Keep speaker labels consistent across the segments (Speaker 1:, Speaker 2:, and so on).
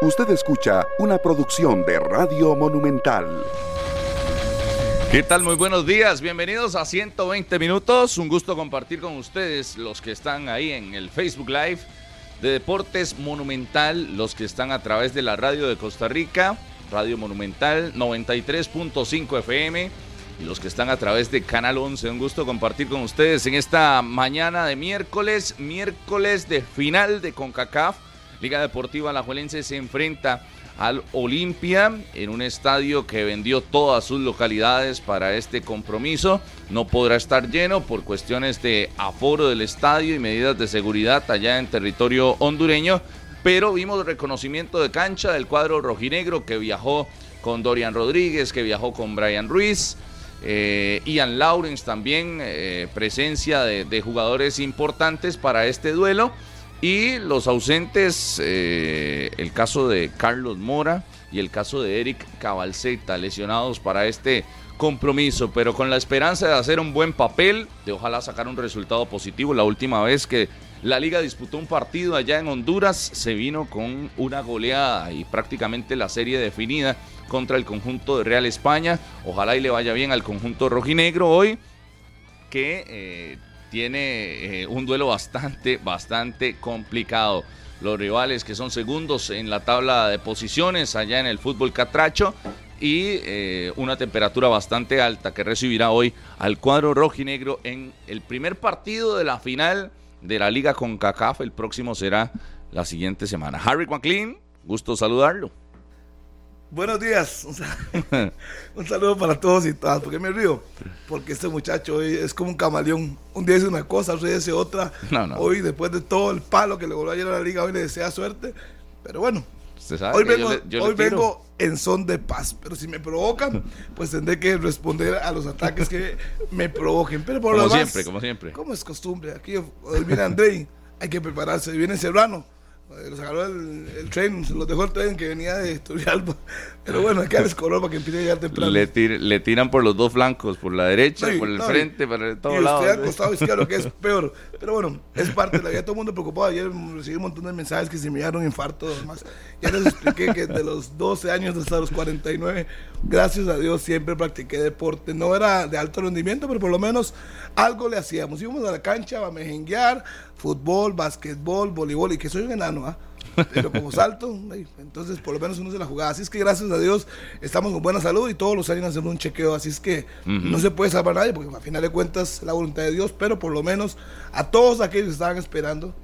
Speaker 1: Usted escucha una producción de Radio Monumental.
Speaker 2: ¿Qué tal? Muy buenos días, bienvenidos a 120 minutos. Un gusto compartir con ustedes los que están ahí en el Facebook Live de Deportes Monumental, los que están a través de la radio de Costa Rica, Radio Monumental 93.5 FM, y los que están a través de Canal 11. Un gusto compartir con ustedes en esta mañana de miércoles, miércoles de final de CONCACAF. Liga Deportiva Alajuelense se enfrenta al Olimpia en un estadio que vendió todas sus localidades para este compromiso. No podrá estar lleno por cuestiones de aforo del estadio y medidas de seguridad allá en territorio hondureño, pero vimos reconocimiento de cancha del cuadro rojinegro que viajó con Dorian Rodríguez, que viajó con Brian Ruiz. eh, Ian Lawrence también, eh, presencia de- de jugadores importantes para este duelo. Y los ausentes, eh, el caso de Carlos Mora y el caso de Eric Cabalceta, lesionados para este compromiso, pero con la esperanza de hacer un buen papel, de ojalá sacar un resultado positivo. La última vez que la liga disputó un partido allá en Honduras, se vino con una goleada y prácticamente la serie definida contra el conjunto de Real España. Ojalá y le vaya bien al conjunto rojinegro hoy que eh, tiene eh, un duelo bastante, bastante complicado. Los rivales que son segundos en la tabla de posiciones allá en el fútbol catracho y eh, una temperatura bastante alta que recibirá hoy al cuadro rojinegro en el primer partido de la final de la liga con CACAF. El próximo será la siguiente semana. Harry McLean, gusto saludarlo.
Speaker 3: Buenos días, un, sa- un saludo para todos y todas. ¿Por qué me río? Porque este muchacho hoy es como un camaleón. Un día dice una cosa, otro día dice otra.
Speaker 2: No, no.
Speaker 3: Hoy, después de todo el palo que le volvió ayer a la liga, hoy le desea suerte. Pero bueno,
Speaker 2: Usted sabe
Speaker 3: hoy
Speaker 2: que yo
Speaker 3: vengo,
Speaker 2: le- yo le
Speaker 3: hoy
Speaker 2: tiro.
Speaker 3: vengo en son de paz. Pero si me provocan, pues tendré que responder a los ataques que me provoquen. Pero por
Speaker 2: Como
Speaker 3: lo demás,
Speaker 2: siempre, como siempre.
Speaker 3: como es costumbre, aquí hoy viene Andrei, hay que prepararse, viene Serrano. eh, Los agarró el, el tren, los dejó el tren que venía de Turrialba. Pero bueno, acá les color para que empiece a llegar temprano.
Speaker 2: Le, tir- le tiran por los dos flancos, por la derecha,
Speaker 3: No, y-
Speaker 2: por el
Speaker 3: no, y-
Speaker 2: frente, por
Speaker 3: y
Speaker 2: todos
Speaker 3: usted
Speaker 2: lados.
Speaker 3: al costado izquierdo, que es peor. Pero bueno, es parte de la vida. Todo el mundo preocupado. Ayer recibí un montón de mensajes que se me dieron infarto. Además, ya les expliqué que de los 12 años hasta los 49, gracias a Dios, siempre practiqué deporte. No era de alto rendimiento, pero por lo menos algo le hacíamos. Íbamos a la cancha a mejenguear, fútbol, basquetbol, voleibol, y que soy un enano, ¿ah? Pero como salto, ay, entonces por lo menos uno se la jugaba. Así es que gracias a Dios estamos con buena salud y todos los años hacemos un chequeo. Así es que no se puede salvar a nadie porque al final de cuentas la voluntad de Dios, pero por lo menos a todos aquellos que estaban esperando,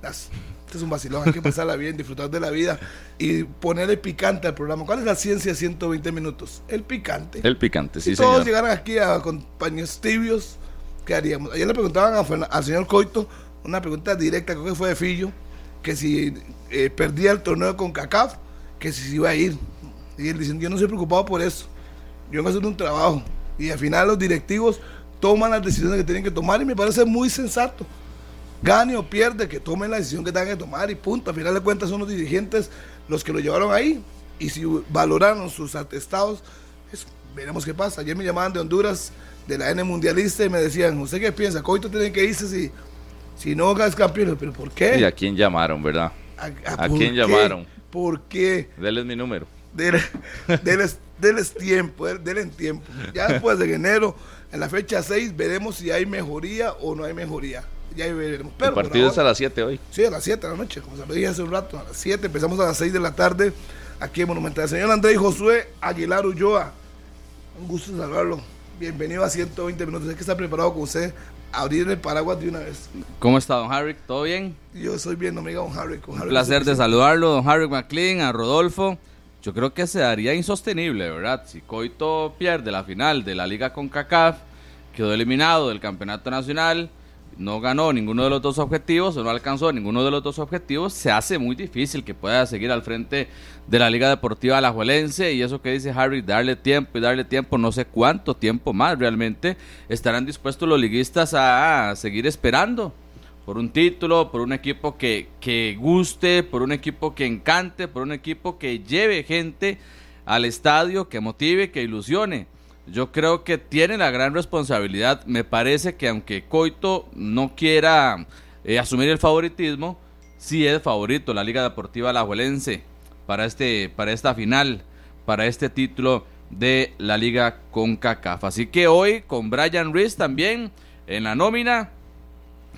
Speaker 3: las- este es un vacilón, hay que pasarla bien, disfrutar de la vida y ponerle picante al programa. ¿Cuál es la ciencia de 120 minutos? El picante.
Speaker 2: El picante, sí,
Speaker 3: si todos
Speaker 2: señor.
Speaker 3: llegaran aquí a, con paños tibios, ¿qué haríamos? Ayer le preguntaban a Fernan- al señor Coito una pregunta directa, creo que fue de Fillo, que si eh, perdía el torneo con CACAF, que si se iba a ir. Y él diciendo, yo no estoy preocupado por eso, yo me haciendo un trabajo. Y al final los directivos toman las decisiones que tienen que tomar y me parece muy sensato gane o pierde, que tomen la decisión que tengan que tomar y punto. Al final de cuentas son los dirigentes los que lo llevaron ahí y si valoraron sus atestados, pues, veremos qué pasa. Ayer me llamaban de Honduras, de la N Mundialista y me decían, ¿usted qué piensa? Coito tiene que irse si, si no es campeón. Yo, ¿Pero por qué?
Speaker 2: ¿Y a quién llamaron, verdad?
Speaker 3: ¿A,
Speaker 2: a
Speaker 3: por
Speaker 2: quién
Speaker 3: qué?
Speaker 2: llamaron?
Speaker 3: ¿Por qué?
Speaker 2: Denles mi número.
Speaker 3: Dele- Deles, deles tiempo, del- denle tiempo. Ya después de enero, en la fecha 6, veremos si hay mejoría o no hay mejoría. Ya ahí veremos. Pero
Speaker 2: el
Speaker 3: por
Speaker 2: partido es
Speaker 3: ahora-
Speaker 2: a las 7 hoy.
Speaker 3: Sí, a las 7 de la noche, como se lo dije hace un rato, a las 7, empezamos a las 6 de la tarde aquí en Monumental. Señor Andrés Josué Aguilar Ulloa, un gusto saludarlo. Bienvenido a 120 minutos. Es que está preparado con usted a abrir el paraguas de una vez.
Speaker 4: ¿Cómo está, don Harrick? ¿Todo bien?
Speaker 3: Yo soy bien amiga don Harry. Con
Speaker 4: Un
Speaker 3: Harry
Speaker 4: placer de
Speaker 3: Josué.
Speaker 4: saludarlo, don Harrick McLean, a Rodolfo. Yo creo que se daría insostenible, ¿verdad? Si Coito pierde la final de la Liga con CACAF, quedó eliminado del Campeonato Nacional, no ganó ninguno de los dos objetivos o no alcanzó ninguno de los dos objetivos, se hace muy difícil que pueda seguir al frente de la Liga Deportiva Alajuelense y eso que dice Harry, darle tiempo y darle tiempo, no sé cuánto tiempo más realmente estarán dispuestos los liguistas a seguir esperando por un título, por un equipo que, que guste, por un equipo que encante, por un equipo que lleve gente al estadio, que motive, que ilusione. Yo creo que tiene la gran responsabilidad. Me parece que aunque Coito no quiera eh, asumir el favoritismo, sí es favorito la Liga Deportiva Alajuelense. para, este, para esta final, para este título de la Liga con CACAF. Así que hoy con Brian Ruiz también en la nómina,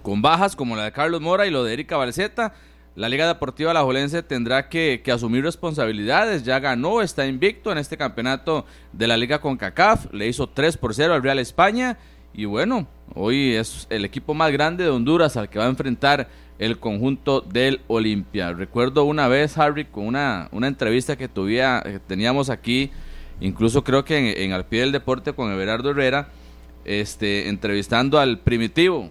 Speaker 4: con bajas como la de Carlos Mora y lo de Erika Balceta. La Liga Deportiva Alajuelense tendrá que, que asumir responsabilidades. Ya ganó, está invicto en este campeonato de la Liga con CACAF. Le hizo 3 por 0 al Real España. Y bueno, hoy es el equipo más grande de Honduras al que va a enfrentar el conjunto del Olimpia. Recuerdo una vez, Harry, con una, una entrevista que tuvía, que teníamos aquí, incluso creo que en, en Al Pie del Deporte con Everardo Herrera, este, entrevistando al primitivo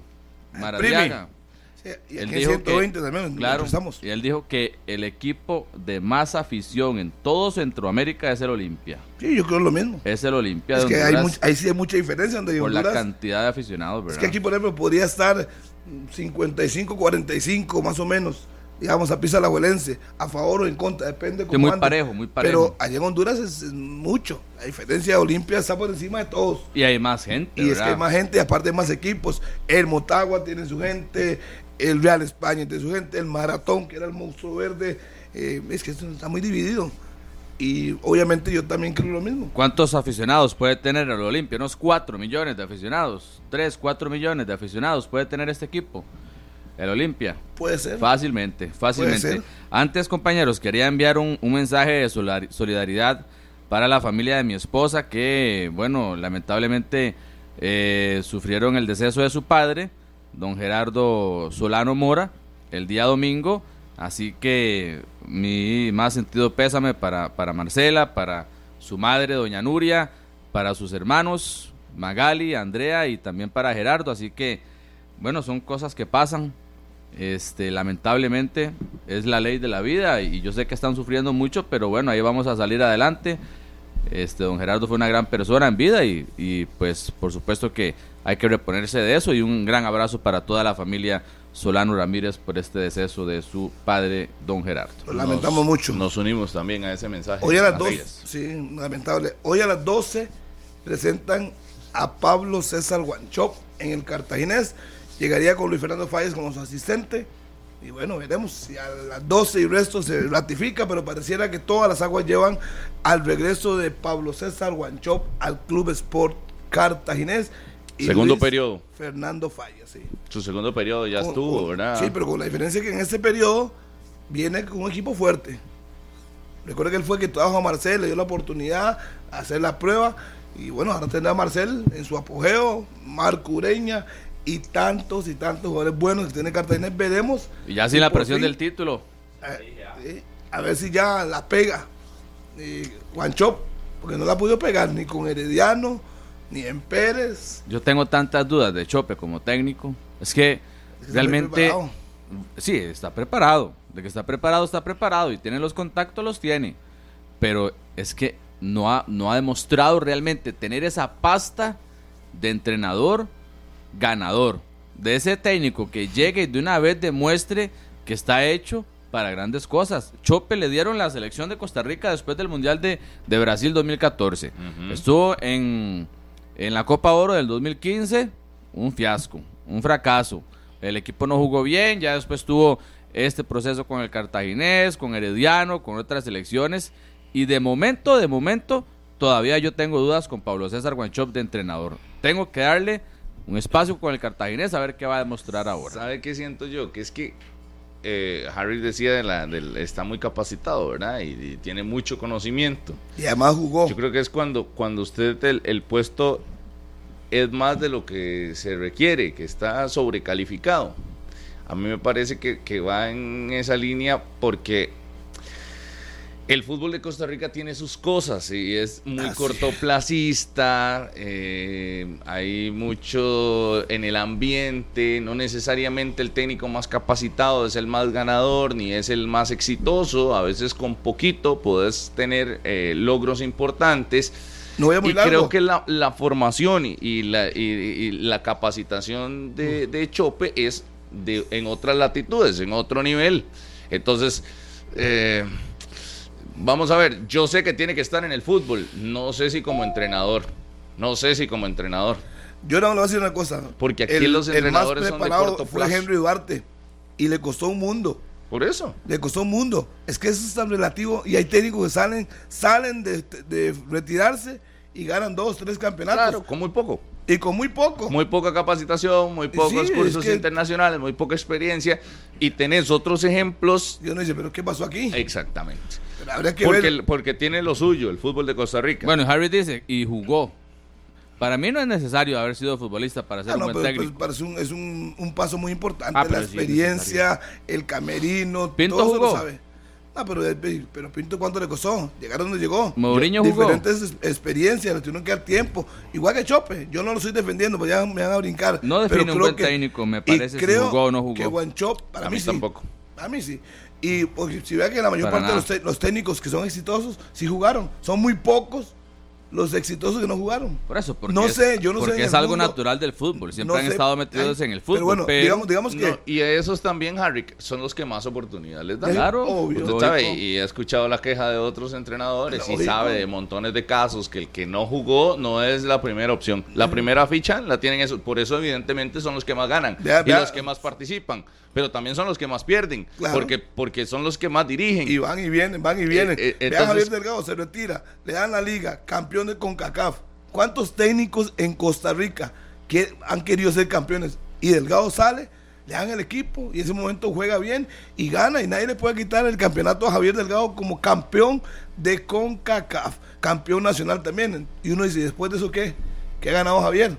Speaker 4: Maradiaga.
Speaker 3: Sí, y aquí en 120 también, lo
Speaker 4: claro,
Speaker 3: estamos.
Speaker 4: y él dijo que el equipo de más afición en todo Centroamérica es el Olimpia.
Speaker 3: Sí, yo creo lo mismo.
Speaker 4: Es el Olimpia
Speaker 3: Es
Speaker 4: de
Speaker 3: que hay
Speaker 4: Honduras
Speaker 3: much- ahí sí hay mucha diferencia donde
Speaker 4: por
Speaker 3: Honduras.
Speaker 4: la cantidad de aficionados,
Speaker 3: Es
Speaker 4: ¿verdad?
Speaker 3: que aquí, por ejemplo, podría estar 55-45 más o menos, digamos, a Pisa Alajuelense, a favor o en contra, depende cómo
Speaker 4: muy
Speaker 3: ande.
Speaker 4: parejo, muy parejo.
Speaker 3: Pero allá en Honduras es, es mucho. La diferencia de Olimpia está por encima de todos.
Speaker 4: y hay más gente,
Speaker 3: Y es que
Speaker 4: ¿verdad?
Speaker 3: hay más gente, y aparte hay más equipos. El Motagua tiene su gente, el Real España tiene su gente, el Maratón, que era el monstruo verde. eh, es que esto está muy dividido. Y obviamente yo también creo lo mismo.
Speaker 4: ¿Cuántos aficionados puede tener el Olimpia? Unos 4 millones de aficionados. 3, 4 millones de aficionados puede tener este equipo. El Olimpia.
Speaker 3: Puede ser.
Speaker 4: Fácilmente, fácilmente.
Speaker 3: ser.
Speaker 4: Antes, compañeros, quería enviar un, un mensaje de solar- solidaridad para la familia de mi esposa que, bueno, lamentablemente eh, sufrieron el deceso de su padre, don Gerardo Solano Mora, el día domingo. Así que mi más sentido pésame para, para Marcela, para su madre, doña Nuria, para sus hermanos, Magali, Andrea y también para Gerardo. Así que, bueno, son cosas que pasan. Este, lamentablemente es la ley de la vida y yo sé que están sufriendo mucho, pero bueno, ahí vamos a salir adelante. Este, don Gerardo fue una gran persona en vida y, y, pues por supuesto que hay que reponerse de eso y un gran abrazo para toda la familia Solano Ramírez por este deceso de su padre, don Gerardo.
Speaker 3: Lo lamentamos mucho.
Speaker 2: Nos unimos también a ese mensaje.
Speaker 3: Hoy a las 12,
Speaker 2: Reyes.
Speaker 3: sí, lamentable. Hoy a las 12 presentan a Pablo César Guanchop en el Cartaginés. Llegaría con Luis Fernando Falles como su asistente. Y bueno, veremos si a las 12 y resto se ratifica, pero pareciera que todas las aguas llevan al regreso de Pablo César Guanchop al Club Sport Cartaginés. y
Speaker 2: Segundo periodo.
Speaker 3: Fernando Falles, sí.
Speaker 2: Su segundo periodo ya
Speaker 3: Con-
Speaker 2: estuvo,
Speaker 3: con-
Speaker 2: ¿verdad?
Speaker 3: Oh, Sí, pero con la diferencia que en este periodo viene con un equipo fuerte. Recuerda que él fue el que trajo a Marcel, le dio la oportunidad a hacer la prueba. Y bueno, ahora tendrá a Marcel en su apogeo, Marco Ureña y tantos y tantos jugadores buenos que tiene Cartagena. Veremos.
Speaker 4: Y ya
Speaker 3: si
Speaker 4: sin la
Speaker 3: por
Speaker 4: presión
Speaker 3: fin-
Speaker 4: del título.
Speaker 3: a, eh, a ver si ya la pega eh, Guanchop, porque no la ha podido pegar ni con Herediano, ni en Pérez.
Speaker 4: Yo tengo tantas dudas de Chope como técnico. Es que
Speaker 3: Es que
Speaker 4: realmente...
Speaker 3: está muy preparado.
Speaker 4: Sí, está preparado. De que está preparado, está preparado. Y tiene los contactos, los tiene. Pero es que no ha, no ha demostrado realmente tener esa pasta de entrenador ganador. De ese técnico que llegue y de una vez demuestre que está hecho para grandes cosas. Chope le dieron la selección de Costa Rica después del Mundial de, de Brasil 2014. Estuvo en, en la Copa Oro del 2015, un fiasco, un fracaso. El equipo no jugó bien, ya después tuvo este proceso con el Cartaginés, con Herediano, con otras selecciones. Y de momento, de momento, todavía yo tengo dudas con Pablo César Guanchop de entrenador. Tengo que darle un espacio con el Cartaginés a ver qué va a demostrar ahora.
Speaker 2: ¿Sabe qué siento yo? Que es que eh, Harry decía, de la, del- está muy capacitado, ¿verdad? Y, y tiene mucho conocimiento.
Speaker 3: Y además jugó.
Speaker 2: Yo creo que es cuando, cuando usted el, el puesto es más de lo que se requiere, que está sobrecalificado. A mí me parece que, que va en esa línea porque el fútbol de Costa Rica tiene sus cosas y es muy
Speaker 3: Así.
Speaker 2: cortoplacista, eh, hay mucho en el ambiente, no necesariamente el técnico más capacitado es el más ganador ni es el más exitoso, a veces con poquito puedes tener eh, logros importantes
Speaker 3: No voy a muy
Speaker 2: y
Speaker 3: largo.
Speaker 2: creo que la, la formación y, y la, y- y la capacitación de, de Chope es de, en otras latitudes, en otro nivel. Entonces, eh, vamos a ver, yo sé que tiene que estar en el fútbol, no sé si como entrenador, no sé si como entrenador.
Speaker 3: Yo no le voy a decir una cosa.
Speaker 2: Porque aquí
Speaker 3: el,
Speaker 2: los
Speaker 3: el más
Speaker 2: entrenadores son de
Speaker 3: preparado
Speaker 2: corto
Speaker 3: fue
Speaker 2: plazo.
Speaker 3: Henry Duarte y le costó un mundo.
Speaker 2: Por eso.
Speaker 3: Le costó un mundo. Es que eso es tan relativo. Y hay técnicos que salen, salen de, de retirarse y ganan dos, tres campeonatos.
Speaker 2: Claro, con muy poco.
Speaker 3: Y con muy poco.
Speaker 2: Muy poca capacitación, muy pocos
Speaker 3: Sí, es
Speaker 2: cursos
Speaker 3: que-
Speaker 2: internacionales, muy poca experiencia. Y tenés otros ejemplos.
Speaker 3: Y uno dice, ¿pero qué pasó aquí?
Speaker 2: Exactamente.
Speaker 3: Pero habría que
Speaker 2: Porque,
Speaker 3: ver.
Speaker 2: el- porque tiene lo suyo, el fútbol de Costa Rica.
Speaker 4: Bueno, Harry dice, y jugó. Para mí no es necesario haber sido futbolista para ser
Speaker 3: Ah, no,
Speaker 4: un buen
Speaker 3: pero, pues,
Speaker 4: técnico.
Speaker 3: parece un- es un, un paso muy importante.
Speaker 4: Ah,
Speaker 3: la
Speaker 4: pero sí,
Speaker 3: experiencia, el camerino,
Speaker 4: Pinto
Speaker 3: todo se
Speaker 4: jugó.
Speaker 3: lo sabe. No, pero, eh, pero Pinto, ¿cuánto le costó? Llegar a donde llegó.
Speaker 4: Mourinho jugó.
Speaker 3: Diferentes es- experiencias, le tuvieron que dar tiempo. Igual que Chope, yo no lo estoy defendiendo, porque ya me van a brincar.
Speaker 4: No define
Speaker 3: pero
Speaker 4: un
Speaker 3: creo
Speaker 4: buen
Speaker 3: que-
Speaker 4: técnico, me
Speaker 3: y
Speaker 4: parece, si
Speaker 3: creo
Speaker 4: jugó o no jugó.
Speaker 3: Que Guancho, para
Speaker 2: A
Speaker 3: mí,
Speaker 2: mí
Speaker 3: sí.
Speaker 2: tampoco.
Speaker 3: A mí sí. Y porque si vea que la mayor
Speaker 4: Para
Speaker 3: parte de los,
Speaker 4: nada.
Speaker 3: te- los técnicos que son exitosos, sí jugaron. Son muy pocos los exitosos que no jugaron.
Speaker 4: Por eso, porque
Speaker 3: no
Speaker 4: es,
Speaker 3: sé, yo no sé
Speaker 4: porque
Speaker 3: en
Speaker 4: es
Speaker 3: el
Speaker 4: algo
Speaker 3: mundo.
Speaker 4: natural del fútbol. Siempre
Speaker 3: No
Speaker 4: han
Speaker 3: sé.
Speaker 4: estado metidos
Speaker 3: Ay,
Speaker 4: en el fútbol.
Speaker 3: Pero bueno, digamos, digamos Pues que.
Speaker 2: No, y a esos también, Harry, son los que más oportunidades les dan.
Speaker 4: Claro,
Speaker 3: Obvio.
Speaker 2: Usted
Speaker 4: lógico.
Speaker 2: sabe, y he escuchado la queja de otros entrenadores y
Speaker 3: Lógico.
Speaker 2: sabe de montones de casos que el que no jugó no es la primera opción.
Speaker 3: Mm.
Speaker 2: La primera ficha la tienen esos, por eso evidentemente son los que más ganan
Speaker 3: Vea,
Speaker 2: y
Speaker 3: vea.
Speaker 2: los que más participan, pero también son los que más pierden,
Speaker 3: Claro.
Speaker 2: porque, porque son los que más dirigen.
Speaker 3: Y van y vienen, van y vienen.
Speaker 2: eh,
Speaker 3: Vean
Speaker 2: entonces-
Speaker 3: a Javier Delgado, se retira, le dan la liga, campeón de CONCACAF. ¿Cuántos técnicos en Costa Rica que han querido ser campeones? Y Delgado sale, le dan el equipo y en ese momento juega bien y gana y nadie le puede quitar el campeonato a Javier Delgado como campeón de CONCACAF, campeón nacional también. Y uno dice, ¿después de eso qué? ¿Qué ha ganado Javier?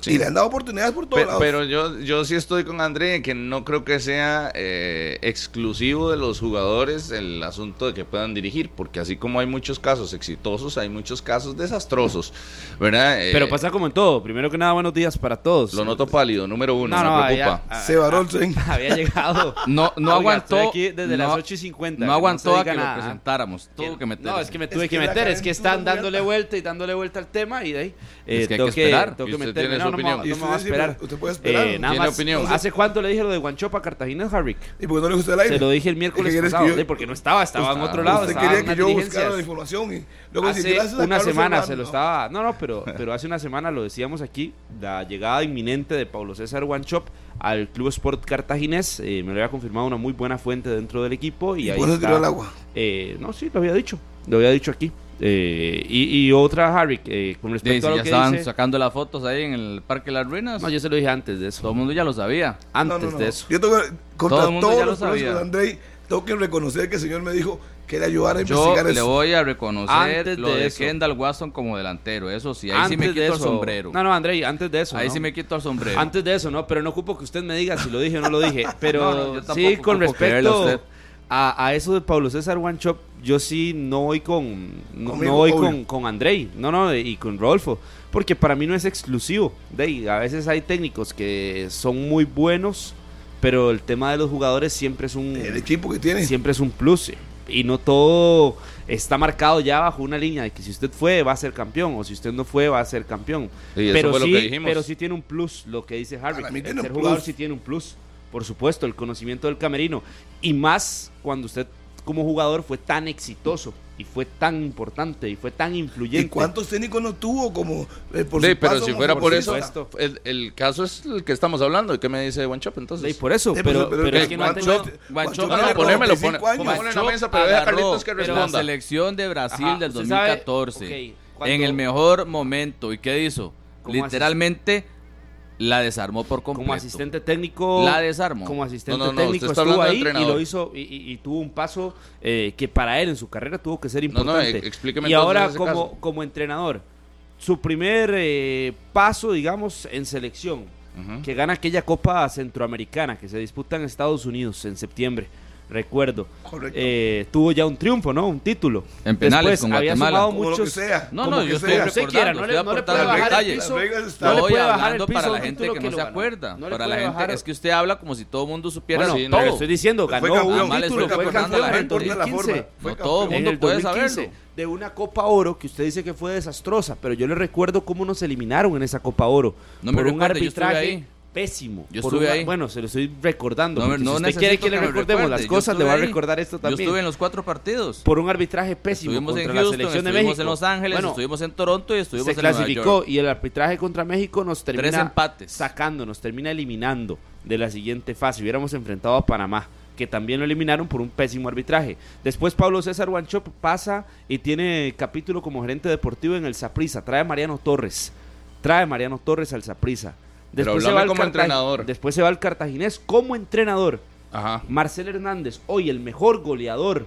Speaker 2: Sí.
Speaker 3: Y le han dado oportunidades por todos
Speaker 2: Pe-
Speaker 3: lados.
Speaker 2: Pero yo, yo sí estoy con André, en que no creo que sea eh, exclusivo de los jugadores el asunto de que puedan dirigir, porque así como hay muchos casos exitosos, hay muchos casos desastrosos, ¿verdad? Eh,
Speaker 5: Pero pasa como en todo. Primero que nada, buenos días para todos.
Speaker 2: Lo noto pálido, número uno,
Speaker 5: no, no,
Speaker 2: me preocupa.
Speaker 5: había-
Speaker 3: Se varó el tren.
Speaker 5: Había llegado.
Speaker 4: No, no
Speaker 5: Oiga,
Speaker 4: aguantó.
Speaker 5: estoy aquí desde
Speaker 4: no-
Speaker 5: las 8 y 50.
Speaker 4: No aguantó
Speaker 5: se
Speaker 4: a que
Speaker 5: diga nada.
Speaker 4: lo presentáramos. Tuvo que meter.
Speaker 5: No, es que me
Speaker 3: Es
Speaker 5: tuve
Speaker 3: que
Speaker 5: que,
Speaker 3: la
Speaker 5: meter. Es
Speaker 3: cadena
Speaker 5: que están
Speaker 3: no vuelta.
Speaker 5: dándole vuelta y dándole vuelta al tema. Y de ahí. eh,
Speaker 4: Es que hay que esperar.
Speaker 5: Tengo
Speaker 2: Y
Speaker 5: que
Speaker 2: usted
Speaker 5: meterme.
Speaker 2: tiene
Speaker 5: No,
Speaker 2: su
Speaker 5: no, me va-
Speaker 2: opinión.
Speaker 5: no me va a
Speaker 3: Sí, sí, sí,
Speaker 5: esperar.
Speaker 3: usted puede esperar.
Speaker 5: Eh, nada
Speaker 2: Tiene
Speaker 5: más,
Speaker 2: opinión.
Speaker 5: ¿Hace cuánto le dije lo de Guanchopa Cartagena, Harrick?
Speaker 3: ¿Y por qué no le gusta el aire?
Speaker 5: Se lo dije el
Speaker 3: ¿Qué
Speaker 5: miércoles
Speaker 3: quieres que
Speaker 5: pasado.
Speaker 3: yo-
Speaker 5: de porque no estaba, estaba en
Speaker 4: Usted-
Speaker 5: otro lado.
Speaker 3: Usted
Speaker 5: estaba en
Speaker 3: quería que
Speaker 5: unas
Speaker 3: yo buscara
Speaker 5: diligencias.
Speaker 3: la información y luego
Speaker 5: hace
Speaker 3: dice, gracias a
Speaker 5: una
Speaker 3: Carlos
Speaker 5: semana
Speaker 3: Hernández.
Speaker 5: se lo
Speaker 3: No.
Speaker 5: estaba no no pero pero hace una semana lo decíamos aquí la llegada inminente de Pablo César Guanchop al Club Sport Cartaginés eh, me lo había confirmado una muy buena fuente dentro del equipo y,
Speaker 3: Y
Speaker 5: ahí
Speaker 3: por eso
Speaker 5: está.
Speaker 3: tiró al agua.
Speaker 5: Eh, no sí lo había dicho lo había dicho aquí Eh, y, y otra Harry eh, con
Speaker 4: Sí, sí, ya
Speaker 5: respecto a lo que
Speaker 4: estaban
Speaker 5: dice
Speaker 4: sacando las fotos ahí en el Parque de las Ruinas.
Speaker 5: no yo se lo dije antes de
Speaker 4: Todo
Speaker 5: eso
Speaker 4: el mundo ya lo sabía.
Speaker 5: antes
Speaker 3: No, no, no.
Speaker 5: de eso
Speaker 3: Yo tengo, contra
Speaker 4: Todo el mundo
Speaker 3: todos
Speaker 4: ya lo
Speaker 3: los problemas
Speaker 4: sabía.
Speaker 3: con Andrei, tengo que reconocer que el señor me dijo que le ayudara a
Speaker 4: Yo
Speaker 3: investigar
Speaker 4: le
Speaker 3: eso.
Speaker 4: voy a reconocer
Speaker 5: Antes
Speaker 4: lo
Speaker 5: de
Speaker 4: de
Speaker 5: eso.
Speaker 4: Kendall Watson como delantero. Eso sí, ahí
Speaker 5: antes
Speaker 4: sí me
Speaker 5: de
Speaker 4: quito el
Speaker 5: eso-
Speaker 4: sombrero.
Speaker 5: no no Andrei antes de eso
Speaker 4: ahí
Speaker 5: ¿no?
Speaker 4: sí me quito el sombrero.
Speaker 5: Antes de eso, no, pero no ocupo que usted me diga si lo dije o no lo dije. Pero
Speaker 4: No, no, yo tampoco
Speaker 5: sí, con
Speaker 4: ocupo creerle a
Speaker 5: respecto
Speaker 4: usted.
Speaker 5: a, a eso de Pablo César One Shop, yo sí no voy con. No,
Speaker 3: Conmigo,
Speaker 5: no voy
Speaker 3: obvio.
Speaker 5: con, con Andrei, no, no, y con Rodolfo. Porque para mí no es exclusivo. De ahí, a veces hay técnicos que son muy buenos, pero el tema de los jugadores siempre es un
Speaker 3: El equipo que tiene.
Speaker 5: siempre es un plus. eh, Y no todo está marcado ya bajo una línea de que si usted fue va a ser campeón o si usted no fue va a ser campeón.
Speaker 2: Sí, eso
Speaker 5: pero,
Speaker 2: fue lo
Speaker 5: sí,
Speaker 2: que dijimos.
Speaker 5: pero sí tiene un plus lo que dice Harry.
Speaker 3: Para mí
Speaker 5: El
Speaker 3: tiene un
Speaker 5: ser
Speaker 3: plus.
Speaker 5: jugador sí tiene un plus. Por supuesto, el conocimiento del camerino. Y más cuando usted como jugador fue tan exitoso y fue tan importante y fue tan influyente.
Speaker 3: ¿Y cuántos técnicos no tuvo como eh, por
Speaker 2: Sí,
Speaker 3: su
Speaker 2: pero
Speaker 3: paso,
Speaker 2: si
Speaker 3: como
Speaker 2: fuera
Speaker 5: por
Speaker 2: por
Speaker 5: su
Speaker 2: eso,
Speaker 5: puesto.
Speaker 2: el, el caso es el que estamos hablando. ¿Y qué me dice One Chop entonces?
Speaker 5: Y por eso,
Speaker 3: Sí, pues,
Speaker 5: pero, pero,
Speaker 3: Eh, pero
Speaker 5: es que no ha
Speaker 3: ¿cuántos-
Speaker 5: tenido-
Speaker 4: Guancho-
Speaker 3: cuántos
Speaker 4: No, no,
Speaker 3: tiene?
Speaker 2: ponémelo,
Speaker 3: 45
Speaker 2: pone- ponle-
Speaker 3: años.
Speaker 2: Póngale en la
Speaker 4: Guancho
Speaker 2: mesa, pero deja a
Speaker 4: agarró
Speaker 2: Carlitos que responda.
Speaker 4: La selección de Brasil
Speaker 5: Ajá,
Speaker 4: del
Speaker 5: usted sabe-
Speaker 4: 2014.
Speaker 5: ok, cuando-
Speaker 4: En el mejor momento. ¿Y qué hizo?
Speaker 5: ¿Cómo
Speaker 4: Literalmente la desarmó por completo.
Speaker 5: como asistente técnico.
Speaker 4: La desarmó.
Speaker 5: Como asistente
Speaker 2: No, no, no,
Speaker 5: técnico
Speaker 2: usted está
Speaker 5: estuvo
Speaker 2: hablando de
Speaker 5: ahí y
Speaker 2: entrenador.
Speaker 5: lo hizo y, y- y tuvo un paso eh, que para él en su carrera tuvo que ser
Speaker 2: No, no,
Speaker 5: importante.
Speaker 2: e- explíqueme
Speaker 5: y
Speaker 2: entonces
Speaker 5: ahora
Speaker 2: ese caso.
Speaker 5: como, como entrenador, su primer eh, paso, digamos, en selección,
Speaker 2: Ujú.
Speaker 5: que gana aquella Copa Centroamericana que se disputa en Estados Unidos en septiembre. Recuerdo,
Speaker 3: Correcto.
Speaker 5: Eh, tuvo ya un triunfo, ¿no? Un título.
Speaker 4: En penales
Speaker 5: Después
Speaker 4: con
Speaker 5: había
Speaker 4: Guatemala.
Speaker 5: sumado
Speaker 3: Como lo que
Speaker 5: muchos,
Speaker 3: sea.
Speaker 4: No,
Speaker 3: como
Speaker 4: no,
Speaker 3: que
Speaker 4: yo estoy
Speaker 3: sea.
Speaker 5: Usted
Speaker 4: recordando,
Speaker 5: quiera, no
Speaker 4: estoy
Speaker 5: le- no le
Speaker 4: aportando
Speaker 5: puede bajar el
Speaker 4: detalles.
Speaker 5: piso.
Speaker 3: Las reglas
Speaker 4: No
Speaker 3: están.
Speaker 5: le
Speaker 4: voy
Speaker 5: puede bajar
Speaker 4: hablando
Speaker 5: el piso
Speaker 4: para
Speaker 5: a un
Speaker 4: la gente
Speaker 5: título
Speaker 4: que
Speaker 5: que
Speaker 4: no
Speaker 5: lo
Speaker 4: se
Speaker 5: ganó.
Speaker 4: acuerda.
Speaker 5: No le
Speaker 4: para la
Speaker 5: puede
Speaker 4: gente
Speaker 5: bajar.
Speaker 4: es que usted habla como si todo el mundo supiera
Speaker 5: Bueno,
Speaker 2: sí,
Speaker 5: pero
Speaker 2: no.
Speaker 5: estoy diciendo,
Speaker 3: Fue
Speaker 5: ganó
Speaker 3: campeón.
Speaker 5: un
Speaker 4: Ah, mal,
Speaker 5: título,
Speaker 4: eso
Speaker 5: fue
Speaker 4: fue
Speaker 5: campeón
Speaker 4: campeón,
Speaker 5: en
Speaker 4: no
Speaker 5: el
Speaker 4: importa
Speaker 3: la forma.
Speaker 5: 2015.
Speaker 3: Fue
Speaker 4: No todo el
Speaker 5: En
Speaker 4: mundo
Speaker 5: el
Speaker 4: puede
Speaker 5: 2015,
Speaker 4: saberlo.
Speaker 5: de una Copa Oro que usted dice que fue desastrosa, pero yo le recuerdo cómo nos eliminaron en esa Copa Oro
Speaker 4: No me
Speaker 5: por un
Speaker 4: recuerde, yo estuve
Speaker 5: arbitraje
Speaker 4: ahí.
Speaker 5: pésimo.
Speaker 4: Yo
Speaker 5: por
Speaker 4: estuve
Speaker 5: un-
Speaker 4: ahí.
Speaker 5: Bueno, se lo estoy recordando.
Speaker 4: No,
Speaker 5: porque
Speaker 4: no
Speaker 5: si usted
Speaker 4: necesito
Speaker 5: quiere que le
Speaker 4: me
Speaker 5: recordemos
Speaker 4: recuerde.
Speaker 5: las
Speaker 4: Yo
Speaker 5: cosas, le
Speaker 4: estuve
Speaker 5: va a
Speaker 4: ahí.
Speaker 5: recordar esto
Speaker 4: Yo
Speaker 5: también.
Speaker 4: estuve en los cuatro partidos.
Speaker 5: Por un arbitraje pésimo
Speaker 4: Estuvimos en
Speaker 5: contra
Speaker 4: Houston,
Speaker 5: la selección de
Speaker 4: estuvimos
Speaker 5: México.
Speaker 4: en Los Ángeles,
Speaker 5: Bueno,
Speaker 4: estuvimos en Toronto y estuvimos
Speaker 5: se
Speaker 4: en Nueva
Speaker 5: clasificó
Speaker 4: York.
Speaker 5: y el arbitraje contra México nos termina
Speaker 4: empates.
Speaker 5: sacando, nos termina eliminando de la siguiente fase. Hubiéramos enfrentado a Panamá. que también lo eliminaron por un pésimo arbitraje. Después Pablo César Guancho pasa y tiene capítulo como gerente deportivo en el Saprisa. Trae a Mariano Torres. Trae a Mariano Torres al Saprisa.
Speaker 2: Pero
Speaker 5: Después
Speaker 2: hablame
Speaker 5: al
Speaker 2: como
Speaker 5: Cartag-
Speaker 2: entrenador.
Speaker 5: Después se va al Cartaginés como entrenador.
Speaker 2: Ajá.
Speaker 5: Marcel Hernández, hoy el mejor goleador,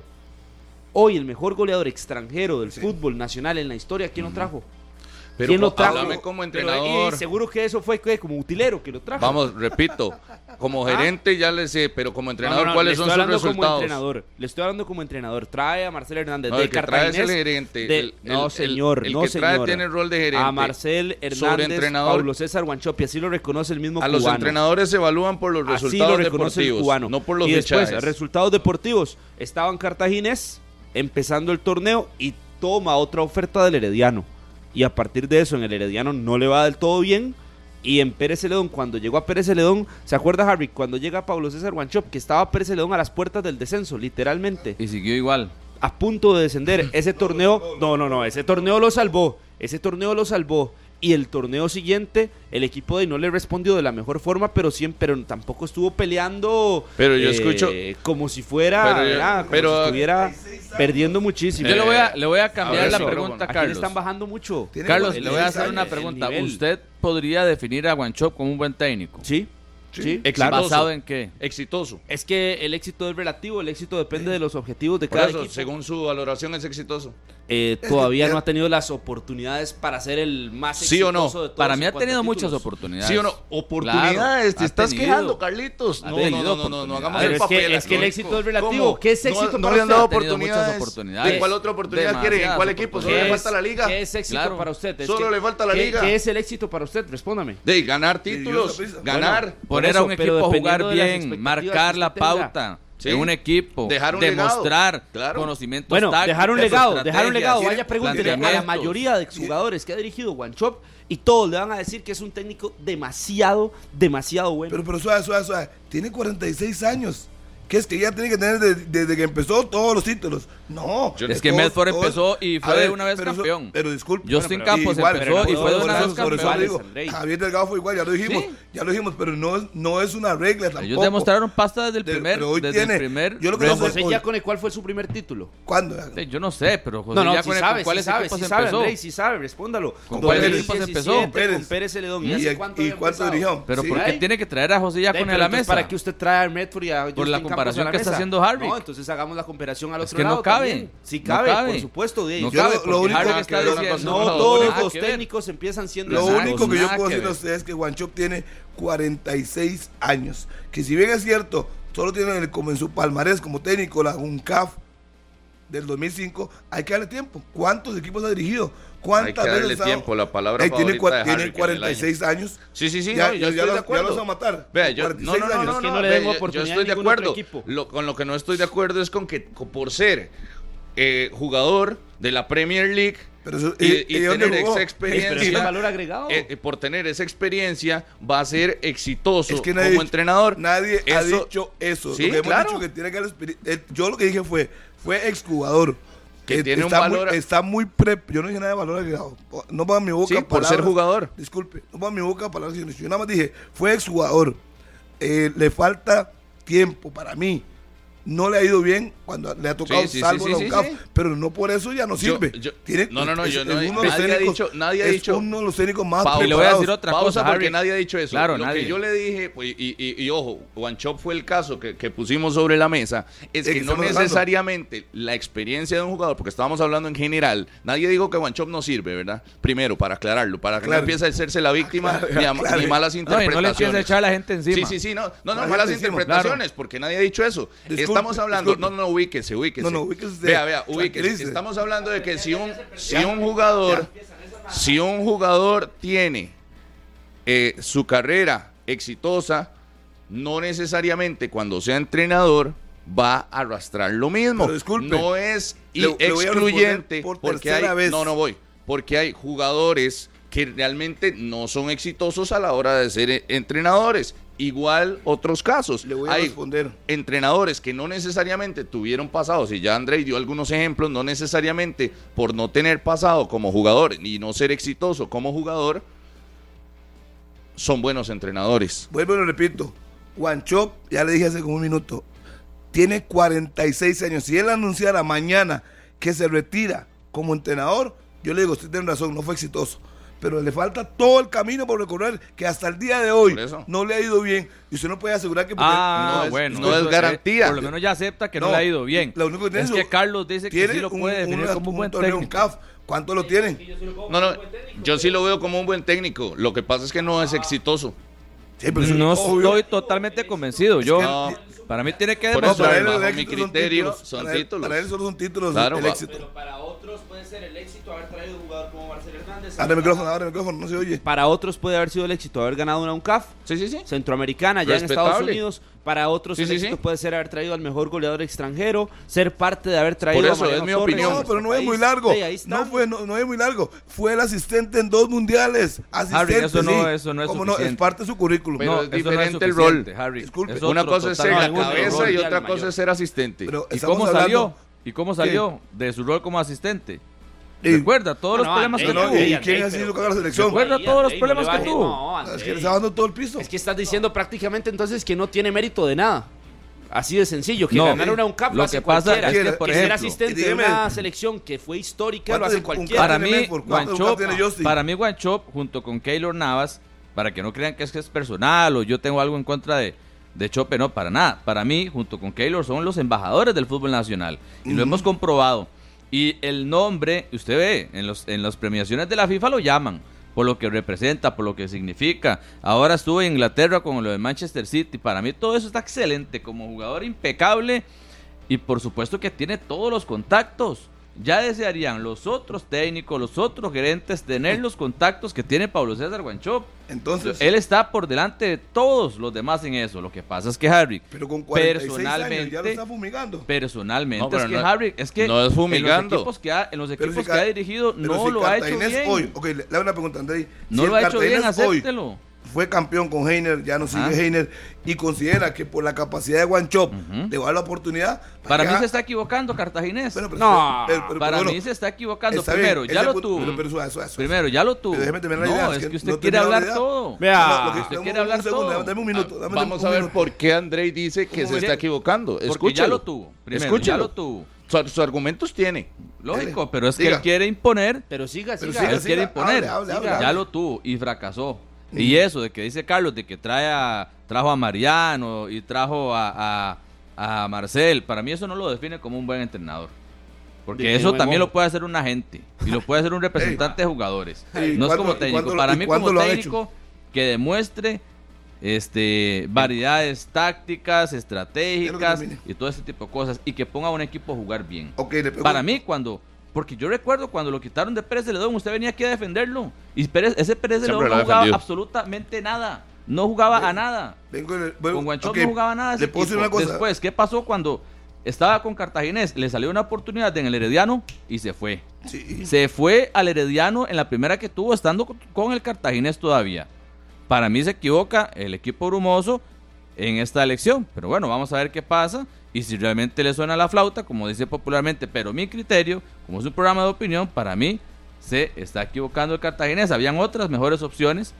Speaker 5: hoy el mejor goleador extranjero del fútbol nacional en la historia, ¿quién lo trajo?
Speaker 2: Pero
Speaker 5: ¿Quién lo trajo?
Speaker 2: háblame como
Speaker 5: Pero,
Speaker 2: entrenador.
Speaker 5: y seguro que eso fue ¿qué? como utilero que lo trajo.
Speaker 2: Vamos, repito, como gerente ya le sé, pero como
Speaker 5: Ah. No, no,
Speaker 2: entrenador,
Speaker 5: no, le
Speaker 2: ¿cuáles
Speaker 5: estoy
Speaker 2: son sus
Speaker 5: hablando Como
Speaker 2: resultados?
Speaker 5: entrenador, le estoy hablando como entrenador. Trae a Marcel Hernández
Speaker 2: No,
Speaker 5: de
Speaker 2: el que trae es el
Speaker 5: Cartaginés,
Speaker 2: gerente,
Speaker 5: de-
Speaker 2: el- el-
Speaker 5: no,
Speaker 2: el-
Speaker 5: señor.
Speaker 2: el
Speaker 5: no,
Speaker 2: que trae
Speaker 5: señora.
Speaker 2: tiene el rol de gerente.
Speaker 5: A Marcel Hernández,
Speaker 2: Sobreentrenador.
Speaker 5: Pablo César Guanchope. Así lo reconoce el mismo
Speaker 2: A los
Speaker 5: cubano.
Speaker 2: entrenadores se evalúan por los
Speaker 5: Así lo
Speaker 2: resultados
Speaker 5: reconoce el
Speaker 2: deportivos,
Speaker 5: cubano.
Speaker 2: no por los
Speaker 5: y después,
Speaker 2: fichajes.
Speaker 5: resultados deportivos. Estaban Cartaginés empezando el torneo y toma otra oferta del Herediano. Y a partir de eso, en el Herediano no le va del todo bien. Y en Pérez Celedón, cuando llegó a Pérez Celedón, ¿se acuerda Harry? Cuando llega Pablo César Guanchop, que estaba Pérez Celedón a las puertas del descenso, literalmente
Speaker 4: Y siguió igual.
Speaker 5: a punto de descender. Ese torneo, no, no, no, ese torneo lo salvó. Ese torneo lo salvó. Y el torneo siguiente, el equipo de ahí no le respondió de la mejor forma, pero siempre, pero tampoco estuvo peleando. eh,
Speaker 2: Pero yo escucho-
Speaker 5: como si fuera,
Speaker 2: Pero yo-
Speaker 5: ¿verdad? como
Speaker 2: pero-
Speaker 5: si estuviera perdiendo muchísimo.
Speaker 4: Yo le voy a,
Speaker 2: Eh,
Speaker 4: le voy a
Speaker 2: a
Speaker 4: cambiar
Speaker 2: ver,
Speaker 4: la
Speaker 2: eso,
Speaker 4: pregunta,
Speaker 5: Aquí le
Speaker 4: Carlos.
Speaker 5: están bajando mucho.
Speaker 3: Tiene
Speaker 4: Carlos,
Speaker 3: como
Speaker 4: le voy a
Speaker 3: 16
Speaker 4: hacer una
Speaker 3: años.
Speaker 4: pregunta.
Speaker 5: El nivel.
Speaker 4: ¿Usted podría definir a Guanchop como un buen técnico?
Speaker 5: Sí, sí, claro. Eh,
Speaker 4: ¿Basado en qué?
Speaker 2: Exitoso.
Speaker 5: Es que el éxito es relativo, el éxito depende de los objetivos de
Speaker 2: Por
Speaker 5: cada
Speaker 2: eso,
Speaker 5: equipo.
Speaker 2: según su valoración, es exitoso.
Speaker 5: Eh, todavía no ha tenido las oportunidades para ser el más
Speaker 2: Sí o no.
Speaker 5: exitoso de todos
Speaker 4: Para mí
Speaker 5: en
Speaker 4: ha
Speaker 5: cuanto a
Speaker 4: tenido muchas
Speaker 5: títulos.
Speaker 4: oportunidades.
Speaker 2: ¿Sí o no? Oportunidades,
Speaker 4: Claro,
Speaker 2: te
Speaker 4: ha
Speaker 2: estás
Speaker 4: tenido.
Speaker 2: quejando, Carlitos.
Speaker 4: Ha
Speaker 2: No, no,
Speaker 4: tenido
Speaker 2: no, no, no, no, hagamos
Speaker 5: Pero
Speaker 2: el
Speaker 5: es
Speaker 2: papel.
Speaker 5: que, es que el
Speaker 2: aquí.
Speaker 5: éxito es
Speaker 2: ¿Cómo?
Speaker 5: relativo. ¿Qué es éxito
Speaker 2: no, no
Speaker 5: para
Speaker 2: le han dado
Speaker 5: usted?
Speaker 4: Ha tenido muchas
Speaker 2: oportunidades.
Speaker 4: oportunidades.
Speaker 2: ¿De cuál otra oportunidad
Speaker 4: Demasiadas
Speaker 2: quiere? ¿En cuál equipo? Solo le
Speaker 5: ¿Qué
Speaker 2: falta
Speaker 5: es-
Speaker 2: la liga.
Speaker 5: ¿Qué es éxito
Speaker 4: Claro.
Speaker 5: para usted? Es
Speaker 2: Solo le falta la
Speaker 5: ¿qué-
Speaker 2: liga.
Speaker 5: ¿Qué es el éxito para usted? Respóndame.
Speaker 2: De ganar
Speaker 3: dio
Speaker 2: títulos,
Speaker 3: esa prisa.
Speaker 2: ganar.
Speaker 5: Bueno, Por
Speaker 4: Poner a
Speaker 5: eso,
Speaker 4: un
Speaker 5: pero
Speaker 4: equipo a jugar
Speaker 5: dependiendo de las
Speaker 4: bien,
Speaker 5: expectativas
Speaker 4: marcar
Speaker 5: que
Speaker 4: la
Speaker 5: usted tenga.
Speaker 4: pauta
Speaker 2: Sí.
Speaker 4: de un equipo,
Speaker 2: Dejar un
Speaker 4: demostrar
Speaker 2: legado, claro.
Speaker 4: conocimientos
Speaker 5: Bueno, dejar un
Speaker 4: tácticos,
Speaker 5: legado, dejar un legado.
Speaker 4: estrategias,
Speaker 5: Vaya, pregúntele a la
Speaker 4: planteamientos.
Speaker 5: mayoría de exjugadores que ha dirigido Guanchop y todos le van a decir que es un técnico demasiado, demasiado bueno.
Speaker 3: Pero, pero suave, suave, suave. Tiene 46 años. ¿Qué es que ya tiene que tener de- desde que empezó todos los títulos? No.
Speaker 2: Yo-
Speaker 4: Es que Medford empezó y fue
Speaker 3: A
Speaker 4: de una vez
Speaker 3: pero eso-
Speaker 4: campeón.
Speaker 3: pero disculpe.
Speaker 4: Justin
Speaker 3: pero-
Speaker 4: Campos empezó
Speaker 3: pero
Speaker 5: y fue de una
Speaker 3: por
Speaker 5: vez
Speaker 3: eso- por eso
Speaker 5: campeón.
Speaker 3: digo,
Speaker 5: Andrei.
Speaker 3: Javier Delgado fue igual, ya lo dijimos.
Speaker 4: Sí.
Speaker 3: Ya lo dijimos, pero no es, no es una regla tampoco.
Speaker 4: Ellos demostraron pasta desde el
Speaker 3: De-
Speaker 4: primer,
Speaker 3: pero hoy
Speaker 4: desde
Speaker 3: tiene-
Speaker 4: el primer.
Speaker 3: yo lo que
Speaker 5: Don
Speaker 3: no sé-
Speaker 5: José
Speaker 3: hoy-
Speaker 5: Yacone, ¿cuál fue su primer título?
Speaker 3: ¿Cuándo?
Speaker 4: Sí, Yo no sé, pero José
Speaker 5: No, no,
Speaker 4: ya
Speaker 5: si
Speaker 4: con-
Speaker 5: sabe,
Speaker 4: con
Speaker 5: si
Speaker 4: cuáles
Speaker 5: sabe,
Speaker 4: equipos
Speaker 5: si sabe,
Speaker 4: empezó.
Speaker 5: Andrei, si sabe, respóndalo.
Speaker 4: ¿Con
Speaker 5: Don
Speaker 4: cuáles
Speaker 5: Pérez
Speaker 4: equipos empezó?
Speaker 5: 17, Con
Speaker 3: Pérez.
Speaker 5: Pérez Celedón.
Speaker 3: ¿Y
Speaker 5: ¿Y hace
Speaker 3: a-
Speaker 5: cuánto
Speaker 3: y
Speaker 5: había
Speaker 3: cuánto
Speaker 5: empezado?
Speaker 3: dirigió?
Speaker 4: Pero
Speaker 3: Sí.
Speaker 4: ¿por qué
Speaker 5: Ay.
Speaker 4: tiene que traer a José
Speaker 5: Ay,
Speaker 4: Yacone a
Speaker 5: pero
Speaker 4: la
Speaker 5: entonces,
Speaker 4: mesa?
Speaker 5: ¿Para que usted trae a Medford y a Justin
Speaker 4: la
Speaker 5: Campos
Speaker 4: comparación
Speaker 5: a la
Speaker 4: que está
Speaker 5: mesa?
Speaker 4: haciendo Harvick.
Speaker 5: No, entonces hagamos la comparación al
Speaker 4: Es
Speaker 5: otro
Speaker 4: que no
Speaker 5: lado
Speaker 4: cabe.
Speaker 5: también. Sí
Speaker 4: No
Speaker 5: cabe,
Speaker 4: cabe.
Speaker 5: por supuesto. de-
Speaker 4: No
Speaker 5: yo-
Speaker 4: cabe,
Speaker 3: lo
Speaker 4: porque
Speaker 3: único
Speaker 4: Harvick
Speaker 3: que-
Speaker 4: está
Speaker 3: que no
Speaker 4: diciendo-
Speaker 5: No
Speaker 2: no,
Speaker 5: todos
Speaker 4: nada
Speaker 5: los
Speaker 4: que ver.
Speaker 5: técnicos empiezan siendo
Speaker 3: Lo
Speaker 5: exactos.
Speaker 3: único que yo
Speaker 4: nada
Speaker 3: puedo
Speaker 4: que
Speaker 3: decir a
Speaker 4: ver.
Speaker 3: ustedes es que Guanchop tiene 46 años. Que si bien es cierto, solo tiene el- como en su palmarés como técnico la UNCAF del 2005, hay que darle tiempo. ¿Cuántos equipos ha dirigido? ¿Cuántas
Speaker 2: Hay que darle
Speaker 3: veces ha-
Speaker 2: tiempo, la palabra
Speaker 3: Ey, tiene,
Speaker 2: favorita
Speaker 3: cua-
Speaker 2: de
Speaker 3: tiene
Speaker 2: Harry, que es el
Speaker 3: 46 años.
Speaker 2: Sí, sí, sí,
Speaker 3: Ya,
Speaker 2: no, yo
Speaker 3: ya- ya
Speaker 2: estoy
Speaker 3: los-
Speaker 2: de
Speaker 3: ya
Speaker 2: acuerdo.
Speaker 3: los va a matar.
Speaker 2: Vea, yo, no,
Speaker 3: 46
Speaker 2: no, no,
Speaker 3: años.
Speaker 2: no,
Speaker 5: que
Speaker 2: no,
Speaker 5: no le
Speaker 2: vea,
Speaker 5: den
Speaker 2: yo- yo
Speaker 5: oportunidad
Speaker 2: estoy de
Speaker 5: a ningún otro
Speaker 2: acuerdo.
Speaker 5: equipo.
Speaker 2: Lo- con lo que no estoy de acuerdo es con que co- por ser eh, jugador de la Premier League
Speaker 3: Pero eso-
Speaker 2: y,
Speaker 3: ¿y-
Speaker 2: y
Speaker 3: y dónde
Speaker 2: tener
Speaker 3: jugó?
Speaker 2: esa
Speaker 5: Pero es que
Speaker 2: experiencia,
Speaker 5: es valor agregado.
Speaker 2: eh, eh, por tener esa experiencia va a ser exitoso
Speaker 3: Es que nadie ha
Speaker 2: como
Speaker 3: dicho-
Speaker 2: entrenador.
Speaker 3: Nadie ha
Speaker 2: Eso-
Speaker 3: dicho eso.
Speaker 2: Sí,
Speaker 3: lo que hemos
Speaker 2: claro.
Speaker 3: dicho que tiene que haber experi- eh, Yo lo que dije fue, fue exjugador.
Speaker 2: Que
Speaker 3: Eh,
Speaker 2: tiene un
Speaker 3: está
Speaker 2: valor-
Speaker 3: Muy, está muy pre... Yo no dije nada de valor agregado. No va a mi boca
Speaker 2: Sí, por ser
Speaker 3: palabras-
Speaker 2: jugador.
Speaker 3: Disculpe, no va a mi boca palabras. sino- Yo nada más dije, fue exjugador. Eh, le falta tiempo para mí. No le ha ido bien cuando le ha tocado
Speaker 2: Sí, sí,
Speaker 3: salvo
Speaker 2: sí,
Speaker 3: la
Speaker 2: sí,
Speaker 3: UNCAF,
Speaker 2: sí.
Speaker 3: pero no por eso ya no
Speaker 2: Yo-
Speaker 3: sirve.
Speaker 2: yo-
Speaker 3: Tiene-
Speaker 2: no, no, no,
Speaker 3: es-
Speaker 2: yo
Speaker 3: es
Speaker 2: no-
Speaker 3: uno de los
Speaker 2: nadie ha
Speaker 3: técnicos-
Speaker 2: dicho- nadie ha
Speaker 3: es
Speaker 2: dicho-
Speaker 3: uno de los técnicos más
Speaker 2: Pausa.
Speaker 4: Y le voy a decir
Speaker 3: preparados.
Speaker 4: otra
Speaker 2: Pausa
Speaker 4: cosa,
Speaker 2: porque
Speaker 4: Harry.
Speaker 2: nadie ha dicho eso.
Speaker 4: Claro,
Speaker 2: lo
Speaker 4: nadie.
Speaker 2: que yo le dije, pues, y, y- y ojo, Guanchop fue el caso que, que pusimos sobre la mesa, es
Speaker 3: ¿De
Speaker 2: que
Speaker 3: qué
Speaker 2: no
Speaker 3: estamos hablando?
Speaker 2: necesariamente la experiencia de un jugador, porque estábamos hablando en general, nadie dijo que Guanchop no sirve, ¿verdad? Primero, para aclararlo, para que
Speaker 3: Claro.
Speaker 2: no empiece a hacerse la víctima ni, a- ni malas
Speaker 4: No, y
Speaker 2: interpretaciones.
Speaker 4: no le empieza a echar a la gente encima.
Speaker 2: Sí, sí, sí, no, no, no
Speaker 3: Malas
Speaker 2: malas
Speaker 3: encima,
Speaker 2: interpretaciones, porque nadie ha dicho eso.
Speaker 3: Disculpe,
Speaker 2: Estamos hablando,
Speaker 3: disculpe.
Speaker 2: no, no, ubíquese, ubíquese.
Speaker 3: No, no, ubíquese usted.
Speaker 2: Vea, vea, ubíquese.
Speaker 3: Tranquilice.
Speaker 2: Estamos hablando de que si un, si un jugador, si un jugador tiene eh, su carrera exitosa, no necesariamente cuando sea entrenador va a arrastrar lo mismo.
Speaker 3: Pero disculpe,
Speaker 2: no es y-
Speaker 3: le- le voy a
Speaker 2: excluyente
Speaker 3: responder por
Speaker 2: porque hay
Speaker 3: tercera vez.
Speaker 2: no no voy porque hay jugadores que realmente no son exitosos a la hora de ser eh, entrenadores. Igual otros casos.
Speaker 3: Le voy a
Speaker 2: Hay
Speaker 3: responder.
Speaker 2: entrenadores que no necesariamente tuvieron pasados, y ya André dio algunos ejemplos, no necesariamente por no tener pasado como jugador y no ser exitoso como jugador, son buenos entrenadores.
Speaker 3: Vuelvo y lo repito. Guanchop, ya le dije hace como un minuto, Tiene 46 años. Si él anunciara mañana que se retira como entrenador, yo le digo, usted tiene razón, no fue exitoso. Pero le falta todo el camino por recorrer, que hasta el día de hoy
Speaker 2: Por eso.
Speaker 3: no le ha ido bien. Y usted no puede asegurar que... porque-
Speaker 4: Ah,
Speaker 2: no es-
Speaker 4: bueno.
Speaker 2: no es
Speaker 4: eso, eh,
Speaker 2: garantía.
Speaker 4: Por lo menos ya acepta que no,
Speaker 3: No,
Speaker 4: le ha ido bien.
Speaker 3: lo único que tiene
Speaker 4: es
Speaker 3: es-
Speaker 4: que Carlos dice que
Speaker 3: tiene
Speaker 4: sí lo
Speaker 3: un-
Speaker 4: puede definir
Speaker 3: un-
Speaker 4: como un
Speaker 3: un
Speaker 4: buen
Speaker 3: torneo, un
Speaker 4: técnico.
Speaker 3: CAF. ¿Cuánto lo tienen?
Speaker 2: No, no, yo sí lo veo como un buen técnico. Lo que pasa es que no es
Speaker 4: Ah.
Speaker 2: exitoso.
Speaker 3: Sí, pero
Speaker 4: Pues No
Speaker 3: es obvio.
Speaker 4: estoy totalmente convencido. Yo,
Speaker 2: No.
Speaker 4: para mí tiene que
Speaker 2: Por eso,
Speaker 4: demostrar.
Speaker 2: bajo
Speaker 3: el
Speaker 2: mi
Speaker 3: éxito son
Speaker 2: criterio,
Speaker 3: títulos.
Speaker 2: son
Speaker 3: Para él-
Speaker 2: títulos.
Speaker 3: Para él solo son títulos
Speaker 2: Claro,
Speaker 3: el
Speaker 2: va-
Speaker 3: éxito.
Speaker 5: para otros puede ser el éxito haber traído un jugador como Marcelo Hernández.
Speaker 3: Abre el micrófono, abre el micrófono, no se oye.
Speaker 5: Para otros puede haber sido el éxito haber ganado una UNCAF
Speaker 2: Sí, sí, sí.
Speaker 5: centroamericana ya en Estados
Speaker 2: Respetable.
Speaker 5: Unidos. Para otros
Speaker 2: Sí,
Speaker 5: el
Speaker 2: sí,
Speaker 5: éxito
Speaker 2: sí.
Speaker 5: puede ser haber traído al mejor goleador extranjero, ser parte de haber traído
Speaker 2: eso,
Speaker 5: a Mariano
Speaker 2: es mi
Speaker 5: Torres.
Speaker 2: opinión.
Speaker 3: No, pero no es
Speaker 5: Ahí-
Speaker 3: muy largo.
Speaker 5: sí, ahí está.
Speaker 3: No fue, no, no es muy largo. Fue el asistente en dos mundiales. Asistente,
Speaker 4: eso no-
Speaker 3: sí.
Speaker 4: eso no es
Speaker 3: Cómo no, es
Speaker 4: suficiente.
Speaker 3: parte de su currículum.
Speaker 2: Pero
Speaker 4: No,
Speaker 2: es
Speaker 4: eso no
Speaker 2: diferente el
Speaker 4: suficiente,
Speaker 2: rol.
Speaker 4: Harry.
Speaker 3: Disculpe.
Speaker 4: Es
Speaker 2: Una
Speaker 4: otro
Speaker 2: cosa es ser la
Speaker 4: totalmente otro
Speaker 2: cabeza
Speaker 4: rol.
Speaker 2: y
Speaker 5: Mundial
Speaker 2: otra
Speaker 5: mayor.
Speaker 2: cosa es ser asistente.
Speaker 3: Pero
Speaker 4: ¿Y
Speaker 3: estamos
Speaker 4: cómo
Speaker 3: hablando-
Speaker 4: salió? ¿Y cómo salió de su rol como asistente?
Speaker 3: Sí.
Speaker 4: Recuerda todos los
Speaker 5: Bueno,
Speaker 4: problemas
Speaker 5: eh,
Speaker 4: que
Speaker 3: No, no,
Speaker 4: tuvo.
Speaker 3: ¿Y
Speaker 5: Ey,
Speaker 3: quién
Speaker 5: ey,
Speaker 3: ha sido
Speaker 5: pero-
Speaker 3: cargos de selección? Ah,
Speaker 4: Recuerda todos los
Speaker 5: Ey, no
Speaker 4: problemas
Speaker 5: le
Speaker 4: que
Speaker 5: baje,
Speaker 4: tuvo.
Speaker 5: no,
Speaker 3: Es
Speaker 5: Andrés.
Speaker 4: Eh,
Speaker 3: que le está dando todo el piso.
Speaker 5: Es que estás diciendo prácticamente entonces que no tiene mérito de nada. Así de sencillo, que
Speaker 4: No,
Speaker 5: ganar una UNCAP
Speaker 4: lo
Speaker 5: lo hace
Speaker 4: que pasa
Speaker 5: cualquiera.
Speaker 3: es que, por
Speaker 5: ser
Speaker 4: ejemplo,
Speaker 5: asistente de
Speaker 3: dígame-
Speaker 5: una selección que fue histórica lo
Speaker 3: ¿Cuántos
Speaker 5: hace
Speaker 3: de- un
Speaker 5: cualquiera.
Speaker 3: carro
Speaker 4: Para
Speaker 3: tiene
Speaker 4: mí,
Speaker 3: Medford? ¿Cuántos
Speaker 4: Juancho-
Speaker 3: Lucas tiene Justin?
Speaker 4: Para mí, Guanchop, junto con Keylor Navas, para que no crean que es que es personal o yo tengo algo en contra de, de Chope, no, para nada. Para mí, junto con Keylor, son los embajadores del fútbol nacional. Y lo hemos comprobado. Y el nombre, usted ve, en, los, en las premiaciones de la FIFA lo llaman. Por lo que representa, por lo que significa. Ahora estuve en Inglaterra con lo de Manchester City. Para mí todo eso está excelente. Como jugador impecable. Y por supuesto que tiene todos los contactos. Ya desearían los otros técnicos, los otros gerentes, tener los contactos que tiene Pablo César Guanchop.
Speaker 3: Entonces,
Speaker 4: Él está por delante de todos los demás en eso. Lo que pasa es que Harry,
Speaker 3: pero con 46 años ya lo
Speaker 4: personalmente-
Speaker 3: está fumigando.
Speaker 4: personalmente,
Speaker 2: No, pero
Speaker 4: es que
Speaker 2: no-
Speaker 4: Harry, es que
Speaker 2: no es
Speaker 4: en
Speaker 2: fumigando.
Speaker 4: los equipos que ha, en los
Speaker 3: Pero
Speaker 4: equipos
Speaker 3: si
Speaker 4: que
Speaker 3: Ca-
Speaker 4: ha dirigido
Speaker 3: Pero
Speaker 4: no
Speaker 3: si
Speaker 4: lo ha hecho
Speaker 3: Cartaginés
Speaker 4: bien.
Speaker 3: Hoy, ok, le, le hago una pregunta, Andrei.
Speaker 4: no
Speaker 3: Si
Speaker 4: lo
Speaker 3: el
Speaker 4: ha hecho bien,
Speaker 3: Cartaginés hoy
Speaker 4: acéptelo.
Speaker 3: fue campeón con Heiner, ya no sigue
Speaker 4: Ah.
Speaker 3: Heiner, y considera que por la capacidad de Guanchop
Speaker 4: Ujú.
Speaker 3: le va a dar la oportunidad.
Speaker 4: Para mí
Speaker 3: que
Speaker 4: se
Speaker 3: haga-
Speaker 4: está equivocando Cartaginés.
Speaker 3: Bueno, pero-
Speaker 5: No,
Speaker 3: pero- pero-
Speaker 4: Para
Speaker 3: pero
Speaker 4: mí
Speaker 3: bueno,
Speaker 4: se está equivocando.
Speaker 3: está
Speaker 4: Primero,
Speaker 3: bien,
Speaker 4: ya
Speaker 3: ese
Speaker 4: lo
Speaker 3: punto-
Speaker 4: tuvo.
Speaker 3: pero- pero suave, suave, suave.
Speaker 4: Primero, ya lo tuvo.
Speaker 3: Pero déjeme terminar la idea,
Speaker 4: No,
Speaker 3: es
Speaker 4: es
Speaker 3: que
Speaker 4: que usted
Speaker 3: no
Speaker 4: quiere
Speaker 3: terminaba la
Speaker 4: hablar
Speaker 3: idea.
Speaker 4: todo.
Speaker 5: Vea.
Speaker 3: No, lo que-
Speaker 4: Usted
Speaker 3: dame
Speaker 4: quiere
Speaker 3: un-
Speaker 4: hablar
Speaker 3: un segundo,
Speaker 4: todo. ah,
Speaker 3: Dame un minuto. dame
Speaker 2: Ah, Vamos
Speaker 3: un
Speaker 2: a ver
Speaker 3: minuto.
Speaker 2: por qué Andrei dice que se
Speaker 4: momento.
Speaker 2: está equivocando.
Speaker 4: Porque
Speaker 2: Escúchalo.
Speaker 4: ya lo tuvo. Primero,
Speaker 2: Escúchalo.
Speaker 4: ya lo tuvo.
Speaker 2: Su- sus argumentos tiene.
Speaker 4: Lógico, pero es que
Speaker 3: Diga.
Speaker 4: él quiere imponer.
Speaker 5: Pero siga,
Speaker 3: Pero
Speaker 5: siga.
Speaker 3: siga,
Speaker 4: él quiere imponer.
Speaker 3: hable, hable,
Speaker 4: Siga.
Speaker 3: hable.
Speaker 4: Ya lo tuvo y fracasó. Y eso de que dice Carlos, de que trae a- trajo a Mariano y trajo a, a- a Marcel, para mí eso no lo define como un buen entrenador.
Speaker 5: De
Speaker 4: Porque
Speaker 5: que
Speaker 4: eso
Speaker 5: buen
Speaker 4: también
Speaker 5: hombre.
Speaker 4: lo puede hacer un agente y lo puede hacer un representante de jugadores.
Speaker 3: Ey,
Speaker 4: no es
Speaker 3: ¿cuándo-
Speaker 4: como
Speaker 3: y
Speaker 4: técnico.
Speaker 3: cuándo-
Speaker 4: Para
Speaker 3: y
Speaker 4: mí
Speaker 3: cuándo
Speaker 4: como
Speaker 3: lo ha
Speaker 4: técnico que demuestre este variedades tácticas, estratégicas
Speaker 3: termine.
Speaker 4: y todo ese tipo de cosas y que ponga a un equipo a jugar bien.
Speaker 3: Ok, le pregunto.
Speaker 4: Para mí, cuando. Porque yo recuerdo cuando lo quitaron de Pérez de León, usted venía aquí a defenderlo. Y Pérez, ese Pérez de
Speaker 2: Siempre
Speaker 4: León
Speaker 2: lo ha
Speaker 4: no jugaba
Speaker 2: defendido.
Speaker 4: absolutamente nada. No jugaba a nada.
Speaker 3: Vengo y le- bueno,
Speaker 4: Con Guanchop
Speaker 3: ok,
Speaker 4: no jugaba nada. ese
Speaker 3: Le puedo decir
Speaker 4: equipo.
Speaker 3: una cosa.
Speaker 4: Después, ¿qué pasó cuando estaba con Cartaginés? Le salió una oportunidad en el Herediano y se fue.
Speaker 3: Sí.
Speaker 4: Se fue al Herediano en la primera que tuvo, estando con- con el Cartaginés todavía. Para mí se equivoca el equipo brumoso en esta elección. Pero bueno, vamos a ver qué pasa y si realmente le suena la flauta, como dice popularmente. Pero mi criterio, como es un programa de opinión, para mí se está equivocando el Cartaginés. Habían otras mejores opciones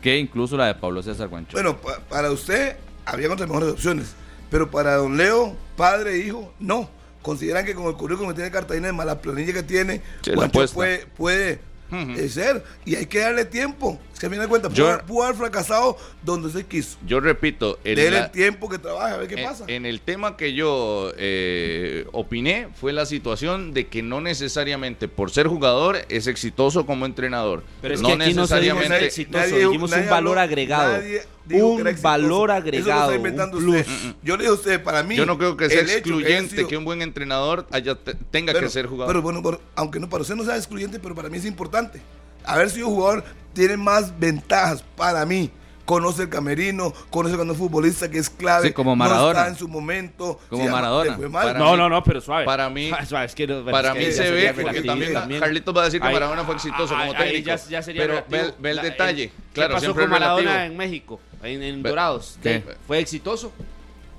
Speaker 4: que incluso la de Pablo César Guancho.
Speaker 3: Bueno, pa- para usted había otras mejores opciones, pero para don Leo, padre e hijo, no. Consideran que con el currículum que tiene Cartagena, más la planilla que tiene,
Speaker 2: Sí, la
Speaker 3: Guancho
Speaker 2: apuesta.
Speaker 3: puede, puede eh, ser. Y hay que darle tiempo. Es que a fin de cuentas,
Speaker 2: Yo-
Speaker 3: pudo, haber- pudo haber fracasado donde se quiso.
Speaker 2: Yo repito, en
Speaker 3: Dele
Speaker 2: la-
Speaker 3: el tiempo que trabaje, a ver qué
Speaker 2: en-
Speaker 3: pasa.
Speaker 2: En el tema que yo eh, opiné fue la situación de que no necesariamente por ser jugador es exitoso como entrenador.
Speaker 5: Pero es que aquí no se dijo
Speaker 2: necesariamente.
Speaker 5: ser exitoso, dijimos un valor agregado.
Speaker 3: nadie dijo
Speaker 5: Un
Speaker 3: que era exitoso.
Speaker 5: valor
Speaker 3: Eso lo
Speaker 5: agregado,
Speaker 3: está inventando
Speaker 5: un
Speaker 4: Mm,
Speaker 3: usted. Yo le digo a usted, para mí.
Speaker 2: Yo no creo que sea
Speaker 3: el hecho que haya
Speaker 2: excluyente que,
Speaker 3: sido-
Speaker 2: un buen entrenador haya te- tenga
Speaker 3: Pero-
Speaker 2: que ser
Speaker 3: Pero
Speaker 2: jugador.
Speaker 3: bueno, bueno, aunque no para usted no sea excluyente, pero para mí es importante. Haber sido jugador tiene más ventajas para mí. Conoce el camerino, conoce cuando es futbolista que es clave.
Speaker 4: Sí, como
Speaker 3: No
Speaker 4: Maradona.
Speaker 3: está en su momento.
Speaker 4: Como
Speaker 3: Sí, ama-
Speaker 4: Maradona.
Speaker 3: le fue mal.
Speaker 2: Para
Speaker 5: No,
Speaker 2: mí-
Speaker 5: no, no, pero suave.
Speaker 2: para mí-
Speaker 5: Suave, suave, es que no-
Speaker 2: para
Speaker 5: es
Speaker 2: mí
Speaker 5: que ya
Speaker 2: se
Speaker 5: sería
Speaker 2: ve, porque
Speaker 5: relativo
Speaker 2: también,
Speaker 5: también.
Speaker 2: Carlitos va a decir que
Speaker 5: Ahí-
Speaker 2: Maradona fue exitoso como
Speaker 5: Ah, ahí
Speaker 2: técnico.
Speaker 5: ya- ya sería
Speaker 2: pero ve,
Speaker 5: relativo.
Speaker 2: ve el
Speaker 5: La-
Speaker 2: detalle.
Speaker 5: el- ¿Qué
Speaker 2: claro,
Speaker 5: pasó
Speaker 2: siempre
Speaker 5: con
Speaker 2: es relativo.
Speaker 5: Maradona en México, en, en
Speaker 2: Ve-
Speaker 5: Dorados?
Speaker 2: ¿Qué?
Speaker 5: ¿Fue exitoso?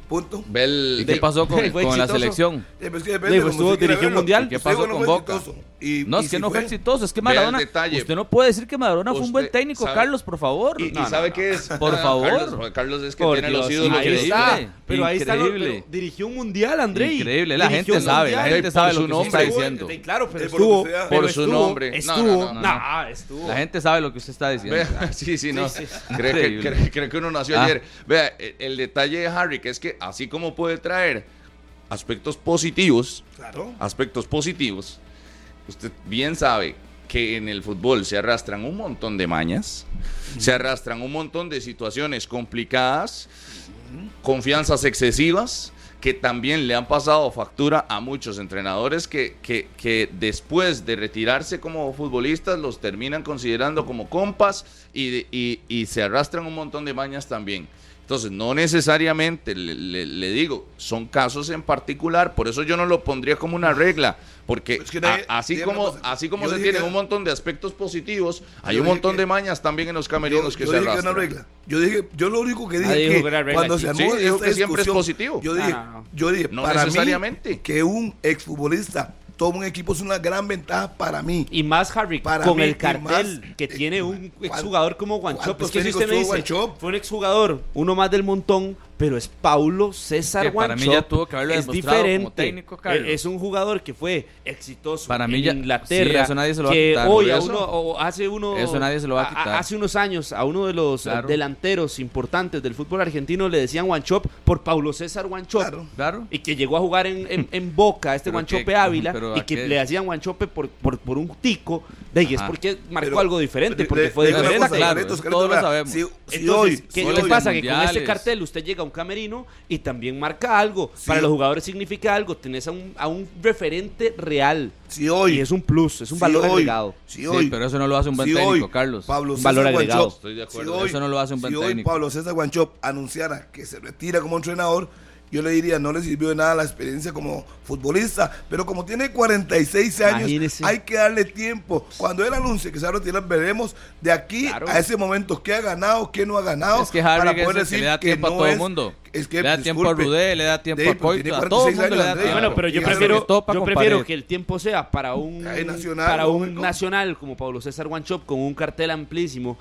Speaker 3: Punto.
Speaker 2: Ve el-
Speaker 4: ¿Y qué
Speaker 2: de-
Speaker 4: pasó con,
Speaker 5: Fue
Speaker 4: con la
Speaker 5: exitoso.
Speaker 4: selección?
Speaker 3: Eh, pues que depende
Speaker 5: Digo,
Speaker 3: como
Speaker 5: estuvo
Speaker 3: se quiera
Speaker 5: dirigió
Speaker 3: verlo.
Speaker 5: mundial.
Speaker 4: ¿Qué
Speaker 3: Digo,
Speaker 4: pasó
Speaker 3: no
Speaker 4: con
Speaker 3: fue
Speaker 4: Boca?
Speaker 3: exitoso. Y-
Speaker 4: No,
Speaker 3: y
Speaker 4: es que
Speaker 3: sí
Speaker 4: no fue exitoso. Es que
Speaker 2: Vea el
Speaker 4: Maradona.
Speaker 2: detalle.
Speaker 4: Usted no puede decir que Maradona fue un buen
Speaker 2: Usted
Speaker 4: técnico,
Speaker 2: sabe-
Speaker 4: Carlos, por favor.
Speaker 2: Y, y
Speaker 4: No, no,
Speaker 2: sabe
Speaker 4: no.
Speaker 2: qué es.
Speaker 4: Por
Speaker 2: Ah,
Speaker 4: favor.
Speaker 2: Carlos, Juan Carlos es que
Speaker 5: Por
Speaker 2: tiene los
Speaker 5: Dios,
Speaker 2: ídolos.
Speaker 5: ahí
Speaker 2: que
Speaker 5: está.
Speaker 4: Increíble,
Speaker 5: Pero ahí está. lo-
Speaker 4: increíble.
Speaker 5: pero dirigió un mundial, André.
Speaker 4: Increíble, la
Speaker 5: Dirigió
Speaker 4: gente
Speaker 5: un
Speaker 4: sabe, la
Speaker 5: mundial.
Speaker 4: gente sabe
Speaker 2: por
Speaker 4: lo que
Speaker 2: su
Speaker 4: usted está
Speaker 2: nombre.
Speaker 4: diciendo.
Speaker 5: Sí, Claro, pero
Speaker 3: Eh, por
Speaker 5: estuvo.
Speaker 3: lo que sea.
Speaker 5: pero
Speaker 2: Por su
Speaker 5: estuvo,
Speaker 2: nombre. No,
Speaker 5: Estuvo.
Speaker 2: no, no, no.
Speaker 5: Nah, estuvo.
Speaker 4: La gente sabe lo que usted está diciendo.
Speaker 2: Vea, sí, sí, no.
Speaker 5: Sí,
Speaker 2: Creo, que,
Speaker 4: Increíble.
Speaker 2: creo- creo que uno nació
Speaker 4: Ah.
Speaker 2: ayer. Vea, el, el detalle de Harry, que es que así como puede traer aspectos positivos,
Speaker 3: Claro.
Speaker 2: aspectos positivos, usted bien sabe que en el fútbol se arrastran un montón de mañas, se arrastran un montón de situaciones complicadas, confianzas excesivas, que también le han pasado factura a muchos entrenadores que, que- que después de retirarse como futbolistas los terminan considerando como compas y, de- y- y se arrastran un montón de mañas también. Entonces, no necesariamente, le, le- le digo, son casos en particular, por eso yo no lo pondría como una regla, porque
Speaker 3: Es que nadie-
Speaker 2: a- así,
Speaker 3: dígame una
Speaker 2: como,
Speaker 3: cosa,
Speaker 2: así como
Speaker 3: yo
Speaker 2: se
Speaker 3: dije
Speaker 2: tienen
Speaker 3: que-
Speaker 2: un montón de aspectos positivos, hay
Speaker 3: Yo
Speaker 2: un
Speaker 3: dije
Speaker 2: montón
Speaker 3: que-
Speaker 2: de mañas también en los
Speaker 3: Yo,
Speaker 2: camerinos que
Speaker 3: yo
Speaker 2: se
Speaker 3: dije que era una
Speaker 2: arrastran.
Speaker 3: regla. Yo dije, yo lo único que dije
Speaker 5: Ah, dijo
Speaker 3: que
Speaker 5: que era regla
Speaker 3: cuando
Speaker 5: aquí.
Speaker 3: se armó
Speaker 2: Sí, dijo
Speaker 3: esta
Speaker 2: que siempre es
Speaker 3: discusión,
Speaker 2: positivo.
Speaker 3: Yo dije,
Speaker 5: No, no, no.
Speaker 3: yo dije,
Speaker 2: No
Speaker 3: para mí,
Speaker 2: necesariamente.
Speaker 3: que un exfutbolista toma un equipo es una gran ventaja para mí.
Speaker 5: Y más Harry,
Speaker 3: Para
Speaker 5: con
Speaker 3: mí, y
Speaker 5: el cartel
Speaker 3: más,
Speaker 5: que
Speaker 3: eh,
Speaker 5: tiene un
Speaker 3: ¿cuál- pues
Speaker 5: exjugador como Guanchop.
Speaker 3: cuántos
Speaker 5: Es que si
Speaker 3: técnicos
Speaker 5: usted me
Speaker 3: tuvo
Speaker 5: dice,
Speaker 3: Guanchope?
Speaker 5: fue un exjugador, uno más del montón, pero es Paulo César
Speaker 4: Que para
Speaker 5: Guanchop.
Speaker 4: mí ya tuvo que haberlo
Speaker 5: es
Speaker 4: demostrado como
Speaker 5: diferente.
Speaker 4: técnico, Carlos.
Speaker 5: Eh, Es un jugador que fue exitoso
Speaker 4: Para mí
Speaker 5: en
Speaker 4: ya-
Speaker 5: Inglaterra.
Speaker 4: sí, eso nadie se lo va a
Speaker 5: que
Speaker 4: quitar.
Speaker 5: hoy,
Speaker 2: Por
Speaker 5: a
Speaker 2: eso-
Speaker 5: uno, o hace uno,
Speaker 4: Eso nadie se lo va a quitar.
Speaker 5: Hace unos años, a uno de los
Speaker 4: Claro.
Speaker 5: delanteros importantes del fútbol argentino le decían Guanchop por Paulo César Guanchop.
Speaker 3: Claro.
Speaker 4: Claro.
Speaker 5: Y que llegó a jugar en, en- en Boca, este
Speaker 4: Pero
Speaker 5: Guanchope
Speaker 4: que-
Speaker 5: Ávila,
Speaker 4: pero
Speaker 5: y
Speaker 4: a
Speaker 5: que
Speaker 4: qué-
Speaker 5: le hacían Guanchope por, por, por un tico, de ahí es
Speaker 4: Ajá.
Speaker 5: porque marcó
Speaker 3: Pero-
Speaker 5: algo diferente,
Speaker 3: pero
Speaker 5: porque
Speaker 3: le-
Speaker 5: fue
Speaker 3: le
Speaker 5: de
Speaker 3: digo una
Speaker 5: Verena,
Speaker 3: cosa,
Speaker 5: claro.
Speaker 4: Carlos.
Speaker 3: Carlos,
Speaker 4: todos lo
Speaker 3: Carlos,
Speaker 4: sabemos.
Speaker 3: Si, si
Speaker 5: Entonces,
Speaker 3: hoy,
Speaker 5: ¿qué,
Speaker 3: si
Speaker 5: qué
Speaker 3: hoy-
Speaker 5: pasa? Que con
Speaker 4: mundiales.
Speaker 5: este cartel usted llega a un camerino y también marca algo.
Speaker 3: Sí.
Speaker 5: Para los jugadores significa algo. Tenés a un, a un referente real.
Speaker 3: si hoy,
Speaker 5: y es un plus, es un
Speaker 3: si
Speaker 5: valor
Speaker 3: hoy-
Speaker 5: agregado.
Speaker 3: Si
Speaker 4: Sí,
Speaker 3: hoy,
Speaker 4: pero eso no lo hace un buen
Speaker 3: si
Speaker 4: técnico,
Speaker 3: hoy
Speaker 4: Carlos.
Speaker 3: Pablo
Speaker 5: Un
Speaker 3: César
Speaker 5: valor agregado.
Speaker 3: Guanchope,
Speaker 2: Estoy de
Speaker 3: si
Speaker 2: acuerdo.
Speaker 3: hoy-
Speaker 4: Eso no lo hace un buen
Speaker 3: si hoy
Speaker 4: técnico.
Speaker 3: Pablo César Guanchop anunciara que se retira como entrenador, yo le diría, no le sirvió de nada la experiencia como futbolista, pero como tiene 46 años,
Speaker 5: Imagínese.
Speaker 3: hay que darle tiempo. Cuando él anuncie que se va a retirar, veremos de aquí
Speaker 5: Claro.
Speaker 3: a ese momento qué ha ganado, qué no ha ganado.
Speaker 4: Es que Harry
Speaker 3: para
Speaker 4: es
Speaker 3: poder
Speaker 4: el que
Speaker 3: decir
Speaker 4: le da
Speaker 3: que
Speaker 4: tiempo a
Speaker 3: no
Speaker 4: todo el
Speaker 3: es-
Speaker 4: mundo.
Speaker 3: es que,
Speaker 4: le da tiempo a
Speaker 3: disculpe,
Speaker 4: Rudé, le da tiempo
Speaker 3: Dave,
Speaker 4: a
Speaker 3: pues, tiene
Speaker 4: Coito, a todo el
Speaker 3: 46
Speaker 4: mundo
Speaker 3: años,
Speaker 4: le da tiempo.
Speaker 3: Andrés.
Speaker 5: Ah, Bueno, pero yo
Speaker 3: Dígalo.
Speaker 5: prefiero,
Speaker 4: Topa
Speaker 5: yo
Speaker 4: con
Speaker 5: prefiero
Speaker 4: pared.
Speaker 5: que el tiempo sea para un
Speaker 3: Hay nacional,
Speaker 5: para un
Speaker 3: lógico.
Speaker 5: nacional como Pablo César Guanchop con un cartel amplísimo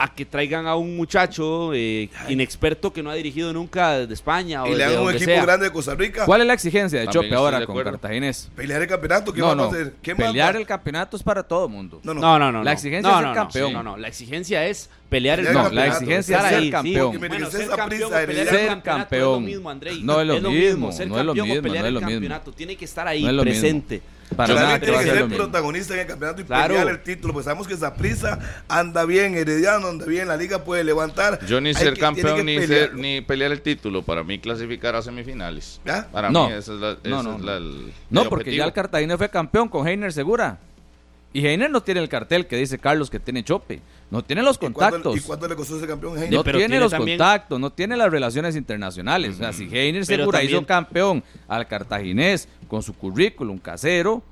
Speaker 5: a que traigan a un muchacho eh, inexperto que no ha dirigido nunca de España o
Speaker 3: Y le
Speaker 5: de
Speaker 3: hagan un
Speaker 5: donde
Speaker 3: equipo
Speaker 5: sea.
Speaker 3: grande de Costa Rica,
Speaker 4: ¿Cuál es la exigencia de
Speaker 2: También
Speaker 4: Chope
Speaker 2: estoy
Speaker 4: ahora
Speaker 2: de
Speaker 4: con
Speaker 2: acuerdo.
Speaker 4: Cartaginés?
Speaker 3: pelear el campeonato, ¿qué
Speaker 4: No,
Speaker 3: más
Speaker 4: no.
Speaker 3: va a hacer? ¿Qué más
Speaker 4: Pelear
Speaker 3: va-
Speaker 4: el campeonato es para todo el mundo.
Speaker 3: No, no.
Speaker 5: No, no, no.
Speaker 4: La
Speaker 5: no.
Speaker 4: exigencia es
Speaker 5: No,
Speaker 4: ser
Speaker 5: no, no.
Speaker 4: campeón.
Speaker 5: No, no, la exigencia es pelear el
Speaker 3: Pelear el
Speaker 4: No,
Speaker 5: campeonato.
Speaker 4: la
Speaker 3: campeonato,
Speaker 4: exigencia es
Speaker 5: estar
Speaker 4: ser
Speaker 5: ahí, sí.
Speaker 4: campeón.
Speaker 3: Porque
Speaker 5: Bueno,
Speaker 3: mereces
Speaker 5: ser
Speaker 3: esa
Speaker 5: campeón
Speaker 3: prisa
Speaker 5: o
Speaker 3: de
Speaker 5: pelear
Speaker 4: ser
Speaker 5: el campeonato es lo
Speaker 4: campeón.
Speaker 5: mismo, Andrei.
Speaker 4: No es lo mismo,
Speaker 5: Ser
Speaker 4: no es lo
Speaker 5: campeón o
Speaker 4: mismo,
Speaker 5: pelear
Speaker 4: no es lo
Speaker 5: el
Speaker 4: mismo.
Speaker 5: campeonato. Tiene que estar ahí,
Speaker 4: No es lo mismo.
Speaker 5: presente.
Speaker 4: Para
Speaker 3: Claramente
Speaker 4: nada te va a
Speaker 3: tiene que
Speaker 4: hacer lo
Speaker 3: ser
Speaker 4: mismo.
Speaker 3: protagonista en el campeonato y
Speaker 5: Claro.
Speaker 3: pelear el título. Pues sabemos que Zaprisa anda bien, Herediano anda bien, la liga puede levantar.
Speaker 2: Yo ni
Speaker 3: Hay
Speaker 2: ser
Speaker 3: que-
Speaker 2: campeón
Speaker 3: tiene
Speaker 2: ni,
Speaker 3: que
Speaker 2: ser-
Speaker 3: pelearlo.
Speaker 2: ni pelear el título, para mí clasificar a semifinales.
Speaker 3: ¿Ya?
Speaker 2: Para
Speaker 4: No.
Speaker 2: mí esa es la, esa
Speaker 4: No, no,
Speaker 2: es
Speaker 4: no.
Speaker 2: la- el-
Speaker 4: No,
Speaker 2: el
Speaker 4: porque
Speaker 2: objetivo.
Speaker 4: ya el Cartagena fue campeón con Heiner Segura. Y Heiner no tiene el cartel que dice Carlos que tiene Chope. No tiene los
Speaker 3: ¿Y cuánto-
Speaker 4: contactos.
Speaker 3: ¿Y cuánto le costó ese campeón? Heine?
Speaker 4: No
Speaker 5: pero
Speaker 4: tiene,
Speaker 5: tiene
Speaker 4: los
Speaker 5: también-
Speaker 4: contactos, no tiene las relaciones internacionales. O sea, si Heiner
Speaker 5: Pero
Speaker 4: Segura
Speaker 5: también-
Speaker 4: hizo campeón al cartaginés con su currículum casero,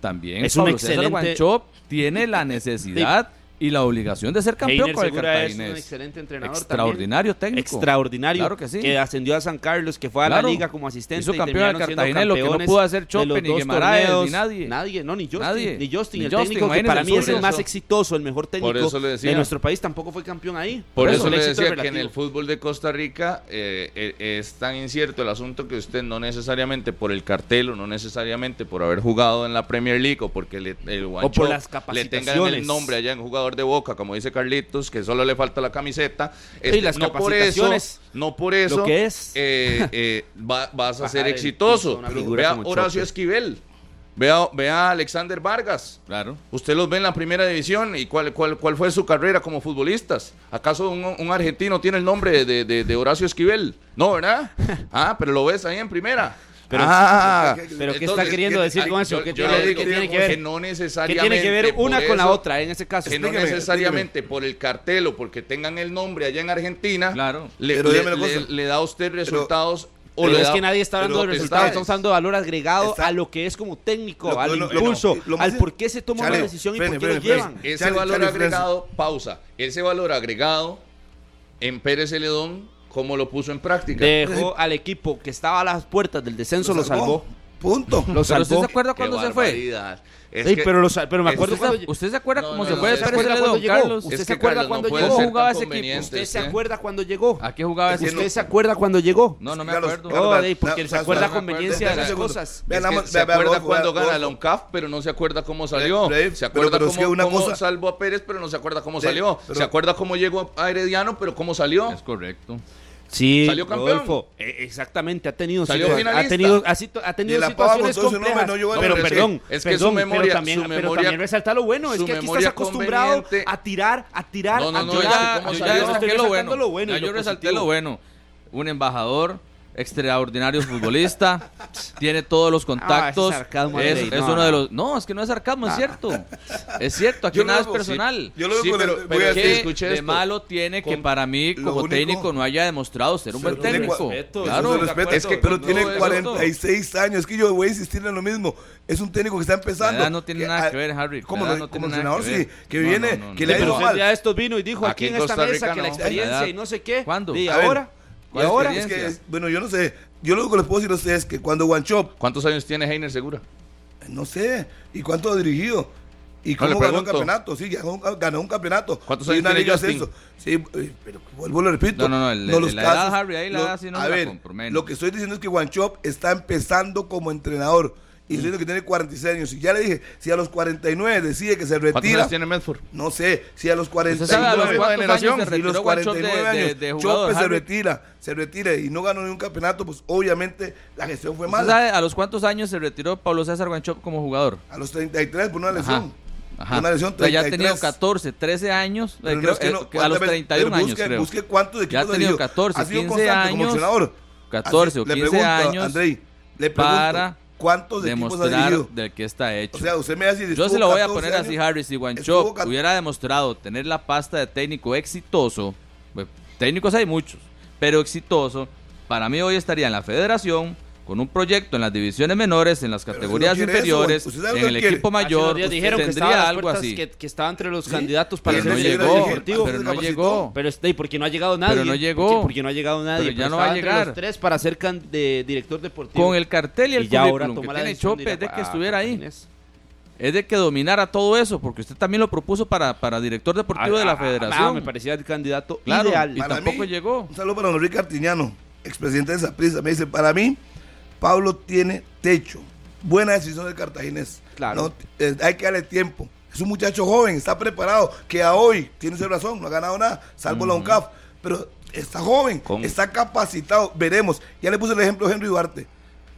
Speaker 4: también
Speaker 5: Es un
Speaker 4: Pablo César
Speaker 5: excelente-
Speaker 4: Guanchop tiene la necesidad y la obligación de ser campeón
Speaker 5: Heiner
Speaker 4: con el
Speaker 5: Segura es un
Speaker 4: cartaginés.
Speaker 5: excelente entrenador también.
Speaker 4: Extraordinario técnico.
Speaker 5: extraordinario
Speaker 4: Claro que sí.
Speaker 5: ascendió a San Carlos, que fue a
Speaker 4: Claro.
Speaker 5: la liga como asistente.
Speaker 4: Hizo
Speaker 5: y
Speaker 4: campeón al
Speaker 5: terminaron siendo
Speaker 4: Cartaginés, lo que no
Speaker 5: campeones
Speaker 4: pudo hacer
Speaker 5: de
Speaker 4: Chope,
Speaker 5: los
Speaker 4: ni
Speaker 5: dos
Speaker 4: Guimaraes,
Speaker 5: torneos.
Speaker 4: ni nadie.
Speaker 5: Nadie, no, ni Justin.
Speaker 4: Nadie.
Speaker 5: Ni Justin,
Speaker 4: Ni Justin,
Speaker 5: el técnico que
Speaker 4: imagínense
Speaker 5: para mí es
Speaker 4: ustedes
Speaker 5: el más
Speaker 4: eso.
Speaker 5: exitoso, el mejor técnico
Speaker 2: eso le decía.
Speaker 5: de nuestro país, tampoco fue campeón ahí.
Speaker 2: Por eso,
Speaker 5: el
Speaker 2: le
Speaker 5: éxito
Speaker 2: decía
Speaker 5: es
Speaker 2: que en el
Speaker 5: relativo.
Speaker 2: fútbol de Costa Rica eh, eh, es tan incierto el asunto que usted no necesariamente por el cartel o no necesariamente por haber jugado en la Premier League o porque le, el Guancho
Speaker 5: por las
Speaker 2: le tenga el
Speaker 5: capacitaciones.
Speaker 2: nombre allá en jugador de Boca, como dice Carlitos, que solo le falta la camiseta. este,
Speaker 5: Y las
Speaker 2: no por eso,
Speaker 5: capacitaciones.
Speaker 2: no por eso
Speaker 5: Lo que es.
Speaker 2: eh, eh, va- vas a
Speaker 5: Bajar
Speaker 2: ser
Speaker 5: el piso a
Speaker 2: exitoso.
Speaker 5: una
Speaker 2: Pero
Speaker 5: figura
Speaker 2: Vea
Speaker 5: como
Speaker 2: Horacio
Speaker 5: Chope.
Speaker 2: Esquivel, vea, vea a Alexander Vargas.
Speaker 4: Claro.
Speaker 2: Usted los ve en la primera división y cuál, cuál, cuál fue su carrera como futbolistas. ¿Acaso un, un argentino tiene el nombre de, de- de Horacio Esquivel? No, ¿verdad? Ah, pero lo ves ahí en primera.
Speaker 5: Pero-
Speaker 2: Ah,
Speaker 5: pero ¿qué está
Speaker 2: entonces,
Speaker 5: queriendo
Speaker 2: ¿qué-
Speaker 5: decir con
Speaker 2: ay,
Speaker 5: eso?
Speaker 2: yo-
Speaker 5: ¿Qué
Speaker 2: yo
Speaker 5: tiene-
Speaker 2: le digo
Speaker 5: qué tiene que ver?
Speaker 2: no
Speaker 5: Que
Speaker 2: necesariamente.
Speaker 5: tiene que ver
Speaker 2: por
Speaker 5: una con la
Speaker 2: eso-
Speaker 5: otra en ese caso.
Speaker 2: Que no
Speaker 3: Explíqueme,
Speaker 2: necesariamente por el cartel o porque tengan el nombre allá en Argentina
Speaker 4: Claro.
Speaker 2: le,
Speaker 3: Pero
Speaker 2: le-
Speaker 3: dígame una
Speaker 2: le-
Speaker 3: cosa.
Speaker 2: le da a usted resultados o
Speaker 5: Pero
Speaker 2: le
Speaker 5: es
Speaker 2: da-
Speaker 5: que nadie está hablando de
Speaker 2: pero
Speaker 5: resultados,
Speaker 2: está-
Speaker 5: estamos hablando de valor agregado
Speaker 3: está-
Speaker 5: a lo que es como técnico,
Speaker 3: Lo-
Speaker 5: al
Speaker 3: lo- lo-
Speaker 5: impulso,
Speaker 3: lo- lo más-
Speaker 5: al por qué se toma
Speaker 3: Chale,
Speaker 5: una decisión y
Speaker 3: frene,
Speaker 5: por qué lo
Speaker 3: frene,
Speaker 5: llevan.
Speaker 3: frene.
Speaker 2: Ese
Speaker 3: Charlie-
Speaker 2: valor
Speaker 3: Charlie
Speaker 2: agregado, pausa. Ese valor agregado en Pérez Celedón cómo lo puso en práctica.
Speaker 5: Dejó al equipo que estaba a las puertas del descenso, lo salvó.
Speaker 3: Punto.
Speaker 5: Lo
Speaker 4: ¿Pero usted
Speaker 5: salvó.
Speaker 4: se acuerda
Speaker 2: Qué
Speaker 4: cuando se fue?
Speaker 2: barbaridad. Es
Speaker 5: Sí,
Speaker 2: que-
Speaker 5: pero, lo sal- pero me
Speaker 2: es-
Speaker 5: acuerdo
Speaker 2: es-
Speaker 5: cuando
Speaker 4: ¿Usted, usted se acuerda
Speaker 2: No,
Speaker 4: cómo
Speaker 2: no,
Speaker 4: se
Speaker 2: no,
Speaker 4: fue?
Speaker 2: no,
Speaker 4: Espérese,
Speaker 5: no, no,
Speaker 4: don
Speaker 5: cuando llegó.
Speaker 4: Carlos.
Speaker 5: ¿Usted
Speaker 2: es
Speaker 4: se
Speaker 2: que
Speaker 4: acuerda
Speaker 2: Carlos,
Speaker 4: cuando
Speaker 2: no
Speaker 4: llegó?
Speaker 2: puede ser
Speaker 4: ¿Jugaba
Speaker 2: tan
Speaker 4: ese equipo?
Speaker 2: conveniente,
Speaker 5: ¿Usted se
Speaker 2: sí.
Speaker 5: acuerda cuando llegó?
Speaker 4: ¿A qué jugaba ese
Speaker 2: Es que
Speaker 5: ¿Usted
Speaker 4: equipo?
Speaker 5: se acuerda cuando llegó?
Speaker 2: No, no me
Speaker 3: Carlos,
Speaker 2: acuerdo.
Speaker 3: Carlos,
Speaker 5: Oh,
Speaker 3: vea,
Speaker 5: de- porque
Speaker 3: vea,
Speaker 5: se acuerda
Speaker 3: vea,
Speaker 5: a conveniencia
Speaker 3: vea,
Speaker 5: de las
Speaker 3: segundo.
Speaker 5: cosas.
Speaker 3: Vea,
Speaker 2: Es
Speaker 3: nada
Speaker 2: que
Speaker 3: más,
Speaker 2: se
Speaker 3: vea, vea,
Speaker 2: acuerda
Speaker 3: Rodolfo,
Speaker 2: cuando
Speaker 3: vea,
Speaker 2: gana la
Speaker 3: Rodolfo.
Speaker 2: UNCAF, pero no se acuerda cómo salió. se
Speaker 3: Dave, pero-
Speaker 2: acuerda
Speaker 3: pero es
Speaker 2: cómo,
Speaker 3: que una
Speaker 2: cómo
Speaker 3: cosa-
Speaker 2: salvó a Pérez, pero no se acuerda cómo
Speaker 3: Dave,
Speaker 2: salió.
Speaker 3: pero-
Speaker 2: se acuerda cómo llegó a Herediano, pero cómo salió.
Speaker 4: Es correcto.
Speaker 5: Sí,
Speaker 2: Salió campeón.
Speaker 5: eh, exactamente, ha tenido
Speaker 2: Salió
Speaker 5: situa-
Speaker 2: finalista.
Speaker 5: ha tenido, ha situ- ha
Speaker 3: Y
Speaker 5: tenido
Speaker 3: la
Speaker 5: situaciones
Speaker 3: pava con todo ese nombre
Speaker 5: complejas.
Speaker 3: no llegó a
Speaker 5: pero
Speaker 2: ningún-
Speaker 5: perdón,
Speaker 2: Es que- es que
Speaker 5: perdón,
Speaker 2: su memoria-
Speaker 5: pero también,
Speaker 2: su
Speaker 5: pero
Speaker 2: memoria-
Speaker 5: también resaltar lo bueno, es
Speaker 2: su
Speaker 5: que aquí estás
Speaker 2: memoria
Speaker 5: acostumbrado
Speaker 2: conveniente.
Speaker 5: a tirar, a tirar,
Speaker 2: No, no,
Speaker 5: a
Speaker 2: no,
Speaker 4: yo
Speaker 2: es
Speaker 5: tirar.
Speaker 2: que
Speaker 4: ya,
Speaker 2: cómo
Speaker 4: yo
Speaker 5: Ah, Yo
Speaker 4: ya
Speaker 2: salió.
Speaker 4: resalté
Speaker 5: estoy
Speaker 4: lo
Speaker 5: resaltando
Speaker 4: bueno.
Speaker 5: lo bueno.
Speaker 4: Ya
Speaker 5: y
Speaker 4: yo
Speaker 5: lo
Speaker 4: resalté
Speaker 5: positivo.
Speaker 4: lo bueno. Un embajador, extraordinario futbolista, tiene todos los contactos.
Speaker 5: Ah, ese sarcasmo,
Speaker 4: es
Speaker 5: Andrei,
Speaker 4: es
Speaker 5: no,
Speaker 4: uno de
Speaker 5: no. Ah.
Speaker 4: los. No, es que no es sarcasmo, es cierto. Es cierto, aquí
Speaker 3: Yo lo
Speaker 4: nada
Speaker 3: hago,
Speaker 4: es personal.
Speaker 3: Yo lo veo
Speaker 2: Sí,
Speaker 3: con el-
Speaker 2: pero-
Speaker 3: voy a
Speaker 2: pero
Speaker 3: decir-
Speaker 4: ¿Qué
Speaker 2: escuché
Speaker 4: de
Speaker 2: esto.
Speaker 4: malo tiene que
Speaker 3: Con-
Speaker 4: para mí
Speaker 3: lo
Speaker 4: como
Speaker 3: único-
Speaker 4: técnico no haya demostrado ser un
Speaker 3: Pero
Speaker 4: buen
Speaker 3: tiene
Speaker 4: técnico?
Speaker 3: cua-
Speaker 5: Respeto,
Speaker 4: claro,
Speaker 3: Eso se respeta,
Speaker 2: Es que
Speaker 3: pero
Speaker 2: con
Speaker 3: tiene
Speaker 2: todo eso-
Speaker 3: 46 años. Es que yo voy a insistir en lo mismo. Es un técnico que está
Speaker 4: la
Speaker 3: empezando.
Speaker 4: edad no tiene
Speaker 3: Que,
Speaker 4: nada
Speaker 3: ah,
Speaker 4: que ver, Harry. La
Speaker 3: ¿Cómo
Speaker 4: edad
Speaker 3: no?
Speaker 4: no
Speaker 3: como
Speaker 4: tiene nada
Speaker 3: senador,
Speaker 4: que ver.
Speaker 3: sí, que
Speaker 4: No,
Speaker 3: viene,
Speaker 4: no, no,
Speaker 3: que
Speaker 4: no.
Speaker 3: le ha
Speaker 5: pero
Speaker 3: ido
Speaker 5: usted
Speaker 3: mal.
Speaker 5: ya estos vino y dijo
Speaker 2: Aquí
Speaker 5: aquí,
Speaker 2: en
Speaker 5: en esta
Speaker 2: Costa
Speaker 5: mesa
Speaker 2: Rica
Speaker 5: que la
Speaker 2: no.
Speaker 5: experiencia
Speaker 4: Edad.
Speaker 5: y no sé qué.
Speaker 4: ¿Cuándo?
Speaker 5: Y
Speaker 4: A
Speaker 3: ver,
Speaker 5: ahora, y
Speaker 4: ¿cuál
Speaker 5: ahora.
Speaker 3: Es que,
Speaker 4: experiencia?
Speaker 3: es- bueno, yo no sé. Yo lo único que les puedo decir a ustedes es que cuando Guancho,
Speaker 2: ¿Cuántos años tiene Heiner Segura?
Speaker 3: no sé, y cuánto ha dirigido, y
Speaker 2: le
Speaker 3: cómo ganó un
Speaker 2: pregunto.
Speaker 3: campeonato. Sí, ganó un, ganó un campeonato.
Speaker 2: ¿Cuántos
Speaker 3: Y
Speaker 2: años
Speaker 3: una
Speaker 2: tiene
Speaker 3: liga
Speaker 2: Justin?
Speaker 3: ascenso. Sí, eh, pero vuelvo y lo repito.
Speaker 4: No, no, no, el- el- la edad, Harry, ahí la
Speaker 3: lo-
Speaker 4: edad sí no
Speaker 3: a
Speaker 4: la
Speaker 3: ver,
Speaker 4: comprometo.
Speaker 3: lo que estoy diciendo es que Guanchop está empezando como entrenador. Y
Speaker 4: Mm.
Speaker 3: estoy diciendo que tiene 46 años. Y ya le dije, si a los 49 decide que se
Speaker 2: ¿Cuántos
Speaker 3: retira,
Speaker 2: años tiene Medford?
Speaker 3: No sé, si a los 49
Speaker 4: sabe a los
Speaker 3: de
Speaker 4: cuántos
Speaker 3: generación,
Speaker 4: años se
Speaker 3: si a los
Speaker 4: retiró Guanchope
Speaker 3: 49
Speaker 4: de- de-
Speaker 3: años,
Speaker 4: de jugador,
Speaker 3: Chope se
Speaker 4: Harry?
Speaker 3: retira, se retira y no ganó ningún campeonato, pues obviamente la gestión fue
Speaker 4: ¿Usted
Speaker 3: mala.
Speaker 4: sabe a los cuántos años se retiró Pablo César Guanchop como jugador?
Speaker 3: A los 33 por una lesión.
Speaker 4: Ajá.
Speaker 3: Una lesión
Speaker 4: O sea, ya ha
Speaker 3: 33.
Speaker 4: tenido 14, 13 años, eh,
Speaker 3: Pero no
Speaker 4: creo,
Speaker 3: es que
Speaker 4: eh,
Speaker 3: no,
Speaker 4: que a los
Speaker 3: ¿cuántas veces?
Speaker 4: 31
Speaker 3: Pero
Speaker 4: años
Speaker 3: busque-
Speaker 4: creo.
Speaker 3: Busque cuántos equipos
Speaker 4: ya ha tenido
Speaker 3: dirigido.
Speaker 4: 14,
Speaker 3: Ha sido
Speaker 4: 15
Speaker 3: constante como
Speaker 4: años,
Speaker 3: entrenador.
Speaker 4: 14 o
Speaker 3: Así-
Speaker 4: 15
Speaker 3: le pregunto,
Speaker 4: años
Speaker 3: Andrei, le pregunto,
Speaker 4: para
Speaker 3: ¿cuántos equipos ha
Speaker 4: demostrar
Speaker 3: dirigido?
Speaker 4: del que está hecho.
Speaker 3: O sea, usted me hace
Speaker 4: Yo se lo voy a poner así, Harry. Si
Speaker 3: estuvo
Speaker 4: Guanchop
Speaker 3: cat-
Speaker 4: hubiera demostrado tener la pasta de técnico exitoso, pues, técnicos hay muchos, pero exitoso, para mí hoy estaría en la federación con un proyecto en las divisiones menores, en las
Speaker 3: usted no
Speaker 4: categorías
Speaker 3: quiere eso,
Speaker 4: inferiores,
Speaker 3: usted sabe lo
Speaker 4: en
Speaker 3: que
Speaker 4: el
Speaker 3: quiere.
Speaker 4: equipo
Speaker 5: Hace unos
Speaker 4: mayor,
Speaker 5: Ah, días dijeron que estaba a las
Speaker 4: tendría algo
Speaker 5: puertas,
Speaker 4: así.
Speaker 5: Que, que estaba entre los
Speaker 3: ¿Sí?
Speaker 5: candidatos para
Speaker 4: Pero
Speaker 3: Pero
Speaker 4: no
Speaker 5: ser
Speaker 3: no
Speaker 5: director
Speaker 4: llegó,
Speaker 5: deportivo.
Speaker 4: pero no
Speaker 3: capacitó.
Speaker 4: llegó.
Speaker 5: Pero este, porque no ha llegado nadie.
Speaker 4: Pero no llegó.
Speaker 5: Porque no ha llegado nadie.
Speaker 4: Pero ya
Speaker 5: pero
Speaker 4: no va a
Speaker 5: estaba entre
Speaker 4: llegar.
Speaker 5: los tres para ser can- de director deportivo.
Speaker 4: Con el cartel y el
Speaker 5: Y ya ahora
Speaker 4: currículum que
Speaker 5: toma la
Speaker 4: tiene
Speaker 5: decisión
Speaker 4: Chope
Speaker 5: de ir a-
Speaker 4: es de que
Speaker 5: a
Speaker 4: estuviera ahí.
Speaker 5: Cartagena.
Speaker 4: Es de que dominara todo eso, porque usted también lo propuso para, para director deportivo
Speaker 5: Ah,
Speaker 4: de la
Speaker 5: ah,
Speaker 4: federación.
Speaker 5: ah, me parecía el candidato
Speaker 4: Claro,
Speaker 5: ideal.
Speaker 4: y tampoco llegó.
Speaker 3: Un saludo para don Enrique Artiñano, expresidente de Saprissa. Me dice, para mí, Pablo tiene techo. Buena decisión del cartaginés.
Speaker 5: Claro.
Speaker 3: No, eh, hay que darle tiempo. Es un muchacho joven, está preparado, que a hoy tiene su razón, no ha ganado nada, salvo la UNCAF. Pero está joven,
Speaker 2: Con-
Speaker 3: está capacitado, veremos. Ya le puse el ejemplo de Henry Duarte.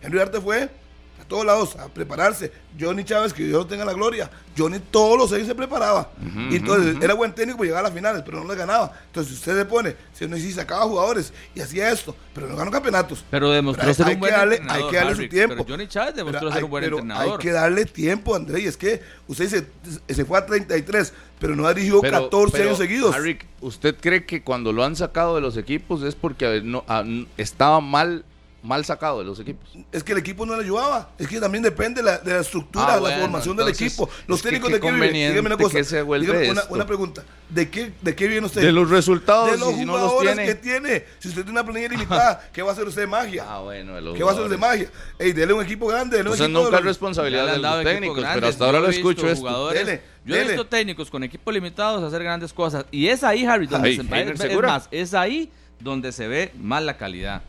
Speaker 3: Henry Duarte fue a todos lados a prepararse. Johnny Chávez, que Dios tenga la gloria. Johnny todos los años se preparaba. y entonces era buen técnico para llegar a las finales, pero no las ganaba. Entonces usted le pone, si no si sacaba jugadores y hacía esto, pero no ganó campeonatos.
Speaker 4: Pero demostró
Speaker 3: Pero hay-
Speaker 4: ser
Speaker 3: hay
Speaker 4: un
Speaker 3: que
Speaker 4: buen
Speaker 3: darle-
Speaker 4: entrenador.
Speaker 3: hay que darle su
Speaker 4: Harry.
Speaker 3: tiempo.
Speaker 4: Pero Johnny Chávez demostró
Speaker 3: Pero
Speaker 4: ser
Speaker 3: hay-
Speaker 4: un buen
Speaker 3: pero
Speaker 4: entrenador.
Speaker 3: Hay que darle tiempo, André. Y es que usted dice, se fue a 33, pero no ha dirigido
Speaker 2: Pero-
Speaker 3: 14
Speaker 2: pero,
Speaker 3: años seguidos.
Speaker 2: Harry, ¿usted cree que cuando lo han sacado de los equipos es porque a ver, no, a- n- estaba mal, mal sacado de los equipos?
Speaker 3: Es que el equipo no le ayudaba. Es que también depende la, de la estructura,
Speaker 2: Ah,
Speaker 3: la
Speaker 2: bueno,
Speaker 3: formación del
Speaker 2: entonces,
Speaker 3: equipo. Los
Speaker 2: es que
Speaker 3: técnicos
Speaker 2: qué
Speaker 3: de qué viven. Dígame una
Speaker 2: conveniente
Speaker 3: cosa.
Speaker 2: que se vuelve
Speaker 3: dígame una,
Speaker 2: esto.
Speaker 3: una pregunta. ¿De qué, ¿De qué viven usted?
Speaker 2: De los resultados,
Speaker 3: De los
Speaker 2: y si no los
Speaker 3: jugadores
Speaker 2: tiene.
Speaker 3: que tiene. Si usted tiene una planilla limitada, ¿qué va a hacer usted de magia?
Speaker 2: Ah, bueno, de los
Speaker 3: ¿Qué va a hacer usted de
Speaker 2: jugadores.
Speaker 3: magia? Ey, dele un equipo grande. Dele un
Speaker 2: Entonces
Speaker 3: equipo de
Speaker 2: nunca es
Speaker 3: los-
Speaker 2: responsabilidad
Speaker 4: Ya le
Speaker 2: de
Speaker 4: han dado
Speaker 2: los
Speaker 4: equipos
Speaker 2: técnicos,
Speaker 4: grandes.
Speaker 2: pero hasta ahora
Speaker 4: Yo
Speaker 2: lo
Speaker 4: he visto
Speaker 2: escucho esto.
Speaker 4: jugadores-
Speaker 3: Dele,
Speaker 4: yo he
Speaker 3: dele.
Speaker 4: visto técnicos con equipos limitados hacer grandes cosas. Y es ahí, Harry, donde
Speaker 2: Ahí,
Speaker 4: se,
Speaker 2: Heiner
Speaker 4: es- es
Speaker 2: Segura.
Speaker 4: más, es ahí donde se ve más la calidad.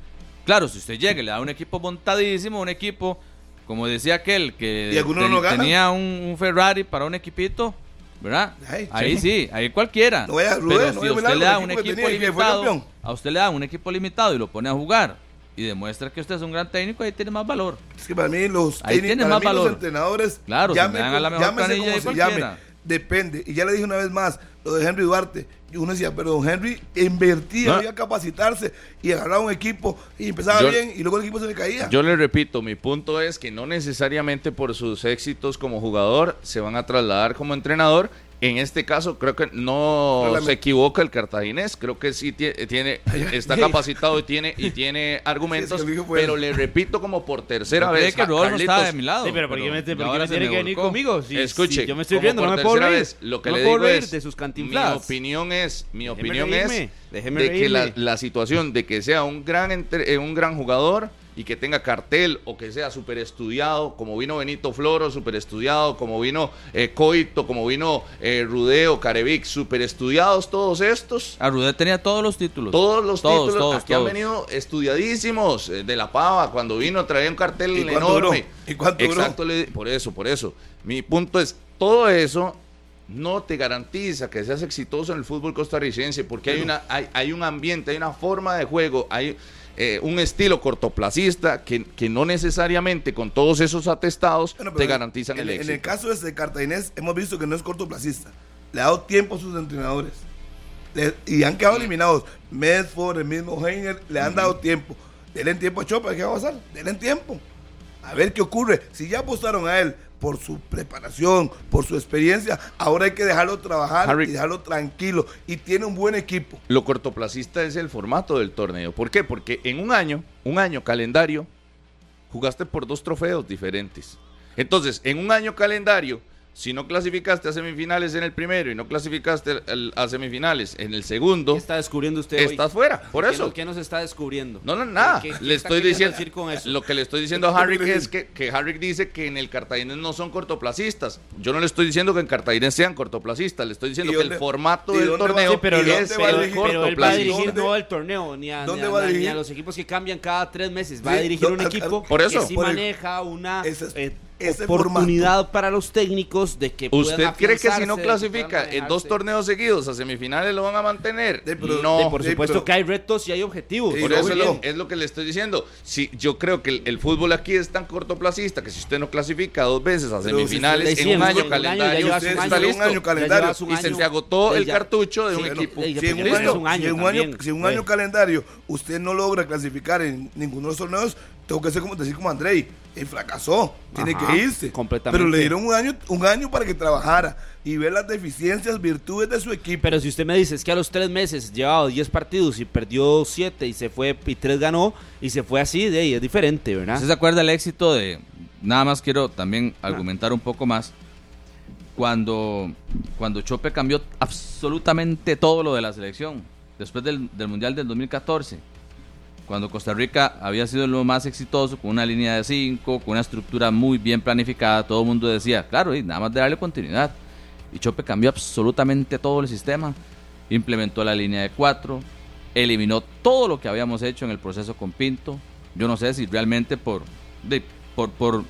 Speaker 4: Claro, si usted llega y le da un equipo montadísimo, un equipo, como decía aquel, que
Speaker 3: Y algunos no ganan.
Speaker 4: tenía un, un Ferrari para un equipito, ¿verdad?
Speaker 3: Ay,
Speaker 4: ahí
Speaker 3: sí.
Speaker 4: sí, ahí cualquiera.
Speaker 3: No vaya, Rubén,
Speaker 4: pero
Speaker 3: no
Speaker 4: si
Speaker 3: vaya a
Speaker 4: a usted
Speaker 3: milagro,
Speaker 4: le da
Speaker 3: el
Speaker 4: un
Speaker 3: equipo que
Speaker 4: equipo
Speaker 3: tenía y que fue
Speaker 4: limitado,
Speaker 3: campeón.
Speaker 4: a usted le da un equipo limitado y lo pone a jugar y demuestra que usted es un gran técnico, ahí tiene más valor.
Speaker 3: Es que para mí los,
Speaker 4: Ahí
Speaker 3: técnicos,
Speaker 4: tiene
Speaker 3: para
Speaker 4: más
Speaker 3: mí los
Speaker 4: valor.
Speaker 3: entrenadores,
Speaker 4: Claro,
Speaker 3: llamen
Speaker 4: se me dan a la
Speaker 3: como-
Speaker 4: mejor
Speaker 3: llámese
Speaker 4: planilla
Speaker 3: como
Speaker 4: y
Speaker 3: se llame,
Speaker 4: cualquiera.
Speaker 3: depende. Y ya le dije una vez más, lo de Henry Duarte, y uno decía, pero don Henry invertía,
Speaker 2: No.
Speaker 3: iba a capacitarse y agarraba un equipo y empezaba
Speaker 2: Yo-
Speaker 3: bien y luego el equipo se le caía.
Speaker 2: Yo le repito, mi punto es que no necesariamente por sus éxitos como jugador se van a trasladar como entrenador. En este caso, creo que no
Speaker 3: Reglamento.
Speaker 2: se equivoca el cartaginés. Creo que sí tie- tiene, está capacitado y tiene, y tiene argumentos.
Speaker 3: lo dijo, pues.
Speaker 2: pero le repito como por tercera
Speaker 4: Creí
Speaker 2: vez.
Speaker 4: que
Speaker 2: a
Speaker 4: Rodolfo estaba
Speaker 2: Carlitos,
Speaker 4: de mi lado.
Speaker 5: Sí, pero ¿por qué me,
Speaker 4: ya
Speaker 5: por qué
Speaker 4: ahora
Speaker 5: me
Speaker 4: se
Speaker 5: tiene
Speaker 4: me
Speaker 5: que venir
Speaker 4: volcó.
Speaker 5: conmigo? Si,
Speaker 2: Escuche,
Speaker 5: si yo me estoy
Speaker 2: como
Speaker 5: riendo,
Speaker 2: por
Speaker 5: no me puedo
Speaker 2: tercera
Speaker 5: reír.
Speaker 2: vez, lo que
Speaker 5: No
Speaker 2: le
Speaker 5: puedo
Speaker 2: digo
Speaker 5: reír
Speaker 2: es,
Speaker 5: de sus
Speaker 2: Mi
Speaker 5: cantinfladas.
Speaker 2: opinión es, mi
Speaker 5: Déjeme
Speaker 2: opinión
Speaker 5: reírme,
Speaker 2: es
Speaker 5: déjeme
Speaker 2: de que la,
Speaker 5: reírme.
Speaker 2: la situación de que sea un gran entre- eh, un gran jugador y que tenga cartel o que sea super estudiado, como vino Benito Floro, super estudiado, como vino eh, Coito, como vino eh, Rudeo, Carevic, super estudiados todos estos.
Speaker 4: A Rudé tenía todos los títulos.
Speaker 2: Todos los
Speaker 4: Todos,
Speaker 2: títulos
Speaker 4: todos,
Speaker 2: aquí han
Speaker 4: todos.
Speaker 2: venido estudiadísimos eh, de la pava. Cuando vino traía un cartel
Speaker 3: ¿Y cuánto
Speaker 2: enorme.
Speaker 3: duró? ¿Y cuánto duró?
Speaker 2: Exacto, le- por eso, por eso. Mi punto es, todo eso no te garantiza que seas exitoso en el fútbol costarricense porque hay, una, hay, hay un ambiente, hay una forma de juego, hay eh, un estilo cortoplacista que, que no necesariamente con todos esos atestados
Speaker 3: Bueno, pero
Speaker 2: te
Speaker 3: en-
Speaker 2: garantizan el
Speaker 3: en,
Speaker 2: éxito.
Speaker 3: En el caso este de Cartaginés, hemos visto que no es cortoplacista. Le ha dado tiempo a sus entrenadores. Le- y han
Speaker 2: Mm.
Speaker 3: quedado eliminados. Medford, el mismo Heiner, le
Speaker 2: Mm-hmm.
Speaker 3: han dado tiempo. Denle tiempo a Chopa, ¿qué va a pasar? Denle tiempo. A ver qué ocurre. Si ya apostaron a él por su preparación, por su experiencia, ahora hay que dejarlo trabajar
Speaker 2: Harry.
Speaker 3: y dejarlo tranquilo. Y tiene un buen equipo.
Speaker 2: Lo cortoplacista es el formato del torneo. ¿Por qué? Porque en un año, un año calendario, jugaste por dos trofeos diferentes. Entonces, en un año calendario, si no clasificaste a semifinales en el primero y no clasificaste al- al- a semifinales en el segundo,
Speaker 6: ¿Qué está descubriendo usted hoy?
Speaker 2: estás fuera. Por
Speaker 6: ¿Qué
Speaker 2: eso.
Speaker 6: no- ¿Qué nos está descubriendo?
Speaker 2: No, no, nada.
Speaker 6: ¿Qué- qué
Speaker 2: le
Speaker 6: está
Speaker 2: estoy
Speaker 6: queriendo
Speaker 2: diciendo.
Speaker 6: decir con eso?
Speaker 2: Lo que le estoy diciendo a Harry es que, que Harry dice que en el Cartagena no son cortoplacistas. Yo no le estoy diciendo que en Cartagena sean cortoplacistas. Le estoy diciendo
Speaker 3: ¿Y
Speaker 2: que el
Speaker 3: dónde-
Speaker 2: formato
Speaker 3: y
Speaker 2: del
Speaker 3: dónde va-
Speaker 2: torneo
Speaker 3: Sí, pero
Speaker 2: es
Speaker 3: lo-
Speaker 2: el
Speaker 3: ¿dónde va a
Speaker 6: pero,
Speaker 3: dirigir?
Speaker 6: pero él va a
Speaker 2: cortoplacista.
Speaker 6: dirigir
Speaker 3: ¿Dónde?
Speaker 6: no el torneo, ni a, ni
Speaker 3: ¿Dónde
Speaker 6: a-
Speaker 3: va a
Speaker 6: ni a
Speaker 3: dirigir?
Speaker 6: los equipos que cambian cada tres meses. Va a
Speaker 3: Sí,
Speaker 6: dirigir
Speaker 3: no,
Speaker 6: un
Speaker 3: al-
Speaker 6: equipo
Speaker 3: al-
Speaker 2: Por eso.
Speaker 6: que sí
Speaker 3: Por el-
Speaker 6: maneja una
Speaker 3: ese es-
Speaker 6: eh,
Speaker 3: ese
Speaker 5: Oportunidad para los técnicos de que puedan
Speaker 2: ¿Usted cree que si no
Speaker 6: afianzarse,
Speaker 2: clasifica
Speaker 6: que
Speaker 2: en
Speaker 6: puedan
Speaker 2: dos
Speaker 6: manejarse.
Speaker 2: torneos seguidos a semifinales lo van a mantener?
Speaker 3: Sí, pero-
Speaker 2: no.
Speaker 3: sí,
Speaker 6: Por
Speaker 3: Sí,
Speaker 6: supuesto
Speaker 3: pero-
Speaker 6: que hay retos y hay objetivos.
Speaker 3: Sí,
Speaker 2: Por
Speaker 3: no,
Speaker 2: eso
Speaker 3: muy
Speaker 2: es lo,
Speaker 3: bien.
Speaker 2: es lo que le estoy diciendo. Si, yo creo que el, el fútbol aquí es tan cortoplacista que si usted no clasifica dos veces a
Speaker 3: Pero
Speaker 2: semifinales
Speaker 6: usted- sí, en
Speaker 2: en un año
Speaker 6: un año ya
Speaker 2: calendario,
Speaker 6: llevas
Speaker 2: usted
Speaker 3: un
Speaker 2: está
Speaker 3: año,
Speaker 2: listo.
Speaker 3: un año calendario.
Speaker 6: llevas un
Speaker 2: y se
Speaker 6: año.
Speaker 2: te agotó
Speaker 6: Ya-
Speaker 2: el cartucho de
Speaker 6: sí,
Speaker 2: un
Speaker 6: pero-
Speaker 2: equipo.
Speaker 6: eh, ya-
Speaker 3: Si
Speaker 6: pero
Speaker 3: en un,
Speaker 6: ya
Speaker 2: ¿Listo?
Speaker 6: es un año
Speaker 3: año, si en un
Speaker 6: también.
Speaker 3: año- si en un
Speaker 6: Eh.
Speaker 3: año calendario usted no logra clasificar en ninguno de los torneos, tengo que ser como decir como Andrei, él fracasó, tiene
Speaker 5: Ajá,
Speaker 3: que irse.
Speaker 5: completamente.
Speaker 3: Pero le dieron un año, un año para que trabajara y ver las deficiencias, virtudes de su equipo.
Speaker 5: Pero si usted me dice es que a los tres meses llevaba 10 partidos y perdió 7 y se fue y 3 ganó y se fue así, de ahí es diferente, ¿verdad?
Speaker 4: ¿Usted se acuerda el éxito de.? Nada más quiero también argumentar un poco más. Cuando, cuando Chope cambió absolutamente todo lo de la selección, después del, del Mundial del 2014, cuando Costa Rica había sido lo más exitoso, con una línea de 5, con una estructura muy bien planificada, todo el mundo decía, claro, y nada más de darle continuidad. Y Chope cambió absolutamente todo el sistema, implementó la línea de 4, eliminó todo lo que habíamos hecho en el proceso con Pinto. Yo no sé si realmente por, de- por, por,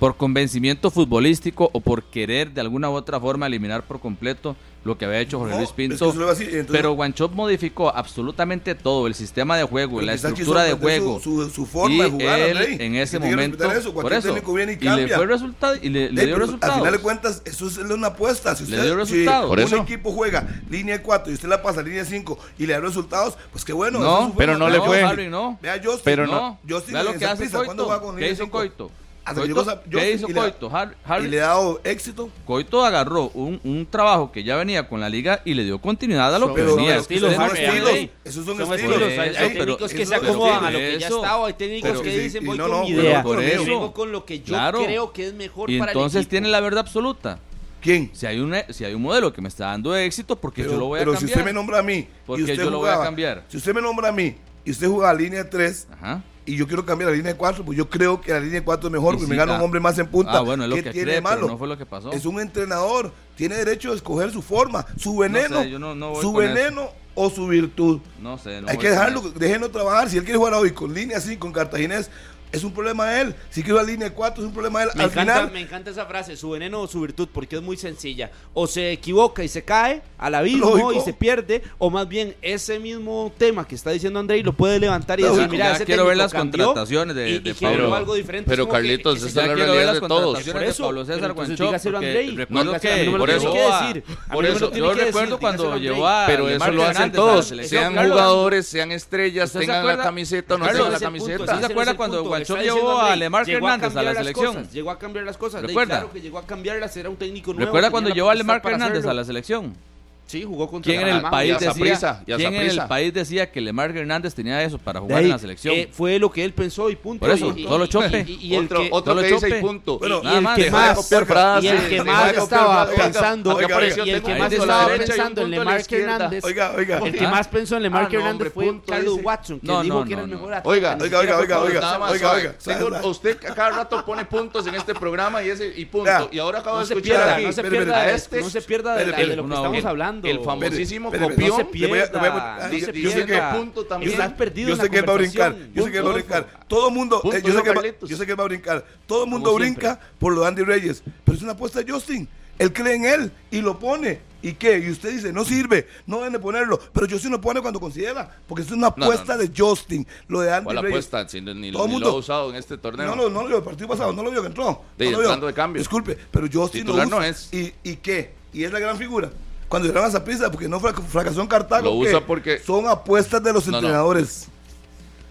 Speaker 4: por convencimiento futbolístico o por querer de alguna u otra forma eliminar por completo lo que había hecho Jorge
Speaker 3: No,
Speaker 4: Luis
Speaker 3: es
Speaker 4: Pinto.
Speaker 3: que eso lo iba a decir, entonces-
Speaker 4: pero Guanchop modificó absolutamente todo, el sistema de juego,
Speaker 3: Pero
Speaker 4: la
Speaker 3: Pues quizás quiso
Speaker 4: estructura de
Speaker 3: aprender su-
Speaker 4: juego.
Speaker 3: su- su forma
Speaker 4: y
Speaker 3: de jugar,
Speaker 4: él,
Speaker 3: Andrei.
Speaker 4: en ese
Speaker 3: Tiene que
Speaker 4: momento,
Speaker 3: respetar eso,
Speaker 4: por
Speaker 3: cualquier
Speaker 4: eso,
Speaker 3: técnico viene y
Speaker 4: y le
Speaker 3: cambia.
Speaker 4: fue resultado y le,
Speaker 3: Sí,
Speaker 4: le dio
Speaker 3: pero Al final de
Speaker 4: resultados.
Speaker 3: cuentas, eso es una apuesta. Si
Speaker 4: Le
Speaker 3: usted,
Speaker 4: dio
Speaker 3: si
Speaker 4: resultados.
Speaker 2: Por eso.
Speaker 3: un equipo juega línea 4 y usted la pasa a línea 5 y le da resultados, pues qué bueno.
Speaker 4: No,
Speaker 3: eso es su
Speaker 2: pero
Speaker 3: forma.
Speaker 2: no le fue.
Speaker 4: Harry, no.
Speaker 3: Vea Justin.
Speaker 2: Pero
Speaker 4: no,
Speaker 3: Yo sí
Speaker 4: vea
Speaker 3: le-
Speaker 4: lo que
Speaker 3: esa
Speaker 4: hace
Speaker 3: prisa, ¿cuándo juega
Speaker 4: Coito.
Speaker 3: con
Speaker 4: ¿Qué
Speaker 3: línea
Speaker 4: hizo
Speaker 3: cinco?
Speaker 4: Coito?
Speaker 3: Hasta que
Speaker 4: Coito-
Speaker 3: llegó Sa-
Speaker 4: ¿Qué
Speaker 3: Justin
Speaker 4: hizo
Speaker 3: y le da-
Speaker 4: Coito? Har-
Speaker 3: Y
Speaker 4: Harry-
Speaker 3: le ha dado éxito.
Speaker 4: Coito agarró un, un trabajo que ya venía con la liga y le dio continuidad a lo que
Speaker 3: Pero
Speaker 4: venía.
Speaker 3: pero
Speaker 6: estilos,
Speaker 4: Ustedes no
Speaker 3: son
Speaker 6: Harry,
Speaker 4: entienden.
Speaker 3: estilos.
Speaker 6: Andrei.
Speaker 3: Esos son,
Speaker 6: Son
Speaker 3: estilos.
Speaker 6: estilos, hay,
Speaker 4: Eso,
Speaker 6: hay
Speaker 3: Ey,
Speaker 4: pero-
Speaker 6: técnicos que se
Speaker 3: eso-
Speaker 6: acomodan a lo
Speaker 4: pero-
Speaker 6: que ya
Speaker 4: eso-
Speaker 6: estaba, hay técnicos
Speaker 3: pero-
Speaker 6: que
Speaker 3: sí,
Speaker 6: dicen
Speaker 3: y
Speaker 6: voy
Speaker 3: no,
Speaker 6: con
Speaker 3: no,
Speaker 6: mi
Speaker 3: pero
Speaker 6: idea,
Speaker 4: por
Speaker 6: yo
Speaker 4: eso.
Speaker 6: vengo con lo que yo
Speaker 4: Claro.
Speaker 6: creo que es mejor
Speaker 4: Y
Speaker 6: para
Speaker 4: entonces
Speaker 6: el equipo.
Speaker 4: tiene la verdad absoluta.
Speaker 3: ¿Quién?
Speaker 4: Si hay, un, si hay un modelo que me está dando éxito, porque yo lo voy a
Speaker 3: pero
Speaker 4: cambiar.
Speaker 3: si usted me nombra a mí.
Speaker 4: Porque
Speaker 3: y usted
Speaker 4: yo lo voy a
Speaker 3: jugaba-
Speaker 4: cambiar.
Speaker 3: Si usted me nombra a mí y usted juega a línea 3
Speaker 4: Ajá.
Speaker 3: y yo quiero cambiar a línea 4, pues yo creo que la línea 4 es mejor
Speaker 4: Y
Speaker 3: porque
Speaker 4: sí,
Speaker 3: me gana un
Speaker 4: ah.
Speaker 3: hombre más en punta.
Speaker 4: Ah, bueno, es lo
Speaker 3: ¿Qué
Speaker 4: que
Speaker 3: tiene
Speaker 4: cree,
Speaker 3: de
Speaker 4: pero
Speaker 3: malo?
Speaker 4: no fue lo que pasó.
Speaker 3: Es un entrenador. Tiene derecho a escoger su forma, su veneno.
Speaker 4: yo no- no voy
Speaker 3: su
Speaker 4: con eso.
Speaker 3: veneno o su virtud.
Speaker 4: No sé. no
Speaker 3: Hay
Speaker 4: voy
Speaker 3: que
Speaker 4: con
Speaker 3: dejarlo,
Speaker 4: eso.
Speaker 3: déjenlo trabajar. Si él quiere jugar hoy con línea 5, con Cartaginés, es un problema de él. Si quiere jugar línea 4, es un problema de él.
Speaker 6: Me
Speaker 3: Al
Speaker 6: encanta,
Speaker 3: final,
Speaker 6: me encanta esa frase, su veneno o su virtud, porque es muy sencilla. O se equivoca y se cae al abismo
Speaker 3: Lógico.
Speaker 6: y se pierde, o más bien ese mismo tema que está diciendo Andrei lo puede levantar y
Speaker 3: Lógico.
Speaker 6: decir, mira,
Speaker 4: Ya
Speaker 6: ese
Speaker 4: quiero ver
Speaker 6: técnico
Speaker 4: las
Speaker 6: cambió
Speaker 4: contrataciones de-
Speaker 6: y- y
Speaker 4: de
Speaker 6: quiero
Speaker 4: Pablo.
Speaker 6: algo diferente.
Speaker 2: Pero,
Speaker 6: Es como que-
Speaker 2: Carlitos,
Speaker 6: que se
Speaker 2: esa es
Speaker 4: Ya
Speaker 2: la
Speaker 4: quiero ver
Speaker 2: realidad
Speaker 4: las
Speaker 2: de todos.
Speaker 4: contrataciones
Speaker 6: Por eso,
Speaker 4: de Pablo César
Speaker 6: pero entonces
Speaker 4: Guanchope,
Speaker 6: dígaselo a
Speaker 4: porque
Speaker 6: Andrei.
Speaker 4: Recuerdo
Speaker 6: No, a
Speaker 4: que,
Speaker 6: mí no me lo
Speaker 2: por
Speaker 6: tiene
Speaker 2: eso-
Speaker 6: que decir. A mí no
Speaker 2: por
Speaker 6: me lo
Speaker 2: eso,
Speaker 6: tiene
Speaker 4: Yo
Speaker 6: que decir,
Speaker 4: recuerdo cuando
Speaker 6: dígaselo a
Speaker 4: llevó
Speaker 6: Andrei.
Speaker 4: a.
Speaker 2: Pero eso
Speaker 4: Lemar
Speaker 2: lo hacen
Speaker 4: Ah, Hernández a la
Speaker 2: todos,
Speaker 4: selección.
Speaker 2: sean
Speaker 4: Carlos,
Speaker 2: jugadores, sean estrellas,
Speaker 4: ¿Usted se
Speaker 2: tengan la
Speaker 4: acuerda?
Speaker 2: camiseta o no
Speaker 4: Carlos,
Speaker 2: tengan la
Speaker 6: ese punto,
Speaker 2: camiseta.
Speaker 4: ¿Usted se
Speaker 6: Ese es
Speaker 4: acuerda
Speaker 6: el
Speaker 4: cuando
Speaker 6: punto,
Speaker 4: Malchón
Speaker 6: está
Speaker 4: llevó
Speaker 6: diciendo
Speaker 4: a
Speaker 6: Andrei,
Speaker 4: Lemar
Speaker 6: llegó
Speaker 4: Hernández a
Speaker 6: cambiar
Speaker 4: la
Speaker 6: las
Speaker 4: selección.
Speaker 6: cosas, llegó a cambiar las cosas. Andrei,
Speaker 4: Recuerda.
Speaker 6: Claro que llegó a cambiarlas, era un técnico nuevo.
Speaker 4: ¿Recuerda
Speaker 6: tenía
Speaker 4: cuando
Speaker 6: la
Speaker 4: llevó a
Speaker 6: potestad
Speaker 4: Lemar
Speaker 6: para
Speaker 4: Hernández a
Speaker 6: hacerlo.
Speaker 4: la selección?
Speaker 6: Sí, jugó contra
Speaker 4: ¿Quién en el
Speaker 6: Panamá.
Speaker 4: país
Speaker 2: y a
Speaker 4: decía,
Speaker 2: Saprissa, y a
Speaker 4: ¿quién en el
Speaker 2: Saprissa.
Speaker 4: país decía que Lemar Hernández tenía eso para
Speaker 6: De
Speaker 4: jugar
Speaker 6: ahí,
Speaker 4: en la selección?
Speaker 6: eh, fue lo que él pensó y punto.
Speaker 4: Por eso,
Speaker 6: Y- y-
Speaker 4: solo
Speaker 6: y-
Speaker 4: chope.
Speaker 6: Y, y el
Speaker 2: otro
Speaker 6: que,
Speaker 2: otro
Speaker 4: no
Speaker 2: que
Speaker 4: lo
Speaker 2: dice y
Speaker 4: chope.
Speaker 2: punto.
Speaker 3: Bueno,
Speaker 4: Nada
Speaker 6: y el
Speaker 4: más,
Speaker 6: que
Speaker 4: dejó de
Speaker 6: más-
Speaker 4: copiar
Speaker 6: y
Speaker 4: frases,
Speaker 6: el que
Speaker 4: dejó de
Speaker 6: más
Speaker 4: copiar-
Speaker 6: estaba
Speaker 3: oiga,
Speaker 6: pensando,
Speaker 3: oiga,
Speaker 6: y
Speaker 3: oiga,
Speaker 6: el que
Speaker 4: oiga,
Speaker 6: más
Speaker 4: oiga,
Speaker 6: estaba
Speaker 4: oiga,
Speaker 6: pensando en Lemar Hernández,
Speaker 3: Oiga, oiga.
Speaker 6: el que
Speaker 4: Ah.
Speaker 6: más pensó en Lemar
Speaker 2: Ah, no, hombre,
Speaker 6: Hernández fue
Speaker 2: punto
Speaker 6: Carlos
Speaker 2: ese.
Speaker 6: Watson, que
Speaker 4: No,
Speaker 6: dijo
Speaker 4: no,
Speaker 6: que era el
Speaker 4: no,
Speaker 6: mejor
Speaker 4: no.
Speaker 6: atacante,
Speaker 2: Oiga,
Speaker 6: ni
Speaker 2: oiga,
Speaker 6: siquiera
Speaker 3: oiga,
Speaker 6: fue
Speaker 3: oiga,
Speaker 6: jugador.
Speaker 3: oiga.
Speaker 2: nada más,
Speaker 3: oiga,
Speaker 2: oiga,
Speaker 3: oiga.
Speaker 2: Tengo-
Speaker 3: Oiga.
Speaker 2: usted a cada rato pone puntos en este programa y ese y punto.
Speaker 3: Vea,
Speaker 2: y ahora acabo
Speaker 6: No
Speaker 2: de
Speaker 6: se
Speaker 2: escuchar
Speaker 6: pierda,
Speaker 2: aquí
Speaker 6: no se
Speaker 3: espere,
Speaker 6: pierda,
Speaker 2: espere.
Speaker 6: de-
Speaker 2: A este-
Speaker 6: no se pierda de, la-
Speaker 3: espere,
Speaker 6: de lo que
Speaker 4: espere.
Speaker 6: estamos
Speaker 4: El-
Speaker 6: hablando.
Speaker 2: el famosísimo
Speaker 3: Espere, espere,
Speaker 2: copión.
Speaker 6: No se
Speaker 3: Le voy a- le voy a-
Speaker 6: pierda,
Speaker 3: yo
Speaker 6: no se
Speaker 3: sé- yo sé
Speaker 6: pierda.
Speaker 3: que-
Speaker 2: punto también.
Speaker 3: yo sé-
Speaker 6: Estás perdido
Speaker 3: yo
Speaker 6: en
Speaker 3: sé
Speaker 6: la
Speaker 3: que él va a brincar,
Speaker 6: conversación.
Speaker 3: yo sé que él va a
Speaker 6: Punto,
Speaker 3: brincar. Todo mundo,
Speaker 2: Punto,
Speaker 3: eh, yo, sé
Speaker 2: Leo
Speaker 3: que va,
Speaker 2: Carletos.
Speaker 3: yo sé que él va a brincar. Todo mundo
Speaker 6: Como
Speaker 3: brinca por lo de Andy Reyes, pero es una apuesta de Justin. Él cree en él y lo pone. ¿Y qué? Y usted dice, no sirve, no deben de ponerlo. Pero Justin lo pone cuando considera, porque es una
Speaker 2: no,
Speaker 3: apuesta de Justin, lo de Andy
Speaker 2: ¿Cuál
Speaker 3: Reyes.
Speaker 2: apuesta? Si ni, ni
Speaker 3: Todo
Speaker 2: lo
Speaker 3: mundo-
Speaker 2: ha usado en este torneo.
Speaker 3: No, no, no lo vio el partido pasado, no lo vio que entró.
Speaker 2: De-
Speaker 3: no lo vio.
Speaker 2: entrando de cambio.
Speaker 3: Disculpe, pero Justin
Speaker 2: Titular
Speaker 3: lo usa.
Speaker 2: no es.
Speaker 3: ¿Y, ¿Y qué? Y es la gran figura. Cuando llegaron a esa prisa, porque no frac- fracasó en Cartago.
Speaker 2: Lo usa
Speaker 3: ¿qué?
Speaker 2: porque-
Speaker 3: Son apuestas de los
Speaker 2: No, no.
Speaker 3: entrenadores.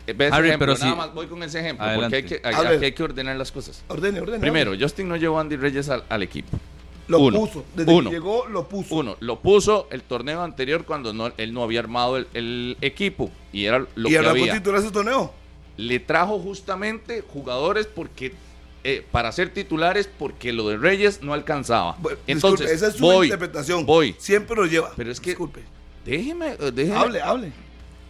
Speaker 2: Eh, ve ese
Speaker 4: Harry,
Speaker 2: ejemplo,
Speaker 4: pero
Speaker 2: nada
Speaker 4: sí.
Speaker 2: más voy con ese ejemplo.
Speaker 4: Adelante.
Speaker 2: Porque hay que, hay-
Speaker 3: A ver.
Speaker 2: aquí hay que ordenar las cosas.
Speaker 3: Ordene, ordene.
Speaker 2: Primero, Justin no llevó a Andy Reyes al, al equipo.
Speaker 3: ordene. Lo
Speaker 2: uno,
Speaker 3: puso. Desde
Speaker 2: uno,
Speaker 3: que llegó, lo puso.
Speaker 2: Uno, lo puso el torneo anterior cuando no, él no había armado el, el equipo y era lo
Speaker 3: y
Speaker 2: que
Speaker 3: arrancó
Speaker 2: había.
Speaker 3: titular ese torneo.
Speaker 2: Le trajo justamente jugadores porque eh, para ser titulares porque lo de Reyes no alcanzaba.
Speaker 3: Bu- disculpe,
Speaker 2: Entonces,
Speaker 3: esa es su
Speaker 2: voy,
Speaker 3: interpretación.
Speaker 2: voy.
Speaker 3: Siempre lo lleva.
Speaker 2: Pero es que-
Speaker 3: Disculpe.
Speaker 2: Déjeme, eh, déjeme.
Speaker 3: Hable, hable.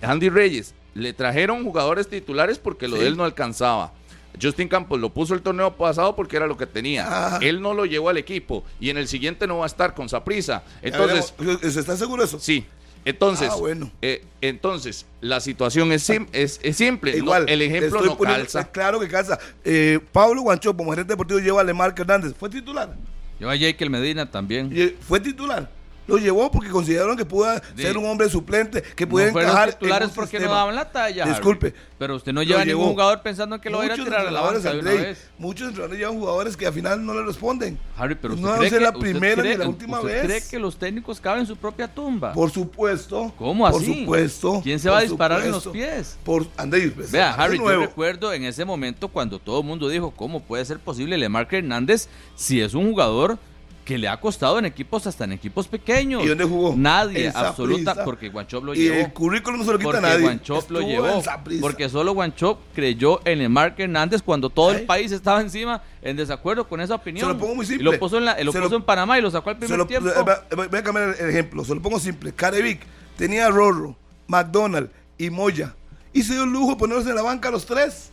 Speaker 2: Andy Reyes, le trajeron jugadores titulares porque lo
Speaker 3: Sí.
Speaker 2: de él no alcanzaba. Justin Campos lo puso el torneo pasado porque era lo que tenía.
Speaker 3: Ah.
Speaker 2: Él no lo llevó al equipo y en el siguiente no va a estar con Saprisa. Entonces,
Speaker 3: Ya veremos. ¿se está seguro de eso?
Speaker 2: sí. Entonces,
Speaker 3: Ah, bueno.
Speaker 2: eh, entonces la situación es, sim- es, es simple. No,
Speaker 3: Igual,
Speaker 2: el ejemplo
Speaker 3: estoy
Speaker 2: no
Speaker 3: poniendo-
Speaker 2: calza.
Speaker 3: Claro que calza. Eh, Pablo Guancho, como gerente deportivo, lleva a Lemar Hernández. ¿Fue titular?
Speaker 4: Yo a Jekyll Medina también.
Speaker 3: Lle- fue titular. Lo llevó porque consideraron que pudo
Speaker 4: Sí.
Speaker 3: ser un hombre suplente, que
Speaker 4: No
Speaker 3: pudiera
Speaker 4: fueron
Speaker 3: encajar. en
Speaker 4: titulares
Speaker 3: un
Speaker 4: porque no
Speaker 3: sistema.
Speaker 4: daban la talla. Harry.
Speaker 3: Disculpe.
Speaker 4: Pero usted no
Speaker 3: Lo
Speaker 4: lleva a ningún
Speaker 3: llevó.
Speaker 4: jugador pensando que lo va a ir a
Speaker 3: Muchos
Speaker 4: tirar a la
Speaker 3: entrenadores,
Speaker 4: banca de una
Speaker 3: Andrei,
Speaker 4: vez.
Speaker 3: muchos entrenadores llevan jugadores que al final no le responden. Pues
Speaker 4: Harry, pero usted
Speaker 3: no va a
Speaker 4: cree
Speaker 3: ser
Speaker 4: que,
Speaker 3: la
Speaker 4: usted
Speaker 3: primera ni
Speaker 4: cree-
Speaker 3: la última
Speaker 4: usted
Speaker 3: vez.
Speaker 4: cree que los técnicos caben en su propia tumba?
Speaker 3: Por supuesto.
Speaker 4: ¿Cómo así?
Speaker 3: Por supuesto.
Speaker 4: ¿Quién se va a
Speaker 3: por
Speaker 4: disparar en los
Speaker 3: supuesto.
Speaker 4: pies?
Speaker 3: Por Andrei, pues,
Speaker 4: Vea,
Speaker 3: de
Speaker 4: Harry, yo
Speaker 3: nuevo.
Speaker 4: recuerdo en ese momento cuando todo el mundo dijo, ¿cómo puede ser posible Lemar Hernández si es un jugador que le ha costado en equipos, hasta en equipos pequeños?
Speaker 3: ¿Y dónde jugó?
Speaker 4: Nadie,
Speaker 3: En Saprissa.
Speaker 4: absoluta, porque Guanchop lo
Speaker 3: Y
Speaker 4: llevó.
Speaker 3: el currículum no se lo quita
Speaker 4: Porque
Speaker 3: nadie.
Speaker 4: Guanchop lo
Speaker 3: Estuvo
Speaker 4: llevó.
Speaker 3: en Saprissa.
Speaker 4: Porque solo Guanchop creyó en Lemar Hernández cuando todo
Speaker 3: Ay.
Speaker 4: el país estaba encima en desacuerdo con esa opinión.
Speaker 3: Se lo pongo muy
Speaker 4: Y
Speaker 3: simple.
Speaker 4: lo puso en, la- lo
Speaker 3: Se lo-
Speaker 4: puso en Panamá y lo sacó al
Speaker 3: Se
Speaker 4: primer
Speaker 3: lo-
Speaker 4: tiempo.
Speaker 3: eh, va- voy a cambiar el ejemplo, se lo pongo simple. Carevic tenía a Rorro, McDonald y Moya. Y se dio el lujo de ponerse en la banca a los tres.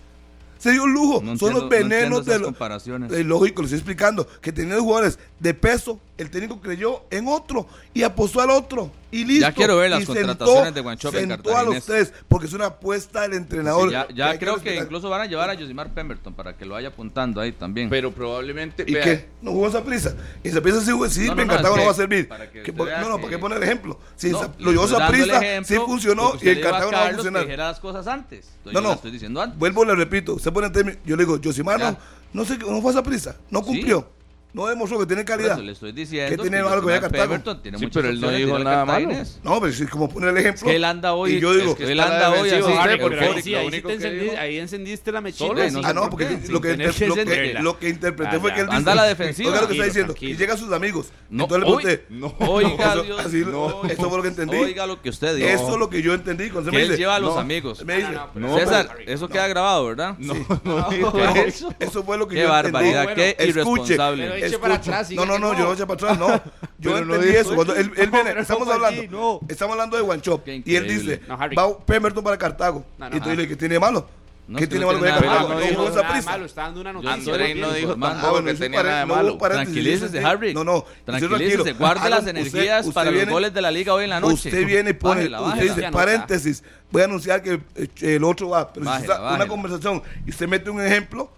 Speaker 3: Se dio el lujo.
Speaker 4: No
Speaker 3: Son
Speaker 4: entiendo-
Speaker 3: los
Speaker 4: no
Speaker 3: venenos
Speaker 4: entiendo
Speaker 3: de
Speaker 4: esas
Speaker 3: los.
Speaker 4: comparaciones.
Speaker 3: Es lógico, lo estoy explicando. Que teniendo jugadores de peso, el técnico creyó en otro y apostó al otro. Y listo.
Speaker 4: quiero ver las
Speaker 3: Y
Speaker 4: contrataciones de Guanchope en
Speaker 3: Sentó a los
Speaker 4: Cartaginés.
Speaker 3: tres, porque es una apuesta del entrenador.
Speaker 4: Sí, ya ya
Speaker 3: hay
Speaker 4: creo que,
Speaker 3: respetar.
Speaker 4: incluso van a llevar a Josimar Pemberton para que lo vaya apuntando ahí también.
Speaker 2: Pero probablemente.
Speaker 3: ¿Y
Speaker 2: vea,
Speaker 3: qué? No jugó esa prisa. Y esa prisa sí, jugó- sí
Speaker 4: No, no,
Speaker 3: me
Speaker 4: no,
Speaker 3: encantaba,
Speaker 4: es
Speaker 3: no
Speaker 4: que-
Speaker 3: va a servir.
Speaker 4: para que
Speaker 3: Que
Speaker 4: usted
Speaker 3: por-
Speaker 4: vea
Speaker 3: no, no,
Speaker 4: que-
Speaker 3: ¿para qué poner ejemplo? Si
Speaker 4: No,
Speaker 3: esa-
Speaker 4: le
Speaker 3: lo llevó
Speaker 4: estoy
Speaker 3: esa
Speaker 4: dando el
Speaker 3: prisa, sí
Speaker 4: ejemplo,
Speaker 3: funcionó
Speaker 4: porque
Speaker 3: y
Speaker 4: usted
Speaker 3: el
Speaker 4: le iba a
Speaker 3: Cartago no va a
Speaker 4: Carlos
Speaker 3: funcionar.
Speaker 4: que dijera las cosas antes. Entonces,
Speaker 3: No,
Speaker 4: yo la
Speaker 3: no.
Speaker 4: estoy diciendo antes.
Speaker 3: Vuelvo, le repito. Se pone en términos- Yo le digo, Josimar no,
Speaker 4: Ya.
Speaker 3: no, sé, qué- no fue a esa prisa. No cumplió. No demostró que tiene
Speaker 4: Por
Speaker 3: calidad.
Speaker 4: eso le estoy diciendo.
Speaker 3: ¿Qué tiene malo que vaya a
Speaker 4: Josimar
Speaker 3: Cartago?
Speaker 4: Pemberton tiene
Speaker 2: Sí,
Speaker 4: muchas
Speaker 2: pero él no
Speaker 4: opciones,
Speaker 2: dijo
Speaker 4: tiene
Speaker 2: nada
Speaker 4: Cartago
Speaker 2: malo.
Speaker 4: Inés.
Speaker 3: No, pero sí, como poner el
Speaker 4: Es
Speaker 3: ejemplo.
Speaker 4: que él anda hoy.
Speaker 3: Y yo digo,
Speaker 4: es que
Speaker 2: está
Speaker 4: él
Speaker 2: la
Speaker 4: anda hoy
Speaker 2: defensiva,
Speaker 4: así.
Speaker 2: Harry,
Speaker 4: eufórico.
Speaker 2: porque ahí
Speaker 6: Sí, ahí, sí
Speaker 2: único
Speaker 6: te
Speaker 2: que
Speaker 6: encendí-
Speaker 2: dijo-
Speaker 6: ahí encendiste la mechita.
Speaker 4: Solo,
Speaker 6: sin-
Speaker 4: no sé
Speaker 3: ah, no,
Speaker 4: por
Speaker 3: porque
Speaker 4: qué,
Speaker 3: sí,
Speaker 4: sin
Speaker 3: lo que,
Speaker 6: tener
Speaker 3: inter- lo que-
Speaker 6: sentirla.
Speaker 3: lo que interpreté fue
Speaker 6: Ah,
Speaker 3: que él
Speaker 6: ya.
Speaker 4: Anda a la
Speaker 3: Oiga
Speaker 4: defensiva.
Speaker 3: lo que está diciendo.
Speaker 6: Tranquilo,
Speaker 3: Y llega a sus amigos.
Speaker 4: No,
Speaker 3: Entonces le
Speaker 4: uy,
Speaker 3: pregunté.
Speaker 4: Oiga,
Speaker 3: Eso-
Speaker 4: Dios.
Speaker 3: así- eso fue lo que entendí.
Speaker 4: Oiga lo que usted dijo.
Speaker 3: Eso es lo que yo entendí. cuando se me
Speaker 4: que él
Speaker 3: dice,
Speaker 4: lleva a los
Speaker 3: no,
Speaker 4: amigos.
Speaker 3: Me dice,
Speaker 2: No,
Speaker 4: César,
Speaker 2: pero-
Speaker 4: eso queda grabado, ¿verdad?
Speaker 2: No, no dijo eso.
Speaker 3: Eso fue lo que
Speaker 4: Qué
Speaker 3: yo
Speaker 4: barbaridad,
Speaker 3: entendí.
Speaker 4: qué
Speaker 3: Escuche,
Speaker 4: irresponsable.
Speaker 6: Pero
Speaker 3: escuche.
Speaker 6: eche para atrás y
Speaker 3: no,
Speaker 6: diga
Speaker 3: no,
Speaker 6: que
Speaker 3: no,
Speaker 6: no.
Speaker 3: yo no eché para atrás, no. Yo
Speaker 2: Pero no
Speaker 3: entendí
Speaker 2: dijo
Speaker 3: eso. Cuando él, él
Speaker 6: No,
Speaker 3: viene,
Speaker 6: pero
Speaker 3: estamos
Speaker 6: no fue
Speaker 3: hablando.
Speaker 6: allí, no.
Speaker 3: Estamos hablando de Guanchop.
Speaker 4: Qué
Speaker 3: Y él
Speaker 4: increíble.
Speaker 3: dice,
Speaker 6: No, Harry.
Speaker 3: va Pemberton para Cartago.
Speaker 6: No, no,
Speaker 3: y tú dices,
Speaker 6: Harry.
Speaker 3: ¿qué tiene malo?
Speaker 4: No,
Speaker 3: ¿Qué
Speaker 4: es que
Speaker 3: tiene
Speaker 4: Ah, no
Speaker 3: malo que
Speaker 4: tiene
Speaker 3: haya
Speaker 4: nada
Speaker 3: Cartago?
Speaker 4: de
Speaker 3: No llegó
Speaker 4: malo.
Speaker 3: a
Speaker 6: dijo
Speaker 3: esa
Speaker 6: nada malo,
Speaker 3: prisa.
Speaker 6: está dando una noticia.
Speaker 2: Andrei no
Speaker 6: volviendo.
Speaker 2: dijo
Speaker 4: informando.
Speaker 2: tampoco que
Speaker 3: hizo
Speaker 2: tenía
Speaker 3: pare-
Speaker 2: nada de
Speaker 3: no
Speaker 2: malo.
Speaker 3: hubo paréntesis,
Speaker 4: Tranquilícese,
Speaker 3: sí.
Speaker 4: Harry.
Speaker 3: No, no. yo
Speaker 4: Tranquilícese,
Speaker 3: tranquilo.
Speaker 4: guarde las
Speaker 3: Hagan- usted-
Speaker 4: energías
Speaker 3: usted
Speaker 4: para
Speaker 3: viene-
Speaker 4: los goles de la liga hoy en la noche.
Speaker 3: Usted viene y pone,
Speaker 4: Bájela,
Speaker 3: usted
Speaker 4: bájela.
Speaker 3: dice,
Speaker 6: Ya no
Speaker 3: paréntesis, voy a anunciar que eh, el otro va, pero
Speaker 4: Bájela,
Speaker 3: si usted- una
Speaker 4: bájela.
Speaker 3: conversación y usted mete un ejemplo,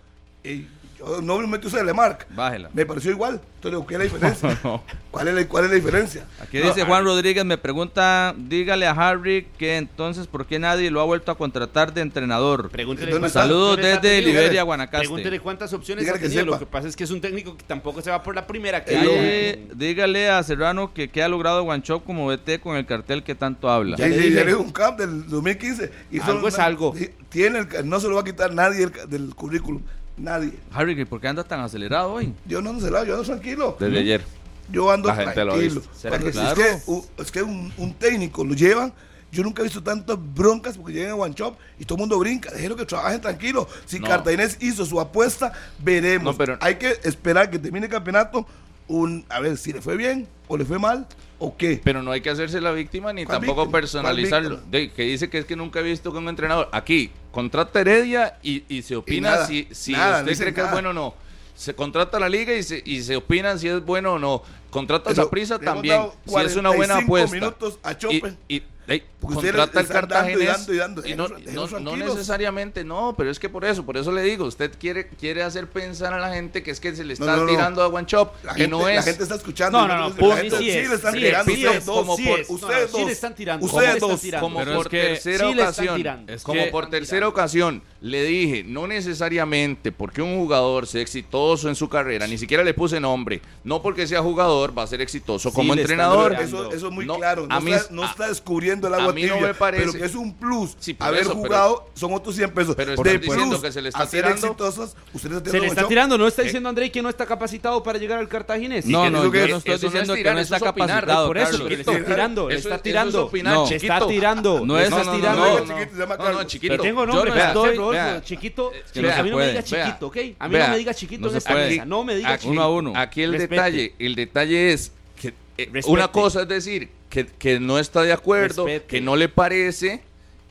Speaker 3: eh, Yo No me metí usted Lemarck.
Speaker 4: Bájela.
Speaker 3: Me pareció igual. Entonces, digo, ¿qué es la diferencia? ¿Cuál, es la, ¿Cuál es la diferencia?
Speaker 4: Aquí dice
Speaker 3: eh,
Speaker 4: Juan Rodríguez, me pregunta, dígale a Harry que entonces, ¿por qué nadie lo ha vuelto a contratar de entrenador?
Speaker 6: Pregúntele
Speaker 3: ¿Dónde
Speaker 6: cuántas
Speaker 3: está?
Speaker 4: Saludos
Speaker 6: opciones ha
Speaker 4: desde
Speaker 6: tenido.
Speaker 4: Liberia, Guanacaste.
Speaker 6: Pregúntele cuántas opciones
Speaker 3: Dígale
Speaker 6: ha
Speaker 3: que
Speaker 6: tenido. Lo
Speaker 3: sepa.
Speaker 6: que pasa es que es un técnico que tampoco se va por la primera que
Speaker 4: Dígale-
Speaker 6: hay.
Speaker 4: dígale a Serrano que qué ha logrado Guanchop como BT con el cartel que tanto habla.
Speaker 3: Ya
Speaker 6: le
Speaker 3: sí, sí,
Speaker 6: dije.
Speaker 3: ya le dijo un camp del 2015. Y
Speaker 6: Algo es algo.
Speaker 3: Tiene el ca- no se lo va a quitar nadie el ca- del currículum. Nadie.
Speaker 4: Harry, ¿que ¿por qué anda tan acelerado hoy? ¿Mm?
Speaker 3: Yo no ando celado, yo ando tranquilo.
Speaker 2: Desde ayer.
Speaker 3: Yo ando
Speaker 2: La gente lo ha
Speaker 3: tranquilo.
Speaker 2: visto.
Speaker 3: Cuando es,
Speaker 4: Claro.
Speaker 3: que, u- es que un, un técnico lo llevan. Yo nunca he visto tantas broncas porque llegan a One Shop y todo el mundo brinca. Déjenlo que trabajen tranquilo. Si
Speaker 2: No.
Speaker 3: Cartaginés hizo su apuesta, veremos.
Speaker 2: No, pero-
Speaker 3: Hay que esperar que termine el campeonato. Un, a ver si le fue bien o le fue mal o qué.
Speaker 2: Pero no hay que hacerse la víctima ni
Speaker 3: ¿Cuál
Speaker 2: tampoco
Speaker 3: víctima?
Speaker 2: personalizarlo.
Speaker 3: ¿Cuál víctima?
Speaker 2: De- que dice que es que nunca he visto que un entrenador. Aquí, contrata Heredia y, y se opina
Speaker 3: nada,
Speaker 2: si, si
Speaker 3: nada, no
Speaker 2: usted
Speaker 3: dicen
Speaker 2: cree que es
Speaker 3: nada.
Speaker 2: bueno o no. Se contrata a la liga y se, y se opina si es bueno o no. Contrata
Speaker 3: Pero
Speaker 2: a prisa
Speaker 3: le hemos
Speaker 2: también.
Speaker 3: dado
Speaker 2: Si es una buena
Speaker 3: 45
Speaker 2: apuesta.
Speaker 3: minutos a
Speaker 2: y,
Speaker 3: Chope.
Speaker 2: y- ey,
Speaker 3: Porque ustedes
Speaker 2: contrata al
Speaker 3: están dando y
Speaker 2: Cartagenés.
Speaker 3: dando y dando.
Speaker 2: y no,
Speaker 3: Déjenlos-
Speaker 2: no-
Speaker 3: déjenlos
Speaker 2: no
Speaker 3: tranquilos.
Speaker 2: necesariamente, no, pero es que por eso, por eso le digo, usted quiere, quiere hacer pensar a la gente que es que se le
Speaker 3: No,
Speaker 2: está
Speaker 3: no, no.
Speaker 2: tirando a One Shop
Speaker 3: La
Speaker 2: y
Speaker 3: gente,
Speaker 2: no es.
Speaker 3: la gente está escuchando.
Speaker 6: No,
Speaker 3: yo
Speaker 6: no,
Speaker 3: creo
Speaker 6: no,
Speaker 3: que la
Speaker 6: pues
Speaker 3: gente-
Speaker 6: sí
Speaker 3: sí
Speaker 6: es,
Speaker 3: le están
Speaker 6: sí es,
Speaker 3: tirando.
Speaker 2: sí
Speaker 3: ustedes
Speaker 2: es,
Speaker 3: dos,
Speaker 2: como
Speaker 3: sí
Speaker 2: por-
Speaker 3: es.
Speaker 6: no,
Speaker 3: ustedes
Speaker 6: sí
Speaker 3: dos.
Speaker 6: le están tirando,
Speaker 3: Ustedes
Speaker 6: sí le están
Speaker 3: dos.
Speaker 6: tirando.
Speaker 2: Como
Speaker 4: Pero
Speaker 2: por
Speaker 4: es que
Speaker 2: tercera
Speaker 6: sí le están
Speaker 2: ocasión,
Speaker 6: tirando. Es
Speaker 2: como
Speaker 4: que-
Speaker 2: por tercera ocasión, le dije, no necesariamente porque un jugador sea exitoso en su carrera, ni siquiera le puse nombre, no porque sea jugador va a ser exitoso
Speaker 6: Sí
Speaker 2: como
Speaker 6: le están
Speaker 2: entrenador.
Speaker 6: tirando.
Speaker 3: Eso, eso es muy
Speaker 2: No,
Speaker 3: claro. No,
Speaker 2: a mí-
Speaker 3: está, no está descubriendo el
Speaker 2: a
Speaker 3: agua
Speaker 2: mí no
Speaker 3: tibia,
Speaker 2: me parece.
Speaker 3: Pero que es un plus.
Speaker 2: Sí, por
Speaker 3: Haber
Speaker 2: eso, pero-
Speaker 3: jugado son otros 100 pesos.
Speaker 2: pero
Speaker 3: de
Speaker 2: están diciendo
Speaker 3: plus
Speaker 2: que se le
Speaker 3: a
Speaker 2: está
Speaker 3: ser
Speaker 2: tirando.
Speaker 3: exitosos, ustedes están
Speaker 6: Se le está
Speaker 3: mucho.
Speaker 6: tirando, no está diciendo André que no está capacitado para llegar al cartaginés.
Speaker 4: No,
Speaker 2: que-
Speaker 4: no,
Speaker 2: eso
Speaker 4: yo
Speaker 2: que-
Speaker 4: no estoy
Speaker 2: eso no es
Speaker 4: diciendo que
Speaker 2: tirar,
Speaker 4: no
Speaker 2: eso
Speaker 4: está
Speaker 2: es opinar,
Speaker 4: capacitado,
Speaker 6: Por eso,
Speaker 4: Carlos.
Speaker 6: que le está
Speaker 3: Carlos.
Speaker 6: tirando, le
Speaker 2: Eso
Speaker 6: está
Speaker 2: es- eso es
Speaker 6: tirando.
Speaker 2: opinar,
Speaker 6: No. Le
Speaker 2: chiquito.
Speaker 6: está tirando.
Speaker 4: No
Speaker 6: le
Speaker 4: es-
Speaker 6: estás
Speaker 4: no, no,
Speaker 6: tirando.
Speaker 4: no,
Speaker 3: El chiquito se llama
Speaker 2: No, no,
Speaker 3: Carlos.
Speaker 2: chiquito.
Speaker 6: Pero tengo
Speaker 4: Yo
Speaker 6: nombre
Speaker 4: no-
Speaker 6: para
Speaker 4: vea,
Speaker 6: usted, Rodolfo.
Speaker 2: vea.
Speaker 6: chiquito.
Speaker 2: que
Speaker 4: no
Speaker 6: a
Speaker 4: se
Speaker 6: mí no me
Speaker 4: puede.
Speaker 6: diga
Speaker 2: Vea.
Speaker 6: chiquito, ¿ok? A mí
Speaker 2: Vea.
Speaker 6: no me diga chiquito
Speaker 4: No
Speaker 6: en
Speaker 4: se
Speaker 6: esta
Speaker 4: puede.
Speaker 6: mesa. No me diga
Speaker 2: Aquí-
Speaker 6: chiquito.
Speaker 4: Uno a uno.
Speaker 2: Aquí el
Speaker 6: Respete.
Speaker 2: detalle, el detalle es que eh,
Speaker 6: Respete.
Speaker 2: una cosa es decir que, que no está de acuerdo,
Speaker 6: Respete.
Speaker 2: que no le parece,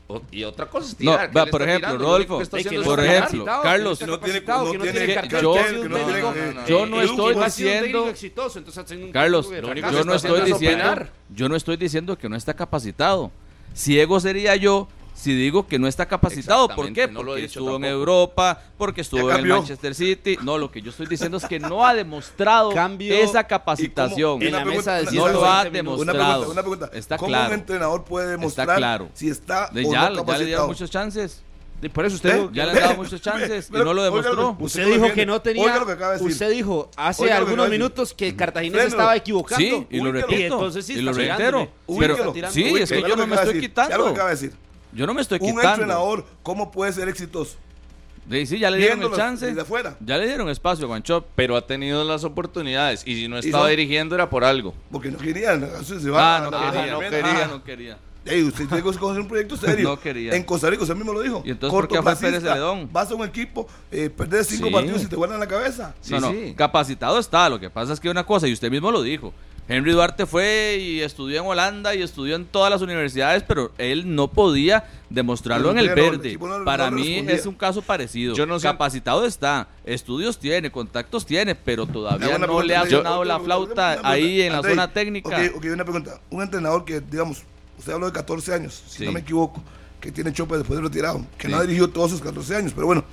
Speaker 2: o- y otra cosa es
Speaker 4: No,
Speaker 2: tirar. que
Speaker 4: va,
Speaker 2: le
Speaker 4: por
Speaker 2: está
Speaker 4: ejemplo,
Speaker 2: tirando, lo único
Speaker 4: Rodolfo,
Speaker 2: que está
Speaker 4: ve
Speaker 2: haciendo
Speaker 4: que
Speaker 2: es
Speaker 4: por
Speaker 2: opinar.
Speaker 4: ejemplo, Carlos,
Speaker 3: No tiene-
Speaker 6: capacitado,
Speaker 3: no
Speaker 6: que no
Speaker 3: tiene
Speaker 6: tiene
Speaker 3: cartel,
Speaker 6: cartel,
Speaker 4: que
Speaker 6: que
Speaker 4: no
Speaker 6: no
Speaker 2: tiene-
Speaker 6: tengo-
Speaker 2: no, no, no.
Speaker 4: Yo no
Speaker 6: Eh, ha
Speaker 4: estoy
Speaker 6: sido un técnico
Speaker 4: diciendo-
Speaker 6: exitoso, entonces hace un
Speaker 4: Carlos,
Speaker 6: técnico de
Speaker 2: lo único
Speaker 6: fracaso.
Speaker 2: que
Speaker 4: yo no
Speaker 2: está
Speaker 4: estoy
Speaker 2: haciendo es
Speaker 4: diciendo,
Speaker 2: opinar.
Speaker 4: yo no estoy diciendo que no está capacitado. Ciego sería yo si digo que no está capacitado. ¿Por qué?
Speaker 2: Exactamente, no lo he
Speaker 4: Porque
Speaker 2: dicho
Speaker 4: estuvo en
Speaker 2: tampoco.
Speaker 4: Europa, porque estuvo en el
Speaker 3: cambió.
Speaker 4: Manchester City. No, lo que yo estoy diciendo es que no ha demostrado
Speaker 6: Cambio
Speaker 4: esa
Speaker 3: ¿Y
Speaker 4: capacitación.
Speaker 3: cómo?
Speaker 6: En la
Speaker 3: Una
Speaker 6: mesa de
Speaker 3: pregunta,
Speaker 4: No
Speaker 3: una
Speaker 4: lo
Speaker 3: pregunta,
Speaker 4: ha
Speaker 6: 120 minutos.
Speaker 3: Una
Speaker 4: demostrado.
Speaker 3: pregunta, una pregunta.
Speaker 4: Está
Speaker 3: ¿Cómo
Speaker 4: claro.
Speaker 3: un entrenador puede demostrar
Speaker 4: claro.
Speaker 3: si está
Speaker 4: De-
Speaker 3: o
Speaker 4: ya,
Speaker 3: no
Speaker 4: ya le
Speaker 3: capacitado?
Speaker 4: dieron muchos chances.
Speaker 6: Y por eso usted
Speaker 3: ¿Eh?
Speaker 6: dijo-
Speaker 4: Ya le han dado muchos chances y no lo
Speaker 3: Oiga que-
Speaker 4: demostró.
Speaker 6: Usted dijo que no tenía.
Speaker 3: Oiga lo que acaba de decir.
Speaker 6: Usted dijo hace
Speaker 3: Oiga lo que
Speaker 6: algunos
Speaker 3: acaba de decir. Mm.
Speaker 6: minutos que Cartagena se
Speaker 3: Frénelo.
Speaker 6: estaba equivocando.
Speaker 4: Sí, y lo
Speaker 3: Ubíquelo.
Speaker 4: repito.
Speaker 6: Y entonces sí
Speaker 4: y lo
Speaker 6: está
Speaker 4: reitero.
Speaker 6: tirándolo.
Speaker 4: Pero,
Speaker 3: Ubíquelo.
Speaker 4: sí, es que
Speaker 3: Oiga
Speaker 4: yo
Speaker 3: lo
Speaker 4: no me
Speaker 3: acaba de
Speaker 4: estoy
Speaker 3: decir, ya lo que
Speaker 4: quitando.
Speaker 3: acaba de decir.
Speaker 4: Yo no me estoy
Speaker 3: Un
Speaker 4: quitando.
Speaker 3: entrenador, ¿cómo puede ser exitoso?
Speaker 4: Sí, sí, ya le dieron el
Speaker 3: Viéndolo
Speaker 4: chance.
Speaker 3: desde afuera.
Speaker 4: Ya le dieron espacio a Guanchop.
Speaker 2: pero ha tenido las oportunidades y si no estaba
Speaker 3: no?
Speaker 2: dirigiendo era por algo.
Speaker 3: Porque no querían. entonces se va
Speaker 4: Ah, no
Speaker 3: a la-
Speaker 4: quería,
Speaker 3: a
Speaker 4: no
Speaker 3: la-
Speaker 4: quería,
Speaker 3: Ah,
Speaker 4: no quería.
Speaker 3: Ey, usted tiene que coger un proyecto serio.
Speaker 4: No quería.
Speaker 3: En Costa Rica, usted mismo lo dijo.
Speaker 4: ¿Y entonces por qué fue
Speaker 3: Cortoplacista.
Speaker 4: Pérez Zeledón?
Speaker 3: Vas a un equipo, eh, perder cinco
Speaker 4: Sí.
Speaker 3: partidos y te guardan la cabeza.
Speaker 2: Sí,
Speaker 4: no, no,
Speaker 2: sí.
Speaker 4: capacitado está, lo que pasa es que una cosa, y usted mismo lo dijo, Henry Duarte fue y estudió en Holanda y estudió en todas las universidades, pero él no podía demostrarlo
Speaker 3: No,
Speaker 4: en el
Speaker 3: no, el
Speaker 4: verde.
Speaker 3: equipo no- no
Speaker 4: Para
Speaker 3: le
Speaker 4: mí
Speaker 3: respondía.
Speaker 4: es un caso parecido.
Speaker 2: Yo no sé-
Speaker 4: Capacitado está, estudios tiene, contactos tiene, pero
Speaker 3: Le
Speaker 4: todavía
Speaker 3: hago una
Speaker 4: no le
Speaker 3: pregunta,
Speaker 4: ha
Speaker 3: André.
Speaker 4: sonado
Speaker 3: Yo-
Speaker 4: la
Speaker 3: yo- yo- yo- una
Speaker 4: flauta
Speaker 3: pregunta.
Speaker 4: ahí en la
Speaker 3: André,
Speaker 4: zona técnica.
Speaker 3: Ok, ok, una pregunta. Un entrenador que, digamos, usted habló de 14 años, si
Speaker 4: Sí.
Speaker 3: no me equivoco, que tiene chope después de retirado, que no
Speaker 4: Sí.
Speaker 3: ha dirigido todos sus 14 años, pero bueno,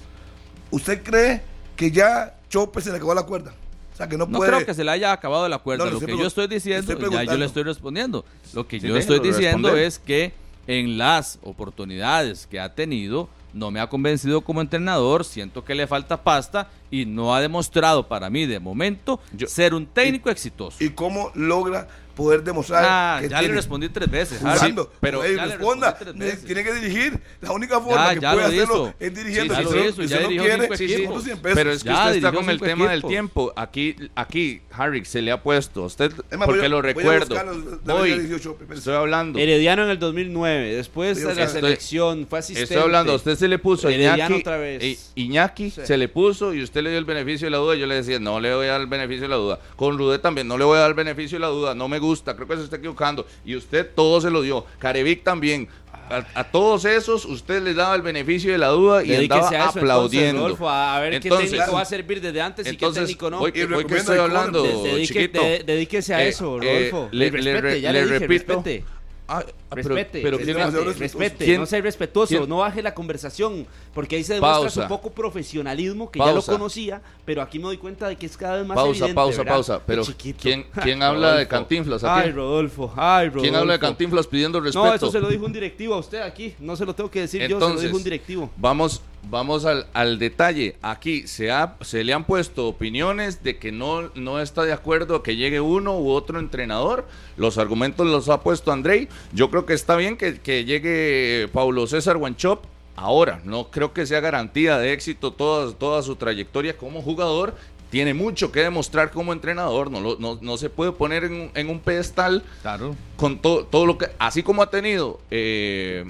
Speaker 3: ¿usted cree que ya Chope se le acabó la cuerda? O sea, que no,
Speaker 4: No
Speaker 3: puede.
Speaker 4: creo que se le haya acabado la
Speaker 3: No,
Speaker 4: cuerda.
Speaker 3: le
Speaker 4: lo
Speaker 3: estoy
Speaker 4: que
Speaker 3: pregun-
Speaker 4: yo estoy
Speaker 3: estoy
Speaker 4: diciendo, ya yo
Speaker 3: preguntando.
Speaker 4: le estoy respondiendo. Lo que
Speaker 2: Sí,
Speaker 4: yo estoy
Speaker 2: déjelo
Speaker 4: diciendo
Speaker 2: responder.
Speaker 4: es que en las oportunidades que ha tenido, no me ha convencido como entrenador. Siento que le falta pasta y no ha demostrado para mí, de momento,
Speaker 2: Yo-
Speaker 4: ser un técnico exitoso.
Speaker 3: ¿Y cómo logra poder demostrar
Speaker 4: Ah,
Speaker 3: que
Speaker 4: ya le
Speaker 3: tiene-
Speaker 4: respondí tres veces. Harry.
Speaker 3: jugando.
Speaker 2: pero
Speaker 3: pero ey,
Speaker 4: ya le
Speaker 3: responda,
Speaker 4: respondí tres
Speaker 3: me-
Speaker 4: veces.
Speaker 3: tiene que dirigir. La única forma que
Speaker 4: ya
Speaker 3: puede
Speaker 4: lo
Speaker 3: hacerlo
Speaker 4: hizo.
Speaker 3: es dirigiendo.
Speaker 4: Sí,
Speaker 3: Si
Speaker 4: ya
Speaker 3: usted
Speaker 4: lo
Speaker 3: no-
Speaker 4: hizo,
Speaker 3: si
Speaker 4: ya
Speaker 3: usted no
Speaker 4: dirigió
Speaker 3: quiere,
Speaker 4: cinco
Speaker 3: sí,
Speaker 4: equipos.
Speaker 3: otros 100 pesos.
Speaker 2: Pero es que
Speaker 4: Ya,
Speaker 2: usted está
Speaker 4: dirigió
Speaker 2: con el
Speaker 4: cinco
Speaker 2: tema del
Speaker 4: equipos.
Speaker 2: tiempo. Aquí, aquí, Harry, se le ha puesto. a Usted,
Speaker 3: Es más,
Speaker 2: porque
Speaker 3: voy a-
Speaker 2: lo
Speaker 3: voy a
Speaker 2: recuerdo.
Speaker 3: buscar los- la
Speaker 2: Voy,
Speaker 3: medalla 18, espérense.
Speaker 2: estoy hablando.
Speaker 6: Herediano en el 2009, después
Speaker 3: Yo
Speaker 6: de
Speaker 3: sé,
Speaker 6: la
Speaker 3: estoy-
Speaker 6: selección, fue asistente.
Speaker 2: Estoy hablando, a usted se le puso a
Speaker 6: Herediano
Speaker 2: Iñaki,
Speaker 6: otra vez.
Speaker 2: eh, Iñaki se le puso y usted le dio el beneficio de la duda. y Yo le decía, no le voy a dar el beneficio de la duda. Con Rudé también, no le voy a dar el beneficio de la duda. No me gusta, creo que se está equivocando. Y usted todo se lo dio. Carevic también. A, a todos esos, usted les daba el beneficio de la duda y
Speaker 6: Dedíquese
Speaker 2: andaba
Speaker 6: a eso, entonces,
Speaker 2: aplaudiendo.
Speaker 6: Rodolfo, a ver
Speaker 2: Entonces,
Speaker 6: qué técnico va a servir desde antes y qué
Speaker 2: Entonces,
Speaker 6: técnico no.
Speaker 2: hoy, que-
Speaker 3: Y
Speaker 2: hoy que
Speaker 3: recomienda
Speaker 2: estoy
Speaker 3: el
Speaker 2: hablando,
Speaker 6: Dedique-
Speaker 2: chiquito.
Speaker 6: de- dedíquese a
Speaker 2: eh,
Speaker 6: eso,
Speaker 2: eh,
Speaker 6: Rodolfo.
Speaker 2: le,
Speaker 6: Y respete,
Speaker 2: le re-
Speaker 6: ya
Speaker 2: le
Speaker 6: dije,
Speaker 2: repito,
Speaker 6: respete.
Speaker 2: Ah, ah, pero-
Speaker 6: Respete,
Speaker 2: pero ¿quién-
Speaker 6: respete,
Speaker 3: quién-
Speaker 6: respete,
Speaker 2: quién-
Speaker 6: no sea irrespetuoso,
Speaker 2: quién-
Speaker 6: no baje la conversación, porque ahí se demuestra
Speaker 2: Pausa.
Speaker 6: su poco profesionalismo que ya
Speaker 2: Pausa.
Speaker 6: lo conocía, pero aquí me doy cuenta de que es cada vez más
Speaker 2: pausa,
Speaker 6: evidente,
Speaker 2: pausa,
Speaker 6: ¿verdad?
Speaker 2: pausa.
Speaker 6: Qué
Speaker 2: Pero
Speaker 6: chiquito.
Speaker 2: ¿quién, quién habla de
Speaker 6: Rodolfo.
Speaker 2: Cantinflas? aquí?
Speaker 6: Ay, Rodolfo, ay, Rodolfo.
Speaker 2: ¿Quién habla de Cantinflas pidiendo respeto?
Speaker 6: No, eso se lo dijo un directivo a usted aquí, no se lo tengo que decir yo, se lo
Speaker 2: Entonces,
Speaker 6: dijo un directivo.
Speaker 2: Vamos, vamos al, al detalle. Aquí se, ha- se le han puesto opiniones de que no, no está de acuerdo que llegue uno u otro entrenador. Los argumentos los ha puesto Andrei. Yo creo que está bien que, que llegue Paulo César Guanchop ahora. No creo que sea garantía de éxito toda, toda su trayectoria como jugador. Tiene mucho que demostrar como entrenador. No, lo- no, no se puede poner en, un- en un pedestal
Speaker 4: Claro.
Speaker 2: con to- todo lo que, así como ha tenido eh,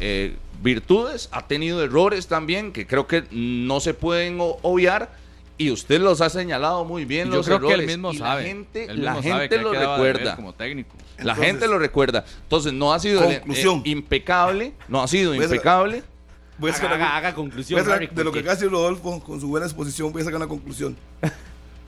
Speaker 2: eh, virtudes, ha tenido errores también que creo que no se pueden o- obviar y usted los ha señalado muy bien
Speaker 4: Yo
Speaker 2: los
Speaker 4: creo que
Speaker 2: errores.
Speaker 4: él mismo
Speaker 2: y
Speaker 4: sabe.
Speaker 2: La gente,
Speaker 4: él
Speaker 2: la
Speaker 4: mismo sabe
Speaker 2: gente
Speaker 4: que
Speaker 2: lo
Speaker 4: ha quedado de ver
Speaker 2: recuerda.
Speaker 4: Como técnico.
Speaker 2: La
Speaker 3: Entonces-
Speaker 2: gente lo recuerda. Entonces no ha sido el-
Speaker 3: Conclusión. Pues,
Speaker 2: eh, impecable, no ha sido
Speaker 3: Voy a sacar-
Speaker 2: impecable.
Speaker 3: Voy a
Speaker 4: pues,
Speaker 6: Haga,
Speaker 3: sacar
Speaker 6: haga,
Speaker 3: la-
Speaker 6: haga
Speaker 3: voy
Speaker 6: conclusión,
Speaker 3: a sacar-
Speaker 6: Harry,
Speaker 3: de lo
Speaker 6: porque-
Speaker 3: que acaba de decir Rodolfo, con su buena exposición, voy a sacar una conclusión.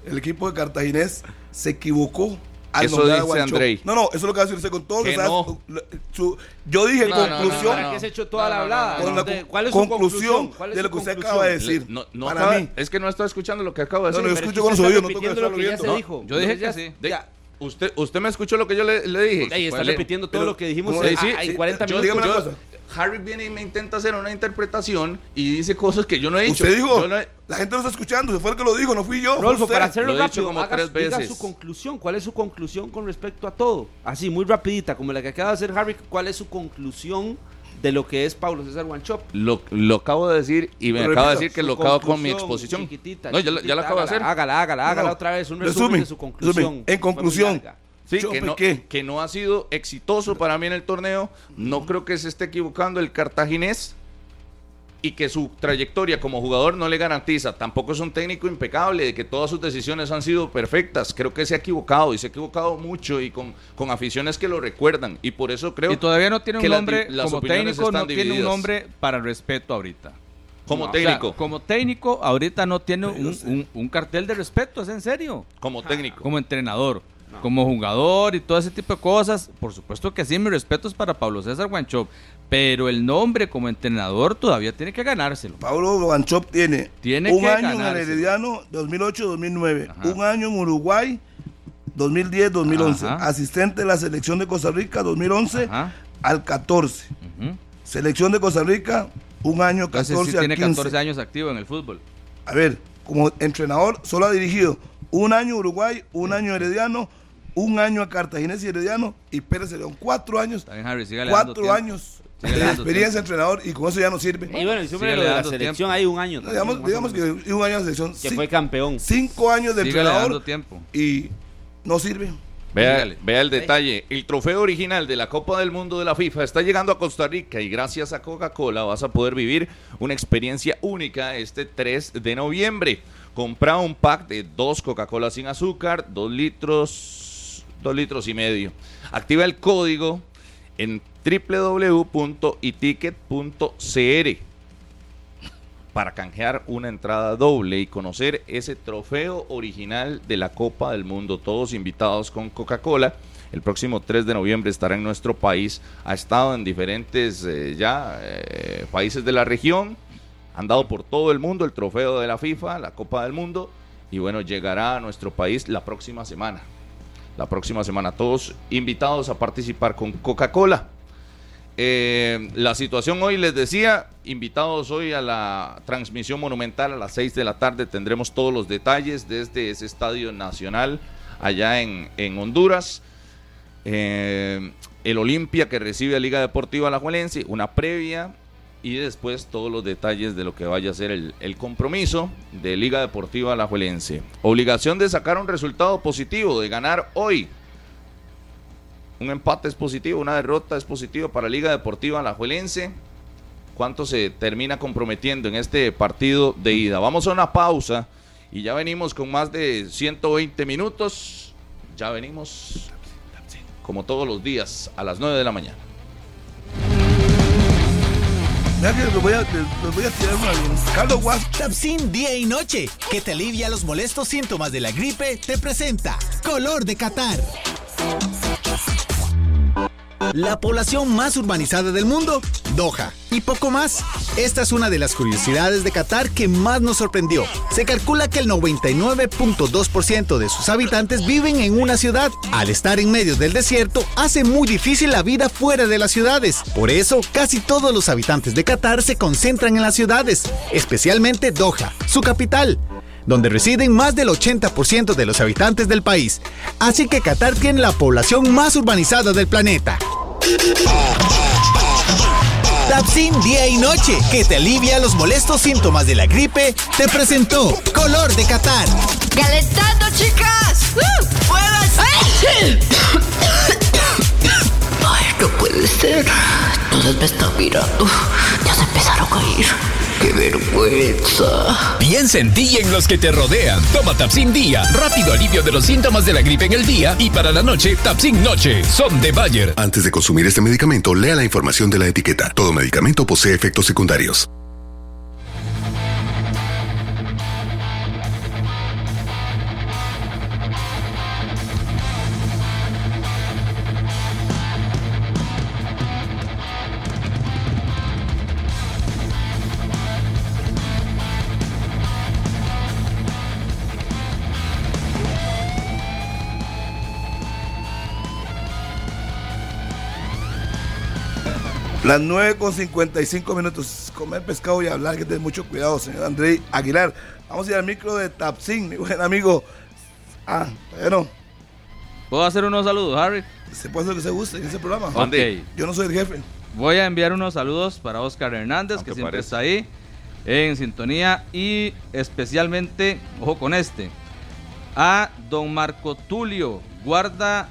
Speaker 3: El equipo de Cartaginés se equivocó al
Speaker 2: Eso
Speaker 3: nombrar a
Speaker 2: dice
Speaker 3: Guancho.
Speaker 2: Andrei.
Speaker 3: No, no, eso es lo que va a decir usted con todo. lo
Speaker 2: Que
Speaker 3: que sabe.
Speaker 2: no.
Speaker 3: Su- yo dije
Speaker 2: No, no, no,
Speaker 3: conclusión.
Speaker 2: no, no.
Speaker 6: ¿Para qué se echó toda
Speaker 4: No,
Speaker 6: la
Speaker 4: no, no,
Speaker 6: hablada?
Speaker 4: no,
Speaker 3: Con la
Speaker 6: ¿De-
Speaker 3: cu-
Speaker 6: ¿Cuál es su
Speaker 3: conclusión,
Speaker 6: conclusión? ¿Cuál es
Speaker 3: de
Speaker 6: su
Speaker 3: lo que usted
Speaker 6: conclusión?
Speaker 3: acaba de
Speaker 2: Le-
Speaker 3: decir.
Speaker 2: No, no
Speaker 3: para
Speaker 2: acaba-
Speaker 3: mí,
Speaker 2: Es que no está escuchando lo que acabo de
Speaker 3: No,
Speaker 2: decir.
Speaker 6: Pero
Speaker 3: no,
Speaker 6: es
Speaker 3: escucho
Speaker 6: que
Speaker 3: con
Speaker 6: usted
Speaker 3: los
Speaker 6: está
Speaker 3: oídos, no tengo que
Speaker 6: repitiendo lo que ya
Speaker 3: estar
Speaker 6: se
Speaker 3: oyendo.
Speaker 6: dijo.
Speaker 4: Yo
Speaker 2: Pues
Speaker 4: dije que
Speaker 6: Ya-
Speaker 4: sí.
Speaker 2: De-
Speaker 6: ya-
Speaker 2: usted, usted me escuchó lo que yo le, le dije.
Speaker 6: Ey, está
Speaker 2: Pues le-
Speaker 6: repitiendo todo
Speaker 3: pero-
Speaker 6: lo que dijimos
Speaker 3: ¿cómo
Speaker 6: en-
Speaker 3: le-
Speaker 2: sí,
Speaker 6: ah,
Speaker 2: sí,
Speaker 6: en 40
Speaker 3: yo-
Speaker 6: minutos.
Speaker 3: dígame una
Speaker 2: yo-
Speaker 3: cosa.
Speaker 2: Harry viene y me intenta hacer una interpretación y dice cosas que yo no he dicho.
Speaker 3: Usted dijo,
Speaker 2: Yo no he-
Speaker 3: la gente no está escuchando, se fue el que lo dijo, no fui yo. fue
Speaker 6: Rolfo,
Speaker 3: usted.
Speaker 6: para hacerlo
Speaker 2: Lo he dicho
Speaker 6: rápido,
Speaker 2: como
Speaker 6: haga-
Speaker 2: tres
Speaker 6: diga su
Speaker 2: veces.
Speaker 6: conclusión. ¿Cuál es su conclusión con respecto a todo? Así, muy rapidita, como la que acaba de hacer Harry, ¿cuál es su conclusión de lo que es Pablo César Wanchop?
Speaker 2: Lo, lo acabo de decir y me
Speaker 3: Lo
Speaker 2: acaba de
Speaker 3: repito,
Speaker 2: decir que
Speaker 6: Su
Speaker 2: lo acabo con mi
Speaker 6: conclusión,
Speaker 2: exposición.
Speaker 6: chiquitita,
Speaker 2: no, ya, la- ya
Speaker 6: chiquitita,
Speaker 2: lo acabo de
Speaker 6: hágala,
Speaker 2: hacer.
Speaker 6: Hágala, hágala, hágala
Speaker 3: No,
Speaker 6: otra vez. Un resumen
Speaker 3: resumen,
Speaker 6: de su conclusión.
Speaker 3: resumen. En
Speaker 6: Fue muy
Speaker 3: conclusión,
Speaker 6: larga.
Speaker 2: Sí,
Speaker 3: Yo
Speaker 2: que no,
Speaker 3: pequé.
Speaker 2: que no ha sido exitoso para mí en el torneo. No creo que se esté equivocando el cartaginés y que su trayectoria como jugador no le garantiza. Tampoco es un técnico impecable, de que todas sus decisiones han sido perfectas. Creo que se ha equivocado y se ha equivocado mucho y con, con aficiones que lo recuerdan. Y por eso creo
Speaker 4: Y todavía no tiene
Speaker 2: que
Speaker 4: un
Speaker 2: las
Speaker 4: nombre
Speaker 2: di- las
Speaker 4: como
Speaker 2: opiniones
Speaker 4: técnico, no
Speaker 2: están
Speaker 4: tiene un
Speaker 2: divididas.
Speaker 4: nombre para respeto ahorita.
Speaker 2: como
Speaker 4: O sea,
Speaker 2: técnico.
Speaker 4: como técnico, ahorita no tiene un, un- un cartel de respeto, es en serio.
Speaker 2: como técnico.
Speaker 4: Como entrenador, como jugador y todo ese tipo de cosas. Por supuesto que sí, mis respetos para Pablo César Guanchop. Pero el nombre como entrenador todavía tiene que ganárselo.
Speaker 3: Pablo Guanchop tiene,
Speaker 4: Tiene
Speaker 3: un
Speaker 4: que
Speaker 3: año en
Speaker 4: ganarse.
Speaker 3: el Herediano 2008-2009,
Speaker 4: Ajá.
Speaker 3: un año en Uruguay 2010-2011,
Speaker 4: Ajá.
Speaker 3: asistente de la selección de Costa Rica 2011
Speaker 4: Ajá.
Speaker 3: al 14,
Speaker 4: Ujú.
Speaker 3: selección de Costa Rica un año
Speaker 4: Entonces
Speaker 3: 14
Speaker 4: sí
Speaker 3: al
Speaker 4: tiene
Speaker 3: 15.
Speaker 4: 14 años activo en el fútbol.
Speaker 3: A ver, como entrenador solo ha dirigido un año Uruguay, un año Herediano, un año a Cartaginés y Herediano y Pérez León, cuatro años,
Speaker 4: Está bien, Harry, sígale dando
Speaker 3: cuatro
Speaker 4: tiempo.
Speaker 3: años de
Speaker 4: Sígale dando
Speaker 3: experiencia de
Speaker 4: tiempo.
Speaker 3: entrenador y con eso ya no sirve.
Speaker 6: Y bueno, y súmele
Speaker 4: Sígale
Speaker 6: lo de la
Speaker 4: dando
Speaker 6: selección
Speaker 4: tiempo.
Speaker 6: hay un año. también,
Speaker 3: digamos,
Speaker 6: más o
Speaker 3: digamos que
Speaker 6: menos,
Speaker 3: un año de selección,
Speaker 6: que
Speaker 3: cin-
Speaker 6: fue campeón.
Speaker 3: cinco años de
Speaker 4: Sígale dando
Speaker 3: entrenador
Speaker 4: tiempo.
Speaker 3: y no sirve.
Speaker 2: Vea,
Speaker 4: Dígale.
Speaker 2: vea el detalle. El trofeo original de la Copa del Mundo de la FIFA está llegando a Costa Rica y gracias a Coca-Cola vas a poder vivir una experiencia única este 3 de noviembre. Compra un pack de dos Coca-Cola sin azúcar, dos litros, dos litros y medio. Activa el código en www.iticket.cr para canjear una entrada doble y conocer ese trofeo original de la Copa del Mundo. Todos invitados con Coca-Cola. El próximo 3 de noviembre estará en nuestro país. Ha estado en diferentes eh, ya eh, países de la región. Han dado por todo el mundo el trofeo de la FIFA, la Copa del Mundo. Y bueno, llegará a nuestro país la próxima semana. La próxima semana todos invitados a participar con Coca-Cola. Eh, la situación hoy, les decía, invitados hoy a la transmisión monumental a las 6 de la tarde, tendremos todos los detalles desde ese estadio nacional allá en, en Honduras. Eh, el Olimpia que recibe a Liga Deportiva Alajuelense, una previa y después todos los detalles de lo que vaya a ser el, el compromiso de Liga Deportiva Alajuelense. Obligación de sacar un resultado positivo, de ganar hoy. Un empate es positivo, una derrota es positiva para Liga Deportiva Alajuelense. ¿Cuánto se termina comprometiendo en este partido de ida? Vamos a una pausa y ya venimos con más de 120 minutos. Ya venimos como todos los días a las 9 de la mañana.
Speaker 3: Mira que les voy a, les- les voy a tirar una. Carlos Guas-
Speaker 7: Tapsin día y noche, que te alivia los molestos síntomas de la gripe, te presenta Color de Qatar. la población más urbanizada del mundo, Doha, y poco más. Esta es una de las curiosidades de Qatar que más nos sorprendió. Se calcula que el 99.2% de sus habitantes viven en una ciudad. Al estar en medio del desierto, hace muy difícil la vida fuera de las ciudades. Por eso, casi todos los habitantes de Qatar se concentran en las ciudades, especialmente Doha, su capital donde residen más del 80% de los habitantes del país. Así que Qatar tiene la población más urbanizada del planeta. Tapsin Día y Noche, que te alivia los molestos síntomas de la gripe, te presentó Color de Qatar.
Speaker 8: ¡Calentando, chicas! ¡Uh! ¡Muévanse! ¡Ay, no puede ser! Todas me están mirando. Ya se empezaron a ir. ¡Qué vergüenza!
Speaker 9: Piensa en ti y en los que te rodean. Toma Tapsin Día, rápido alivio de los síntomas de la gripe en el día y para la noche, Tapsin Noche. Son de Bayer.
Speaker 10: Antes de consumir este medicamento, lea la información de la etiqueta. Todo medicamento posee efectos secundarios.
Speaker 3: Las 9 con 55 minutos. Comer pescado y hablar, que ten mucho cuidado, señor André Aguilar. Vamos a ir al micro de Tapsin, mi buen amigo. Ah, bueno,
Speaker 4: ¿Puedo hacer unos saludos, Harry?
Speaker 3: se puede hacer lo que se guste en ese programa.
Speaker 4: Ah.
Speaker 2: Andy.
Speaker 4: Ok.
Speaker 3: Yo no soy el jefe.
Speaker 4: Voy a enviar unos saludos para Oscar Hernández,
Speaker 2: Aunque
Speaker 4: que siempre
Speaker 2: parece.
Speaker 4: está ahí en sintonía. Y especialmente, ojo con este, a don Marco Tulio, guarda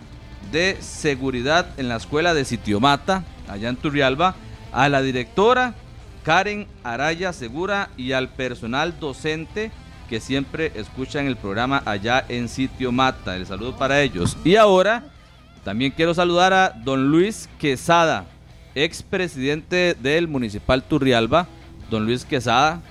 Speaker 4: de seguridad en la escuela de Sitiomata, allá en Turrialba, a la directora Karen Araya Segura y al personal docente que siempre escuchan el programa allá en Sitiomata. El saludo para ellos. Y ahora... También quiero saludar a don Luis Quesada, expresidente del Municipal Turrialba. Don Luis Quesada,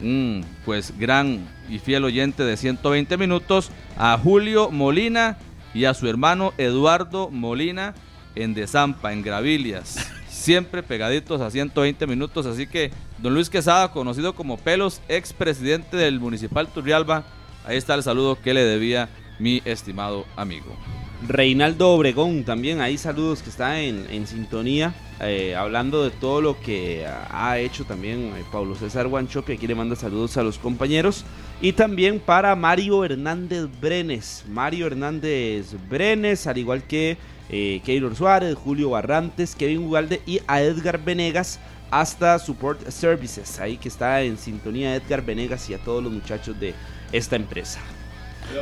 Speaker 4: un, pues gran y fiel oyente de 120 minutos. A Julio Molina y a su hermano Eduardo Molina en Dezampa, en Gravilias. Siempre pegaditos a 120 minutos. Así que don Luis Quesada, conocido como Pelos, expresidente del Municipal Turrialba. Ahí está el saludo que le debía mi estimado amigo.
Speaker 5: Reinaldo Obregón también, ahí saludos que está en, en sintonía, eh, hablando de todo lo que eh, ha hecho también eh, Pablo César Guanchope, aquí le manda saludos a los compañeros, y también para Mario Hernández Brenes, Mario Hernández Brenes, al igual que eh, Keylor Suárez, Julio Barrantes, Kevin Ugalde y a Edgar Venegas hasta Support Services, ahí que está en sintonía Edgar Venegas y a todos los muchachos de esta empresa.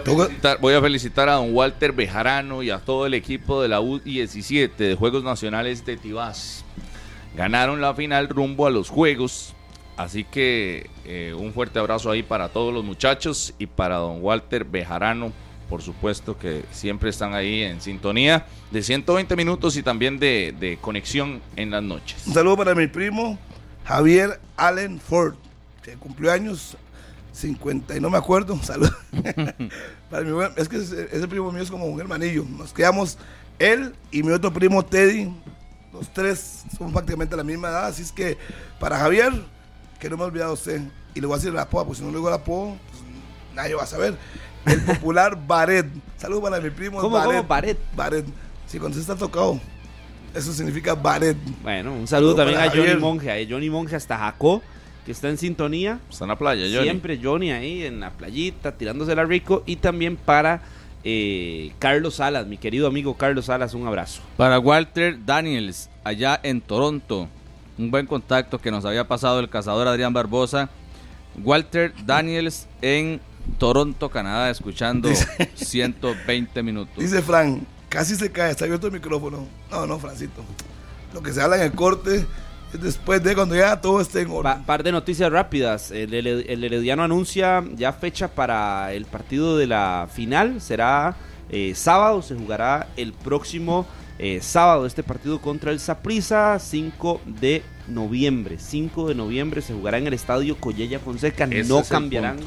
Speaker 3: Tengo que-
Speaker 2: felicitar- voy a felicitar a don Walter Bejarano y a todo el equipo de la U17 de Juegos Nacionales de Tibás. Ganaron la final rumbo a los Juegos. Así que eh, un fuerte abrazo ahí para todos los muchachos y para don Walter Bejarano, por supuesto que siempre están ahí en sintonía de 120 minutos y también de, de conexión en las noches.
Speaker 3: Un saludo para mi primo Javier Allen Ford, que cumplió años 50 y no me acuerdo. Un saludo. para mi buen- es que ese, ese primo mío es como un hermanillo. Nos quedamos él y mi otro primo Teddy. Los tres son prácticamente a la misma edad. Así es que para Javier, que no me ha olvidado usted, y le voy a decir el apodo, porque si no le digo el apodo, pues, nadie va a saber. El popular Baret. Saludo para mi primo
Speaker 5: ¿Cómo, cómo? Baret?
Speaker 3: Baret. Sí, cuando se está tocado. Eso significa Baret.
Speaker 5: Bueno, un saludo también a
Speaker 3: para
Speaker 5: Johnny
Speaker 3: Javier.
Speaker 5: Monge, a Johnny Monge hasta Jacó, que está en sintonía.
Speaker 2: Está en la playa, Johnny.
Speaker 5: Siempre Johnny ahí en la playita, tirándosela rico. Y también para eh, Carlos Salas, mi querido amigo Carlos Salas, un abrazo.
Speaker 4: Para Walter Daniels, allá en Toronto. Un buen contacto que nos había pasado el cazador Adrián Barbosa. Walter Daniels en Toronto, Canadá, escuchando 120 minutos.
Speaker 3: Dice Fran, casi se cae, está abierto el micrófono. No, no, Francito. Lo que se habla en el corte es después de cuando ya todo esté en
Speaker 5: Pa-
Speaker 3: orden.
Speaker 5: par de noticias rápidas. El, Hered- el Herediano anuncia ya fecha para el partido de la final. Será eh, sábado, se jugará el próximo eh, sábado este partido contra el Saprissa, 5 de noviembre. 5 de noviembre se jugará en el estadio Collella Fonseca.
Speaker 2: Ese
Speaker 5: no
Speaker 2: es el
Speaker 5: cambiarán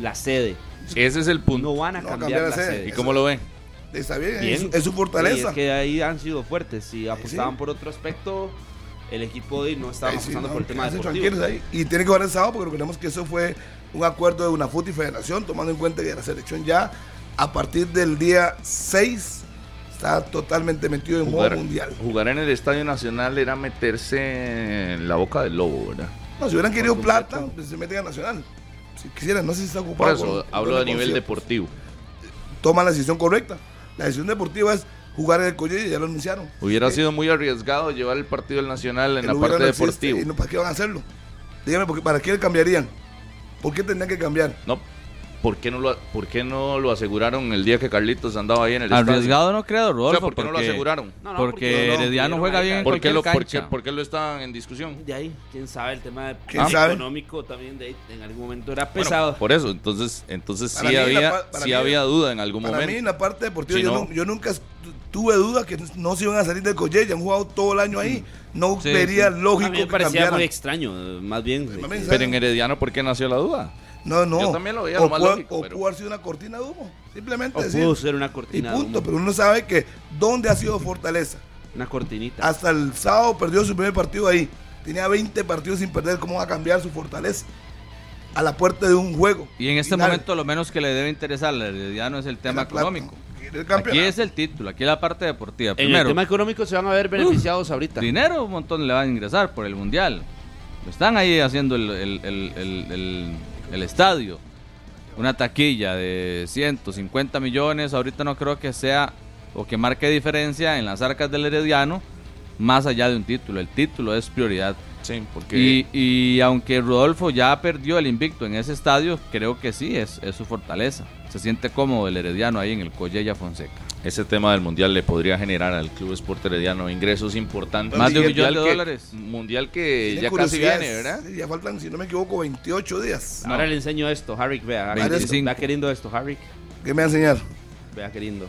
Speaker 5: la sede.
Speaker 2: Ese es el punto.
Speaker 5: No van a
Speaker 3: No
Speaker 5: cambiar,
Speaker 3: cambiar la
Speaker 5: la
Speaker 3: sede.
Speaker 5: sede.
Speaker 2: ¿Y cómo lo ven?
Speaker 3: está bien,
Speaker 5: Bien.
Speaker 3: Es, su- es su
Speaker 5: Sí,
Speaker 3: fortaleza.
Speaker 5: es que ahí han sido fuertes. Si apostaban
Speaker 3: sí.
Speaker 5: por otro aspecto, el equipo de- no estaba
Speaker 3: Ahí sí,
Speaker 5: apostando
Speaker 3: no,
Speaker 5: por el tema
Speaker 3: quédense
Speaker 5: deportivo.
Speaker 3: tranquilos ahí. Y tiene que jugar el sábado porque recordemos que eso fue un acuerdo de una FUT y federación, tomando en cuenta que la selección ya a partir del día 6 está totalmente metido en modo
Speaker 2: Jugar,
Speaker 3: mundial.
Speaker 2: jugar en el Estadio Nacional era meterse en la boca del lobo, ¿verdad?
Speaker 3: No, si hubieran querido plata, pues se meten a Nacional. Si quisieran, no sé si está ocupado.
Speaker 2: Por eso,
Speaker 3: con- con
Speaker 2: hablo
Speaker 3: el
Speaker 2: a nivel
Speaker 3: concierto.
Speaker 2: deportivo.
Speaker 3: Toma la decisión correcta. La decisión deportiva es jugar en el Colley, ya lo anunciaron.
Speaker 2: Hubiera
Speaker 3: Eh,
Speaker 2: sido muy arriesgado llevar el partido del Nacional en
Speaker 3: el
Speaker 2: la
Speaker 3: hubiera
Speaker 2: parte
Speaker 3: no existe,
Speaker 2: deportiva.
Speaker 3: y no, ¿Para qué van a hacerlo? Dígame, ¿por qué- ¿para qué le cambiarían? ¿Por qué tendrían que cambiar?
Speaker 2: No, ¿por qué no, lo, ¿por qué no lo aseguraron el día que Carlitos andaba ahí en el estadio?
Speaker 4: Arriesgado no creo,
Speaker 2: O sea,
Speaker 4: Rodolfo.
Speaker 2: ¿por qué no lo
Speaker 4: porque-
Speaker 2: aseguraron?
Speaker 5: No, no,
Speaker 4: porque
Speaker 5: no, no,
Speaker 4: Herediano
Speaker 5: no,
Speaker 4: juega
Speaker 5: no,
Speaker 4: bien en
Speaker 5: no,
Speaker 2: ¿Por qué,
Speaker 4: cualquier
Speaker 2: lo, por, qué,
Speaker 4: cancha.
Speaker 2: por qué lo estaban en discusión?
Speaker 5: De ahí, quién sabe, el tema
Speaker 3: ¿Quién sabe?
Speaker 5: económico también de ahí, en algún momento era
Speaker 2: Bueno,
Speaker 5: pesado.
Speaker 2: por eso, entonces, entonces
Speaker 3: Para
Speaker 2: sí,
Speaker 3: mí la
Speaker 2: había,
Speaker 3: pa- para
Speaker 2: sí
Speaker 3: mí-
Speaker 2: había duda en algún
Speaker 3: Para mí, en
Speaker 2: momento.
Speaker 3: la parte deportiva,
Speaker 2: Si
Speaker 3: yo,
Speaker 2: no-
Speaker 3: nu- yo nunca estu- tuve duda que no se iban a salir del Colley, ya han jugado todo el año ahí. No
Speaker 4: Sí,
Speaker 3: vería
Speaker 5: a
Speaker 3: lógico
Speaker 5: mí me
Speaker 3: que
Speaker 5: parecía
Speaker 3: cambiaran. Pues,
Speaker 5: muy extraño, eh, más bien.
Speaker 3: Para mí,
Speaker 5: eh,
Speaker 2: Pero en Herediano, ¿por qué nació la duda?
Speaker 3: No, no.
Speaker 2: Yo también lo veía
Speaker 3: o
Speaker 2: lo más
Speaker 3: pudo-
Speaker 2: lógico,
Speaker 3: o
Speaker 2: pero-
Speaker 3: pudo haber sido una cortina de humo. Simplemente
Speaker 5: o
Speaker 3: decir,
Speaker 5: pudo ser una
Speaker 3: Y
Speaker 5: cortina. de
Speaker 3: punto.
Speaker 5: humo,
Speaker 3: Pero uno sabe que dónde ha sido Fortaleza.
Speaker 5: Una cortinita.
Speaker 3: Hasta el sábado perdió su primer partido ahí. Tenía 20 partidos sin perder. ¿Cómo va a cambiar su Fortaleza? A la puerta de un juego.
Speaker 4: Y en este
Speaker 3: final.
Speaker 4: momento lo menos que le debe interesar al Herediano es el tema
Speaker 3: La plata.
Speaker 4: económico.
Speaker 3: El
Speaker 4: Aquí
Speaker 3: campeonato.
Speaker 4: es eh, el título, aquí la parte deportiva.
Speaker 5: en el
Speaker 4: Primero,
Speaker 5: tema económico se van a ver beneficiados ahorita.
Speaker 4: dinero un montón le van a ingresar por el mundial. Están ahí haciendo el, el- el- el- el- el estadio. Una taquilla de 150 millones. Ahorita no creo que sea o que marque diferencia en las arcas del Herediano, más allá de un título. El título es prioridad.
Speaker 2: Sí, porque
Speaker 4: Y, y aunque Rodolfo ya perdió el invicto en ese estadio, creo que sí, es, es su fortaleza. Se siente cómodo el herediano ahí en el Collella Fonseca.
Speaker 2: ese tema del mundial le podría generar al Club Sport Herediano ingresos importantes.
Speaker 4: Más de un
Speaker 2: Mundial
Speaker 4: millón de
Speaker 2: que-
Speaker 4: dólares.
Speaker 2: Mundial que
Speaker 3: Tiene
Speaker 2: ya casi
Speaker 3: curiosidades.
Speaker 2: viene, ¿verdad?
Speaker 3: Sí, Ya faltan, si no me equivoco, 28 días.
Speaker 5: Ahora le enseño esto, Harrick, vea. Harrick,
Speaker 4: 25.
Speaker 5: Vea queriendo esto, Harrick.
Speaker 3: ¿Qué me va a enseñar?
Speaker 5: Vea queriendo.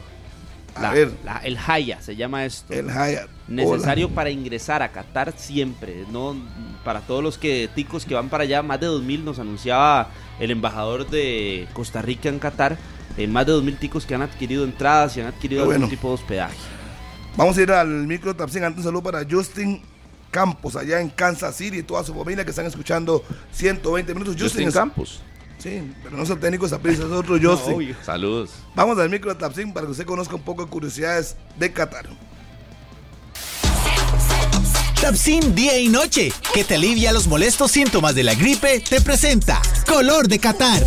Speaker 3: A
Speaker 5: La-
Speaker 3: ver.
Speaker 5: la- el Haya se llama esto.
Speaker 3: El Hayat.
Speaker 5: Necesario para ingresar a Qatar siempre, no para todos los que ticos que van para allá, más de 2000 nos anunciaba el embajador de Costa Rica en Qatar, eh, más de 2000 ticos que han adquirido entradas y han adquirido
Speaker 3: Qué bueno.
Speaker 5: algún tipo de hospedaje.
Speaker 3: Vamos a ir al micro Tapsin. Antes un saludo para Justin Campos, allá en Kansas City, y toda su familia que están escuchando 120 minutos. Justin,
Speaker 2: Justin
Speaker 3: es-
Speaker 2: Campos.
Speaker 3: Sí, pero no es el técnico de prisa, es otro Justin.
Speaker 2: Saludos.
Speaker 3: Vamos al micro Tapsin para que usted conozca un poco de curiosidades de Qatar.
Speaker 7: Tapsin día y noche, que te alivia los molestos síntomas de la gripe, te presenta Color de Qatar.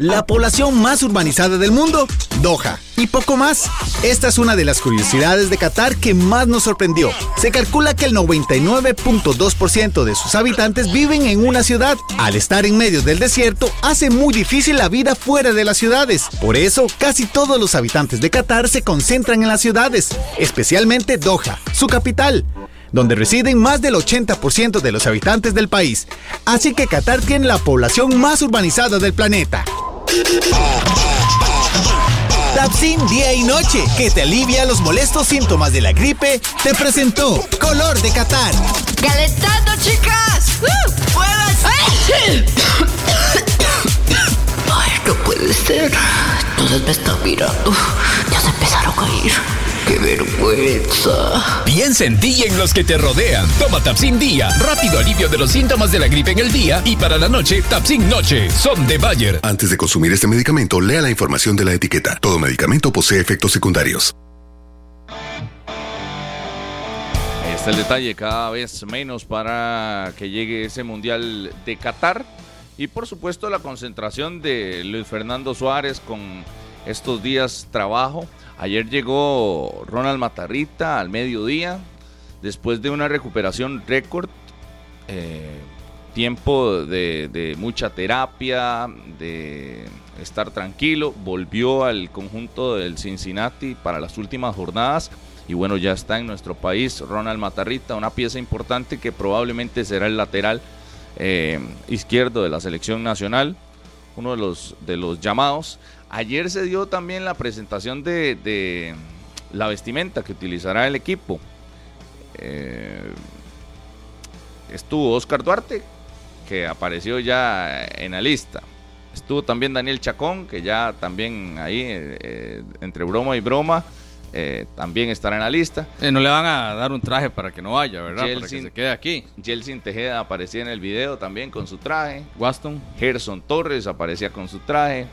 Speaker 7: La población más urbanizada del mundo, Doha, y poco más. Esta es una de las curiosidades de Qatar que más nos sorprendió. Se calcula que el 99.2% de sus habitantes viven en una ciudad. Al estar en medio del desierto, hace muy difícil la vida fuera de las ciudades. Por eso, casi todos los habitantes de Qatar se concentran en las ciudades, especialmente Doha, su capital donde residen más del 80% de los habitantes del país. Así que Qatar tiene la población más urbanizada del planeta. Tapsin día y noche, que te alivia los molestos síntomas de la gripe, te presentó Color de Qatar.
Speaker 8: ¡Calentando, chicas! ¡Uh! ¡Muevan! ¡Ay! ¡Ay, no puede ser! Entonces me está mirando. Ya se empezaron a caer. ¡Qué vergüenza!
Speaker 9: Piensa en ti y en los que te rodean. Toma Tapsin Día, rápido alivio de los síntomas de la gripe en el día y para la noche, Tapsin Noche. Son de Bayer.
Speaker 10: Antes de consumir este medicamento, lea la información de la etiqueta. Todo medicamento posee efectos secundarios.
Speaker 2: Ahí está el detalle, cada vez menos para que llegue ese Mundial de Qatar. Y por supuesto la concentración de Luis Fernando Suárez con estos días trabajo. Ayer llegó Ronald Matarrita al mediodía, después de una recuperación récord. eh, tiempo de, de mucha terapia, de estar tranquilo. Volvió al conjunto del Cincinnati para las últimas jornadas. Y bueno, ya está en nuestro país Ronald Matarrita, una pieza importante que probablemente será el lateral eh, izquierdo de la selección nacional, uno de los, de los llamados. Ayer se dio también la presentación de, de la vestimenta que utilizará el equipo. Eh, estuvo Oscar Duarte, que apareció ya en la lista. Estuvo también Daniel Chacón, que ya también ahí, eh, eh, entre broma y broma, eh, también estará en la lista.
Speaker 4: Eh, no le van a dar un traje para que no vaya, ¿verdad? Para que
Speaker 2: Jelsin.
Speaker 4: se quede aquí.
Speaker 2: Jelsin Tejeda aparecía en el video también con su traje.
Speaker 4: Waston.
Speaker 2: Gerson Torres aparecía con su traje.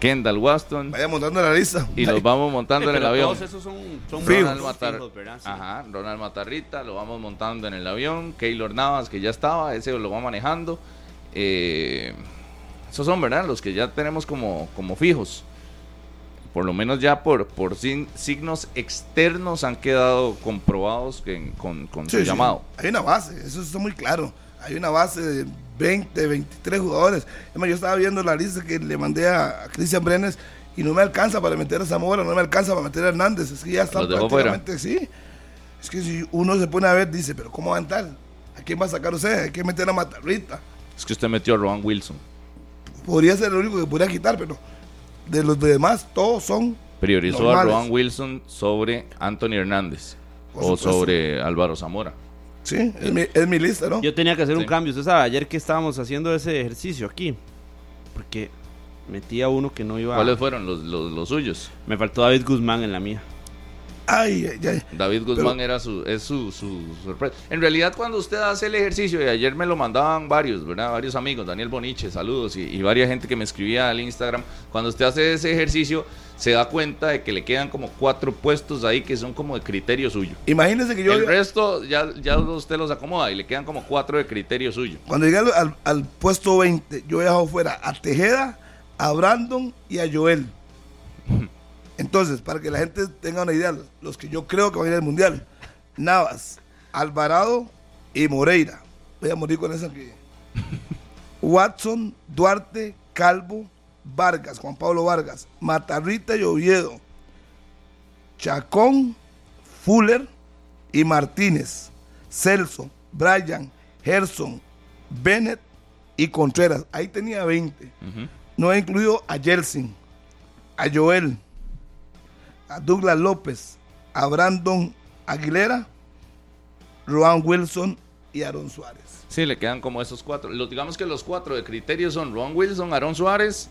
Speaker 2: Kendall Waston.
Speaker 3: Vaya montando la lista.
Speaker 2: Y los vamos montando en el
Speaker 6: Pero
Speaker 2: avión.
Speaker 6: Todos esos son, son
Speaker 2: Ronald,
Speaker 6: fijos,
Speaker 2: Matar-
Speaker 6: fijos, ¿verdad? Sí.
Speaker 2: Ajá, Ronald Matarrita, lo vamos montando en el avión. Keylor Navas, que ya estaba, ese lo va manejando. Eh, esos son, ¿verdad? Los que ya tenemos como, como fijos. Por lo menos ya por, por sin- signos externos han quedado comprobados que en- con, con
Speaker 3: Sí,
Speaker 2: su
Speaker 3: sí.
Speaker 2: llamado.
Speaker 3: Hay una base, eso está muy claro. Hay una base de 20, 23 jugadores. Es más, yo estaba viendo la lista que le mandé a, a Cristian Brenes y no me alcanza para meter a Zamora, no me alcanza para meter a Hernández. Es que ya está
Speaker 2: Los dejó fuera.
Speaker 3: prácticamente, sí. Es que si uno se pone a ver, dice, pero ¿cómo van tal? ¿A quién va a sacar usted? Hay que meter a Matarrita.
Speaker 2: Es que usted metió a Rowan Wilson.
Speaker 3: Podría ser el único que podría quitar, pero de los demás, todos son.
Speaker 2: Priorizó a
Speaker 3: Normales.
Speaker 2: Rowan Wilson sobre Anthony Hernández
Speaker 3: Por
Speaker 2: o
Speaker 3: supuesto.
Speaker 2: sobre Álvaro Zamora.
Speaker 3: Sí, es mi, es mi lista, ¿no?
Speaker 6: Yo tenía que hacer
Speaker 2: Sí.
Speaker 6: un cambio, usted sabe, ayer que estábamos haciendo ese ejercicio aquí, porque metí a uno que no iba
Speaker 2: ¿Cuáles fueron los, los- los suyos?
Speaker 6: Me faltó David Guzmán en la mía.
Speaker 3: Ay, ay, ay.
Speaker 2: David Guzmán era su, es su, su sorpresa. En realidad, cuando usted hace el ejercicio, y ayer me lo mandaban varios, ¿verdad? Varios amigos, Daniel Boniche, saludos, y, y varias gente que me escribía al Instagram. Cuando usted hace ese ejercicio, se da cuenta de que le quedan como cuatro puestos ahí que son como de criterio suyo.
Speaker 3: Imagínense que yo.
Speaker 2: el resto ya, ya usted los acomoda y le quedan como cuatro de criterio suyo.
Speaker 3: Cuando llegué al, al- al puesto 20, yo he dejado fuera a Tejeda, a Brandon y a Joel. Entonces, para que la gente tenga una idea, los que yo creo que van a ir al Mundial, Navas, Alvarado y Moreira. Voy a morir con esa que... Watson, Duarte, Calvo, Vargas, Juan Pablo Vargas, Matarrita y Oviedo, Chacón, Fuller y Martínez, Celso, Bryan, Gerson, Bennett y Contreras. Ahí tenía 20. No he incluido a Jelsin, a Joel, a Douglas López, a Brandon Aguilera, Juan Wilson y Aaron Suárez.
Speaker 2: Sí, le quedan como esos cuatro. Los, digamos que los cuatro de criterio son Ron Wilson, Aaron Suárez,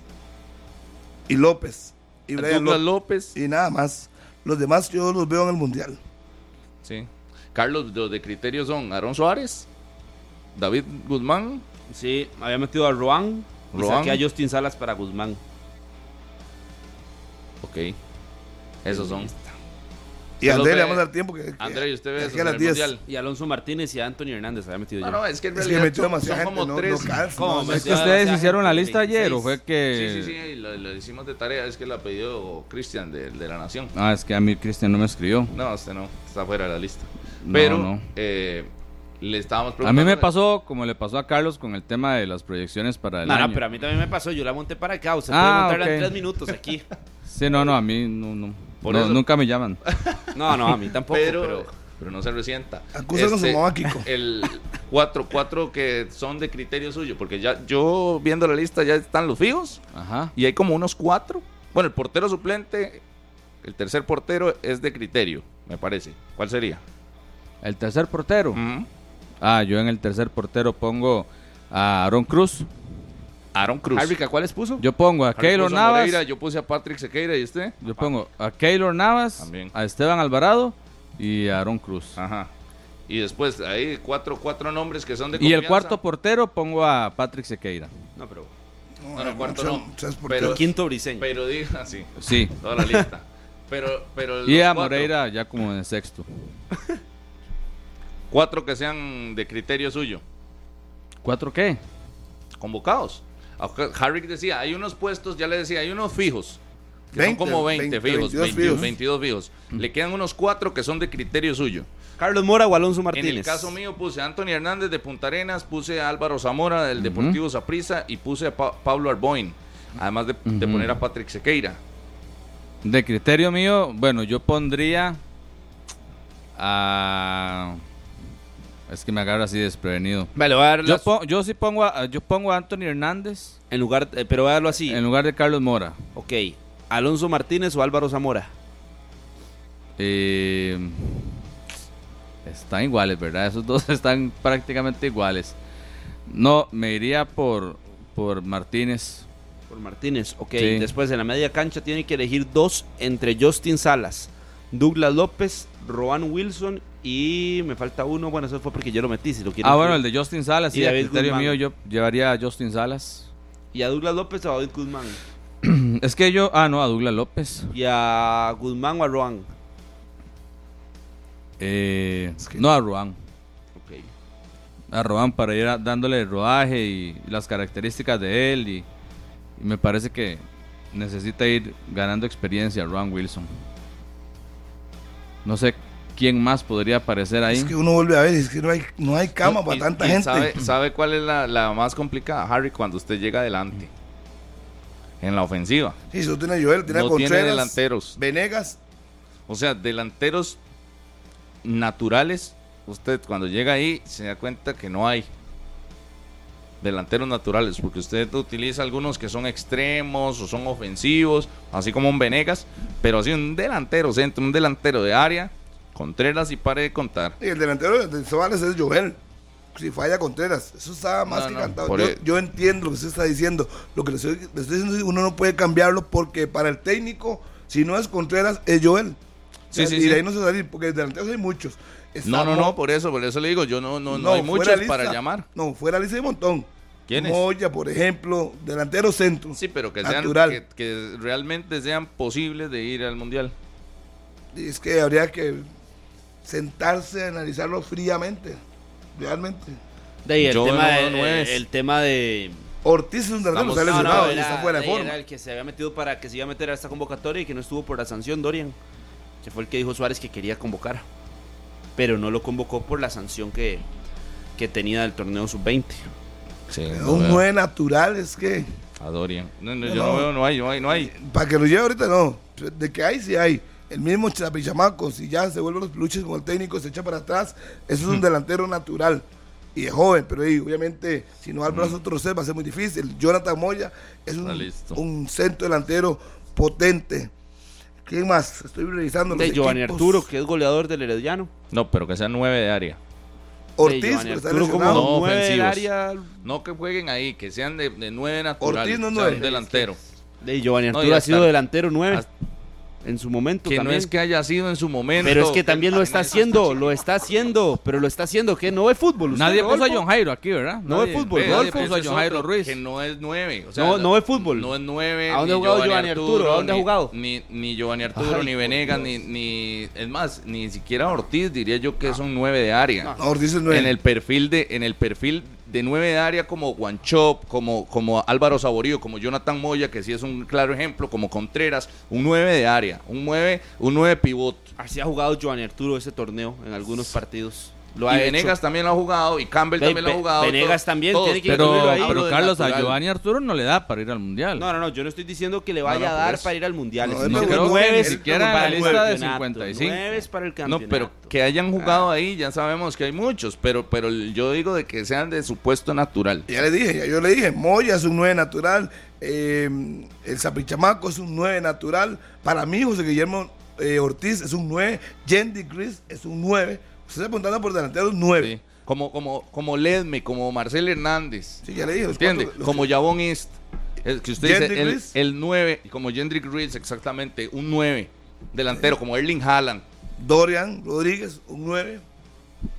Speaker 3: Y López. Y Brian
Speaker 2: Douglas
Speaker 3: López.
Speaker 2: López.
Speaker 3: Y nada más. Los demás yo los veo en el Mundial.
Speaker 2: Sí. Carlos, los de criterio son Aaron Suárez, David Guzmán,
Speaker 6: Sí, había metido a Roan y
Speaker 2: Roan.
Speaker 6: saqué a Justin Salas para Guzmán.
Speaker 2: ok. Esos son.
Speaker 3: Y
Speaker 2: Yo
Speaker 3: a
Speaker 2: los
Speaker 3: André le
Speaker 2: veo-
Speaker 3: vamos a dar tiempo que. que-
Speaker 2: André, ¿y usted ve
Speaker 3: que
Speaker 2: esos
Speaker 3: a
Speaker 2: en
Speaker 3: las
Speaker 2: el
Speaker 3: 10.
Speaker 2: Mundial?
Speaker 6: Y Alonso Martínez y Anthony Hernández había metido
Speaker 2: No,
Speaker 6: yo.
Speaker 2: no, es que en
Speaker 3: Es que
Speaker 2: realidad
Speaker 3: metió
Speaker 2: son,
Speaker 3: demasiada
Speaker 2: son
Speaker 3: gente,
Speaker 2: como
Speaker 3: no-
Speaker 2: tres.
Speaker 3: no calza,
Speaker 2: como
Speaker 3: no,
Speaker 2: me-
Speaker 3: no
Speaker 4: Es que
Speaker 2: ya-
Speaker 4: ustedes
Speaker 6: ya
Speaker 4: hicieron la
Speaker 6: gente,
Speaker 4: lista ayer, ¿o fue
Speaker 6: 26?
Speaker 4: que...?
Speaker 2: Sí, sí, sí, lo, lo hicimos de tarea, es que la pidió Cristian de, de la Nación.
Speaker 4: Ah, es que a mí Cristian no me escribió.
Speaker 2: No, este no, está fuera de la lista.
Speaker 4: No,
Speaker 2: Pero
Speaker 4: no.
Speaker 2: eh, le estábamos
Speaker 4: A mí
Speaker 2: preguntando.
Speaker 4: me pasó, como le pasó a Carlos, con el tema de las proyecciones para el
Speaker 6: No,
Speaker 4: año.
Speaker 6: no, pero a mí también me pasó, yo la monté para acá, o sea,
Speaker 4: Ah,
Speaker 6: puede montarla
Speaker 4: ok.
Speaker 6: en tres minutos aquí.
Speaker 4: Sí, no, no, a mí no, no.
Speaker 2: Por
Speaker 4: No,
Speaker 2: eso-
Speaker 4: Nunca me llaman.
Speaker 6: No, no, a mí tampoco,
Speaker 2: pero,
Speaker 6: pero...
Speaker 2: pero, no se resienta. Este,
Speaker 3: Acusa con su mamá, Kiko.
Speaker 2: El cuatro, cuatro que son de criterio suyo, porque ya yo viendo la lista ya están los fijos.
Speaker 4: Ajá.
Speaker 2: Y hay como unos cuatro. Bueno, el portero suplente, el tercer portero es de criterio, me parece. ¿Cuál sería?
Speaker 4: El tercer portero.
Speaker 2: Ujú.
Speaker 4: Ah, yo en el tercer portero pongo a Aaron Cruz.
Speaker 2: Aaron Cruz.
Speaker 6: Harry, ¿a ¿cuáles puso?
Speaker 4: Yo pongo a
Speaker 2: Harry
Speaker 4: Keylor
Speaker 2: puso a
Speaker 4: Navas.
Speaker 2: Moreira, yo puse a Patrick Sequeira y este. usted.
Speaker 4: Yo pongo a Keylor Navas,
Speaker 2: También. Ah,
Speaker 4: a Esteban Alvarado y a Aaron Cruz.
Speaker 2: Ajá. Y después hay cuatro, cuatro nombres que son de
Speaker 4: Y el
Speaker 2: confianza.
Speaker 4: cuarto portero pongo a Patrick Sequeira.
Speaker 6: No, pero...
Speaker 2: No, no, cuarto
Speaker 3: seas-
Speaker 2: no,
Speaker 3: seas por
Speaker 2: pero-
Speaker 3: qué.
Speaker 6: Quinto Briseño.
Speaker 2: Pero diga, sí,
Speaker 4: Sí.
Speaker 2: toda la lista. Pero, pero los
Speaker 4: Y a
Speaker 2: cuatro-
Speaker 4: Moreira ya como en el sexto.
Speaker 2: Cuatro que sean de criterio suyo.
Speaker 4: ¿Cuatro qué?
Speaker 2: convocados. Aunque Harvick decía, hay unos puestos, ya le decía, hay unos fijos. Que
Speaker 3: 20,
Speaker 2: son como 20,
Speaker 3: 20,
Speaker 2: fijos,
Speaker 3: 22
Speaker 2: 22,
Speaker 3: fijos.
Speaker 2: 22 fijos. Le quedan unos cuatro que son de criterio suyo.
Speaker 6: Carlos Mora o Alonso Martínez.
Speaker 2: En el caso mío puse a Anthony Hernández de Punta Arenas, puse a Álvaro Zamora del Deportivo Saprissa y puse a Pa- Pablo Arboin. Además de, de
Speaker 4: Ujú.
Speaker 2: poner a Patrick Sequeira.
Speaker 4: De criterio mío, bueno, yo pondría a... Es que me agarra así desprevenido.
Speaker 6: Vale, voy a dar
Speaker 4: Yo,
Speaker 6: las-
Speaker 4: po- yo sí pongo a, yo pongo a Anthony Hernández
Speaker 6: En lugar, eh, pero voy a darlo así.
Speaker 4: en lugar de Carlos Mora.
Speaker 6: Ok, Alonso Martínez o Álvaro Zamora.
Speaker 4: Eh, están iguales, ¿verdad? Esos dos están prácticamente iguales. No, me iría por, por Martínez.
Speaker 5: Por Martínez, ok.
Speaker 4: Sí.
Speaker 5: Después en la media cancha tiene que elegir dos entre Justin Salas, Douglas López, Roan Wilson y me falta uno. Bueno, eso fue porque yo lo metí, si lo quieren.
Speaker 4: Ah, bueno, el de Justin Salas,
Speaker 5: Y
Speaker 4: sí, a
Speaker 5: David
Speaker 4: criterio
Speaker 5: Guzmán.
Speaker 4: mío yo llevaría a Justin Salas.
Speaker 5: Y a Douglas López o a David Guzmán.
Speaker 4: Es que yo, ah, no, a Douglas López.
Speaker 5: Y a Guzmán o a Roan.
Speaker 4: Eh, No, a Ruán.
Speaker 5: Ok.
Speaker 4: A Ruán para ir a- dándole el rodaje y las características de él. Y, y me parece que necesita ir ganando experiencia Ruán Wilson. No sé quién más podría aparecer ahí.
Speaker 3: Es que uno vuelve a ver, es que no hay, no hay cama para
Speaker 2: Y-
Speaker 3: tanta
Speaker 2: y
Speaker 3: gente.
Speaker 2: Sabe, sabe cuál es la, la más complicada, Harry? Cuando usted llega adelante. En la ofensiva.
Speaker 3: Sí, solo tiene a Joel, tiene a
Speaker 2: no
Speaker 3: Contreras,
Speaker 2: tiene delanteros.
Speaker 3: Venegas,
Speaker 2: O sea, delanteros naturales. Usted cuando llega ahí se da cuenta que no hay delanteros naturales, porque usted utiliza algunos que son extremos o son ofensivos, así como un Venegas, pero así un delantero centro, un delantero de área, Contreras y pare de contar.
Speaker 3: y el delantero de Suárez es Joel. Si falla Contreras, eso está más
Speaker 2: No,
Speaker 3: que
Speaker 2: no,
Speaker 3: cantado.
Speaker 2: por e-
Speaker 3: Yo,
Speaker 2: el-
Speaker 3: yo entiendo lo que usted está diciendo. Lo que le estoy, le estoy diciendo es que uno no puede cambiarlo porque para el técnico, si no es Contreras, es Joel. O sea,
Speaker 2: Sí, sí,
Speaker 3: y de
Speaker 2: sí.
Speaker 3: ahí no se va a salir, porque delanteros hay muchos. Está
Speaker 2: No, no,
Speaker 3: Mo-
Speaker 2: no, por eso, por eso le digo, yo no, no, no, hay
Speaker 3: fuera
Speaker 2: muchos
Speaker 3: lista.
Speaker 2: para llamar.
Speaker 3: No, fuera lista hay un montón.
Speaker 2: ¿Quiénes?
Speaker 3: Moya, por ejemplo, delantero centro.
Speaker 2: Sí, pero que sean
Speaker 3: Natural.
Speaker 2: que, que realmente sean posibles de ir al mundial.
Speaker 3: Y es que habría que sentarse a analizarlo fríamente. Realmente.
Speaker 6: De ahí, el,
Speaker 2: Yo
Speaker 6: tema
Speaker 2: no,
Speaker 6: de,
Speaker 2: no es.
Speaker 6: el tema de.
Speaker 3: Ortiz es un delantero que está
Speaker 2: Estamos-
Speaker 3: lesionado
Speaker 2: no, no,
Speaker 3: y
Speaker 6: era-
Speaker 3: está fuera de
Speaker 6: de ahí
Speaker 3: forma.
Speaker 6: era el que se había metido para que se iba a meter a esta convocatoria y que no estuvo por la sanción, Dorian. Que fue el que dijo Suárez que quería convocar. Pero no lo convocó por la sanción que, que tenía del torneo sub-20.
Speaker 3: Pero un 9 natural es que.
Speaker 2: A Dorian. No, no,
Speaker 3: No,
Speaker 2: yo no,
Speaker 3: no.
Speaker 2: veo, no hay, no hay, no hay.
Speaker 3: Para que lo lleve ahorita, no. De que hay, sí hay. El mismo Chapichamaco, si ya se vuelven los peluches con el técnico, se echa para atrás. Eso
Speaker 6: Mm.
Speaker 3: es un delantero natural. Y es joven, pero ahí, obviamente, si
Speaker 6: Mm.
Speaker 3: no da el brazo a torcer, va a ser muy difícil. Jonathan Moya es
Speaker 6: Ah,
Speaker 2: Está
Speaker 3: un,
Speaker 2: listo.
Speaker 3: un centro delantero potente. ¿Quién más? Estoy revisando los
Speaker 6: De Giovanni
Speaker 3: equipos.
Speaker 6: Arturo, que es goleador del Herediano.
Speaker 2: No, pero que sean nueve de área.
Speaker 3: Ortiz,
Speaker 6: De Giovanni
Speaker 3: pero está
Speaker 6: Arturo como
Speaker 3: lesionado.
Speaker 2: No
Speaker 6: nueve del
Speaker 2: ofensivos.
Speaker 6: área.
Speaker 2: No que jueguen ahí, que sean de, de nueve natural.
Speaker 3: Ortiz no es
Speaker 2: o sea,
Speaker 3: nueve.
Speaker 2: un delantero.
Speaker 6: De Giovanni
Speaker 2: No,
Speaker 6: Arturo
Speaker 2: ya
Speaker 6: ha sido
Speaker 2: está.
Speaker 6: delantero 9
Speaker 2: Hasta-
Speaker 6: en su momento.
Speaker 2: Que no
Speaker 6: también.
Speaker 2: es que haya sido en su momento.
Speaker 6: Pero es que también lo está haciendo, lo está haciendo, pero lo está haciendo, que no es fútbol. usted,
Speaker 4: Nadie puso a
Speaker 6: Rodolfo.
Speaker 4: John Jairo aquí, ¿verdad?
Speaker 6: No
Speaker 4: Nadie-
Speaker 6: es fútbol,
Speaker 2: Ve,
Speaker 4: nadie
Speaker 6: Rodolfo.
Speaker 4: puso a
Speaker 2: ese
Speaker 4: John
Speaker 2: es
Speaker 4: Jairo
Speaker 2: otro,
Speaker 4: Ruiz.
Speaker 2: Que no es nueve. O sea,
Speaker 6: No,
Speaker 2: la-
Speaker 6: no es fútbol.
Speaker 2: No es nueve.
Speaker 6: ¿A dónde ha
Speaker 2: ni
Speaker 6: jugado
Speaker 2: Giovanni
Speaker 6: Giovanni Arturo? ¿A dónde ha
Speaker 2: ni-
Speaker 6: jugado?
Speaker 2: Ni, ni Giovanni Arturo, ni Venegas, ni, ni. Es más, ni siquiera Ortiz diría yo que son nueve de área.
Speaker 3: No, Ortiz es nueve.
Speaker 2: en el perfil de en el perfil de nueve de área como Guanchop, como como Álvaro Saborío, como Jonathan Moya, que sí es un claro ejemplo, como Contreras, un nueve de área, un nueve, un nueve pivot.
Speaker 6: Así ha jugado Giovanni Arturo ese torneo en algunos partidos. Lo
Speaker 2: y
Speaker 6: ha hecho.
Speaker 2: Venegas también lo ha jugado y Campbell
Speaker 6: Ve-
Speaker 2: también lo ha
Speaker 6: Ve-
Speaker 2: jugado.
Speaker 6: Venegas
Speaker 2: to-
Speaker 6: también tiene que
Speaker 4: Pero,
Speaker 6: incluirlo ahí.
Speaker 4: pero
Speaker 2: hablo de
Speaker 4: Carlos, a
Speaker 2: natural.
Speaker 4: Giovanni Arturo no le da para ir al mundial.
Speaker 6: No, no, no, yo no estoy diciendo que le vaya
Speaker 2: No,
Speaker 6: a
Speaker 2: no, por
Speaker 6: dar
Speaker 2: eso.
Speaker 6: para ir al mundial.
Speaker 3: No,
Speaker 6: Estoy
Speaker 3: no
Speaker 6: diciendo
Speaker 3: creo que
Speaker 6: nueve
Speaker 3: ni
Speaker 6: es
Speaker 4: siquiera en
Speaker 6: para
Speaker 4: la
Speaker 6: el
Speaker 4: lista de
Speaker 6: campeonato,
Speaker 4: 55.
Speaker 6: Nueve es para el
Speaker 2: No,
Speaker 6: campeonato.
Speaker 2: pero que hayan
Speaker 6: Ah.
Speaker 2: jugado ahí, ya sabemos que hay muchos, pero pero yo digo de que sean de su puesto natural.
Speaker 3: Ya le dije, ya yo le dije, Moya es un 9 natural, eh, el Zapichamaco es un 9 natural, para mí José Guillermo eh, Ortiz es un 9, Jendy Chris es un 9, usted está apuntando por delanteros 9.
Speaker 2: Sí. Como como como Ledme, como Marcel Hernández.
Speaker 3: Sí, ya le dije. los
Speaker 2: ¿Entiende?
Speaker 3: cuatro- los-
Speaker 2: Como Yabón East. Es que usted
Speaker 3: Jendrick
Speaker 2: dice el,
Speaker 3: Reese.
Speaker 2: el 9, como Jendrick Reese, exactamente, un 9. Delantero, como Erling Haaland.
Speaker 3: Dorian Rodríguez, un 9.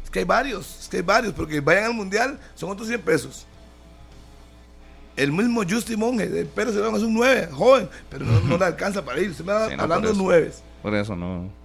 Speaker 3: Es que hay varios, es que hay varios, porque vayan al Mundial, son otros 100 pesos. El mismo Justin Monge, de Pérez León es un 9, joven, pero no, no le alcanza para ir, usted me está
Speaker 2: Sí, no, por
Speaker 3: hablando
Speaker 2: eso.
Speaker 3: 9.
Speaker 2: Por eso no.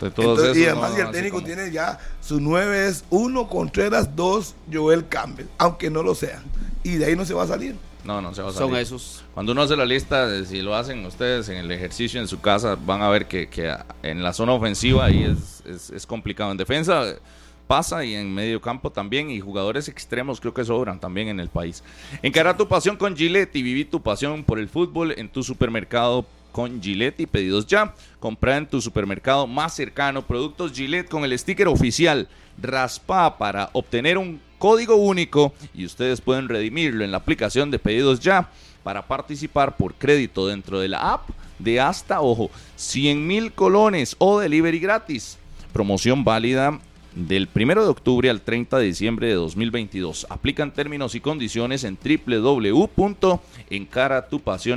Speaker 2: De todos
Speaker 3: Entonces, y
Speaker 2: esos,
Speaker 3: además
Speaker 2: no,
Speaker 3: y el
Speaker 2: así
Speaker 3: técnico
Speaker 2: como-
Speaker 3: tiene ya su 9 es 1 Contreras, 2 Joel Campbell, aunque no lo sean. Y de ahí no se va a salir.
Speaker 2: No, no se va a
Speaker 6: son
Speaker 2: salir.
Speaker 6: esos.
Speaker 2: Cuando uno hace la lista, de si lo hacen ustedes en el ejercicio en su casa, van a ver que, que en la zona ofensiva ahí es, es- es complicado. En defensa eh, pasa y en medio campo también. Y jugadores extremos creo que sobran también en el país. Encara tu pasión con Gillette y viví tu pasión por el fútbol en tu supermercado con Gillette y pedidos ya. Compra en tu supermercado más cercano productos Gillette con el sticker oficial Raspa para obtener un código único y ustedes pueden redimirlo en la aplicación de pedidos ya para participar por crédito dentro de la app de hasta, ojo, 100 mil colones o delivery gratis. Promoción válida del 1 de octubre al 30 de diciembre de 2022. Aplican términos y condiciones en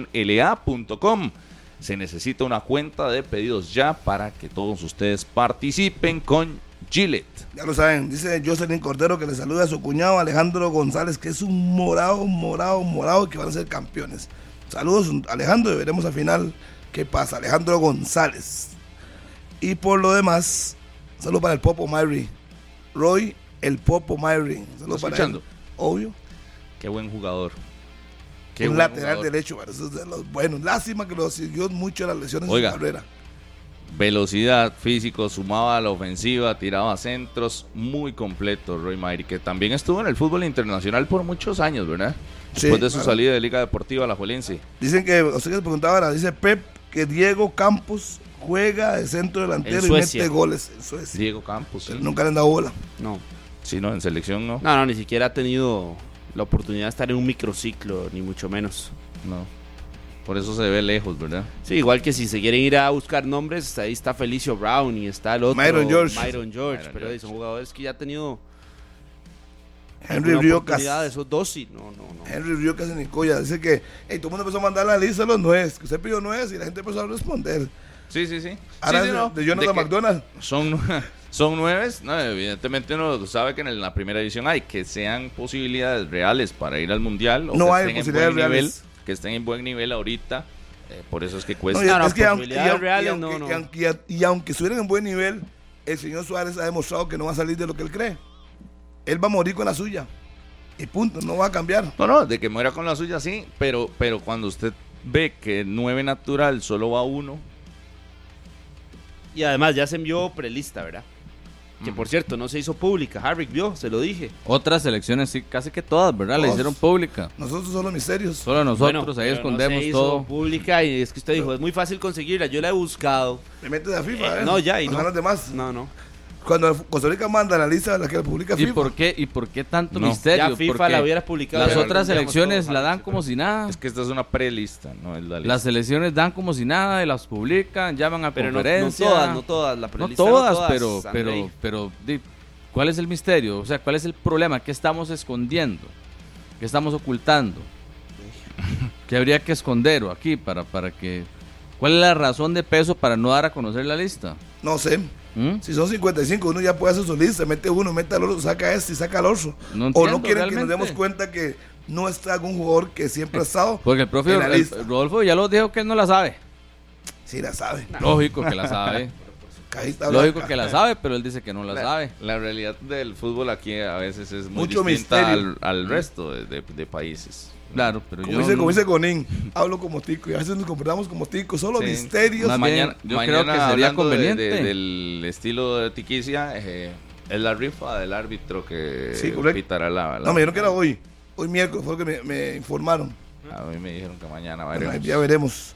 Speaker 2: www.encaratupasiónla.com. Se necesita una cuenta de pedidos ya para que todos ustedes participen con Gillette.
Speaker 3: Ya lo saben, dice Jocelyn Cordero que le saluda a su cuñado Alejandro González, que es un morado, morado, morado, y que van a ser campeones. Saludos, Alejandro, y veremos al final qué pasa. Alejandro González. Y por lo demás, saludos para el Popo Myri. Roy, el Popo Myri. Saludos para
Speaker 2: escuchando?
Speaker 3: él. Obvio.
Speaker 2: Qué buen jugador.
Speaker 3: un
Speaker 2: buen
Speaker 3: lateral
Speaker 2: jugador.
Speaker 3: derecho, bueno, eso es de los buenos. Lástima que lo siguió mucho las lesiones
Speaker 2: Oiga.
Speaker 3: en su carrera.
Speaker 2: velocidad, físico, sumaba a la ofensiva, tiraba centros, muy completo Roy Mairi, que también estuvo en el fútbol internacional por muchos años, ¿verdad? Después
Speaker 3: Sí,
Speaker 2: de su
Speaker 3: claro.
Speaker 2: salida de Liga Deportiva La Juelense.
Speaker 3: Dicen que, o sea, que se preguntaba ahora, dice Pep que Diego Campos juega de centro delantero y
Speaker 6: Suecia.
Speaker 3: mete goles en Suecia.
Speaker 2: Diego Campos, sí.
Speaker 3: Pero Nunca le han dado bola.
Speaker 6: No.
Speaker 2: Sí, no, en selección no.
Speaker 6: No, no, ni siquiera ha tenido la oportunidad de estar en un microciclo, ni mucho menos.
Speaker 2: No. Por eso se ve lejos, ¿verdad?
Speaker 6: Sí, igual que si se quieren ir a buscar nombres, ahí está Felicio Brown y está el otro.
Speaker 3: Myron George.
Speaker 6: Myron George,
Speaker 2: Myron
Speaker 6: pero
Speaker 2: George.
Speaker 6: son jugadores que ya ha tenido
Speaker 3: Henry
Speaker 6: una
Speaker 3: Briocas.
Speaker 6: oportunidad de esos dos y no, no, no.
Speaker 3: Henry Briocas en Nicoya. Dice que hey, todo el mundo empezó a mandar la lista de los nueves. Que usted pidió nueves y la gente empezó a responder.
Speaker 2: Sí, sí, sí.
Speaker 3: Ahora
Speaker 2: Sí, sí,
Speaker 3: de-
Speaker 2: no,
Speaker 3: de
Speaker 2: de
Speaker 3: Jonathan
Speaker 2: que
Speaker 3: McDonald.
Speaker 2: Son, son nueves. No, evidentemente uno sabe que en la primera edición hay que sean posibilidades reales para ir al mundial. o
Speaker 3: No
Speaker 2: que
Speaker 3: hay
Speaker 2: estén en
Speaker 3: posibilidades
Speaker 2: buen nivel,
Speaker 3: reales.
Speaker 2: que estén en buen nivel ahorita. eh, por eso es que
Speaker 3: No,
Speaker 4: Pues,
Speaker 2: cuesta.
Speaker 3: y-
Speaker 6: no,
Speaker 3: es que aunque- y
Speaker 6: posibilidades
Speaker 3: aunque- y
Speaker 6: reales,
Speaker 3: aunque-
Speaker 6: no, no.
Speaker 3: y aunque- y a- Y aunque estuvieran en buen nivel, el señor Suárez ha demostrado que no va a salir de lo que él cree. Él va a morir con la suya. Y punto, no va a cambiar.
Speaker 2: No, no, de que muera con la suya sí, pero, pero cuando usted ve que nueve natural solo va uno,
Speaker 6: Y además ya se envió prelista, ¿verdad? Que por cierto, no se hizo pública. Harvick vio, se lo dije.
Speaker 4: Otras elecciones, sí, casi que todas, ¿verdad? La
Speaker 3: Todas.
Speaker 4: hicieron pública.
Speaker 3: Nosotros somos misterios.
Speaker 4: Solo nosotros
Speaker 6: Bueno,
Speaker 4: ahí
Speaker 6: pero no
Speaker 4: escondemos
Speaker 6: se hizo
Speaker 4: todo.
Speaker 6: pública y es que usted dijo, es muy fácil conseguirla, yo la he buscado.
Speaker 3: Me metes a FIFA,
Speaker 6: Eh,
Speaker 3: ¿eh?
Speaker 6: no, ya, y
Speaker 3: Nos
Speaker 6: no.
Speaker 3: ganan de más.
Speaker 6: No, no.
Speaker 3: Cuando Costa Rica manda la lista de la que publica
Speaker 4: ¿Y
Speaker 3: FIFA.
Speaker 4: por qué, y por qué tanto
Speaker 2: No.
Speaker 4: misterio?
Speaker 6: ya FIFA
Speaker 4: Porque
Speaker 6: la hubiera publicado.
Speaker 4: las
Speaker 6: ya
Speaker 4: otras
Speaker 6: tendríamos
Speaker 4: elecciones
Speaker 6: todo,
Speaker 4: la
Speaker 6: Harvick,
Speaker 4: dan
Speaker 6: sí,
Speaker 4: como si nada.
Speaker 3: Ah.
Speaker 2: es que esta es una prelista, no es la lista.
Speaker 4: Las elecciones dan como si nada y las publican, llaman a
Speaker 6: Pero no, no
Speaker 4: conferencia.
Speaker 6: todas, no todas. La
Speaker 4: No
Speaker 6: prelista
Speaker 4: todas, pero,
Speaker 6: Andrei.
Speaker 4: pero, pero, di, ¿cuál es el misterio? O sea, ¿cuál es el problema? ¿Qué estamos escondiendo? ¿Qué estamos ocultando? ¿Qué habría que esconder o aquí para, para que... ¿Cuál es la razón de peso para no dar a conocer la lista?
Speaker 3: No sé.
Speaker 4: ¿Mm?
Speaker 3: Si son 55, uno ya puede hacer su lista. Mete uno, mete al otro, saca este y saca al otro.
Speaker 4: No
Speaker 3: o
Speaker 4: entiendo,
Speaker 3: no quieren que nos
Speaker 4: realmente. Eh,
Speaker 3: demos cuenta que no está algún jugador que siempre ha estado.
Speaker 4: Porque el profe
Speaker 3: en la
Speaker 4: el-
Speaker 3: lista.
Speaker 4: Rodolfo ya lo dijo que él no la sabe.
Speaker 3: Sí, la sabe.
Speaker 4: Lógico que la sabe.
Speaker 3: Cajita
Speaker 4: Lógico
Speaker 3: blanca.
Speaker 4: que la sabe, pero él dice que no la sabe.
Speaker 2: La realidad del fútbol aquí a veces es muy
Speaker 3: Mucho
Speaker 2: distinta
Speaker 3: misterio.
Speaker 2: al, al resto de, de- de países.
Speaker 4: Claro, pero
Speaker 3: Como
Speaker 4: yo...
Speaker 3: dice,
Speaker 4: no-
Speaker 3: como dice Gonín, hablo como tico y a veces nos comportamos como tico. Solo
Speaker 2: Sí.
Speaker 3: misterios.
Speaker 4: Más bien,
Speaker 2: mañana,
Speaker 4: yo
Speaker 2: mañana
Speaker 4: creo que sería
Speaker 2: hablando de- de-
Speaker 4: conveniente.
Speaker 2: del estilo de Tiquicia, eh, es la rifa del árbitro que
Speaker 3: Sí, correcto.
Speaker 2: pitará la, la-
Speaker 3: No, me dijeron que era hoy. Hoy miércoles fue lo que me, me informaron.
Speaker 2: A mí me dijeron que mañana va a
Speaker 3: Bueno,
Speaker 2: ir.
Speaker 3: ya veremos.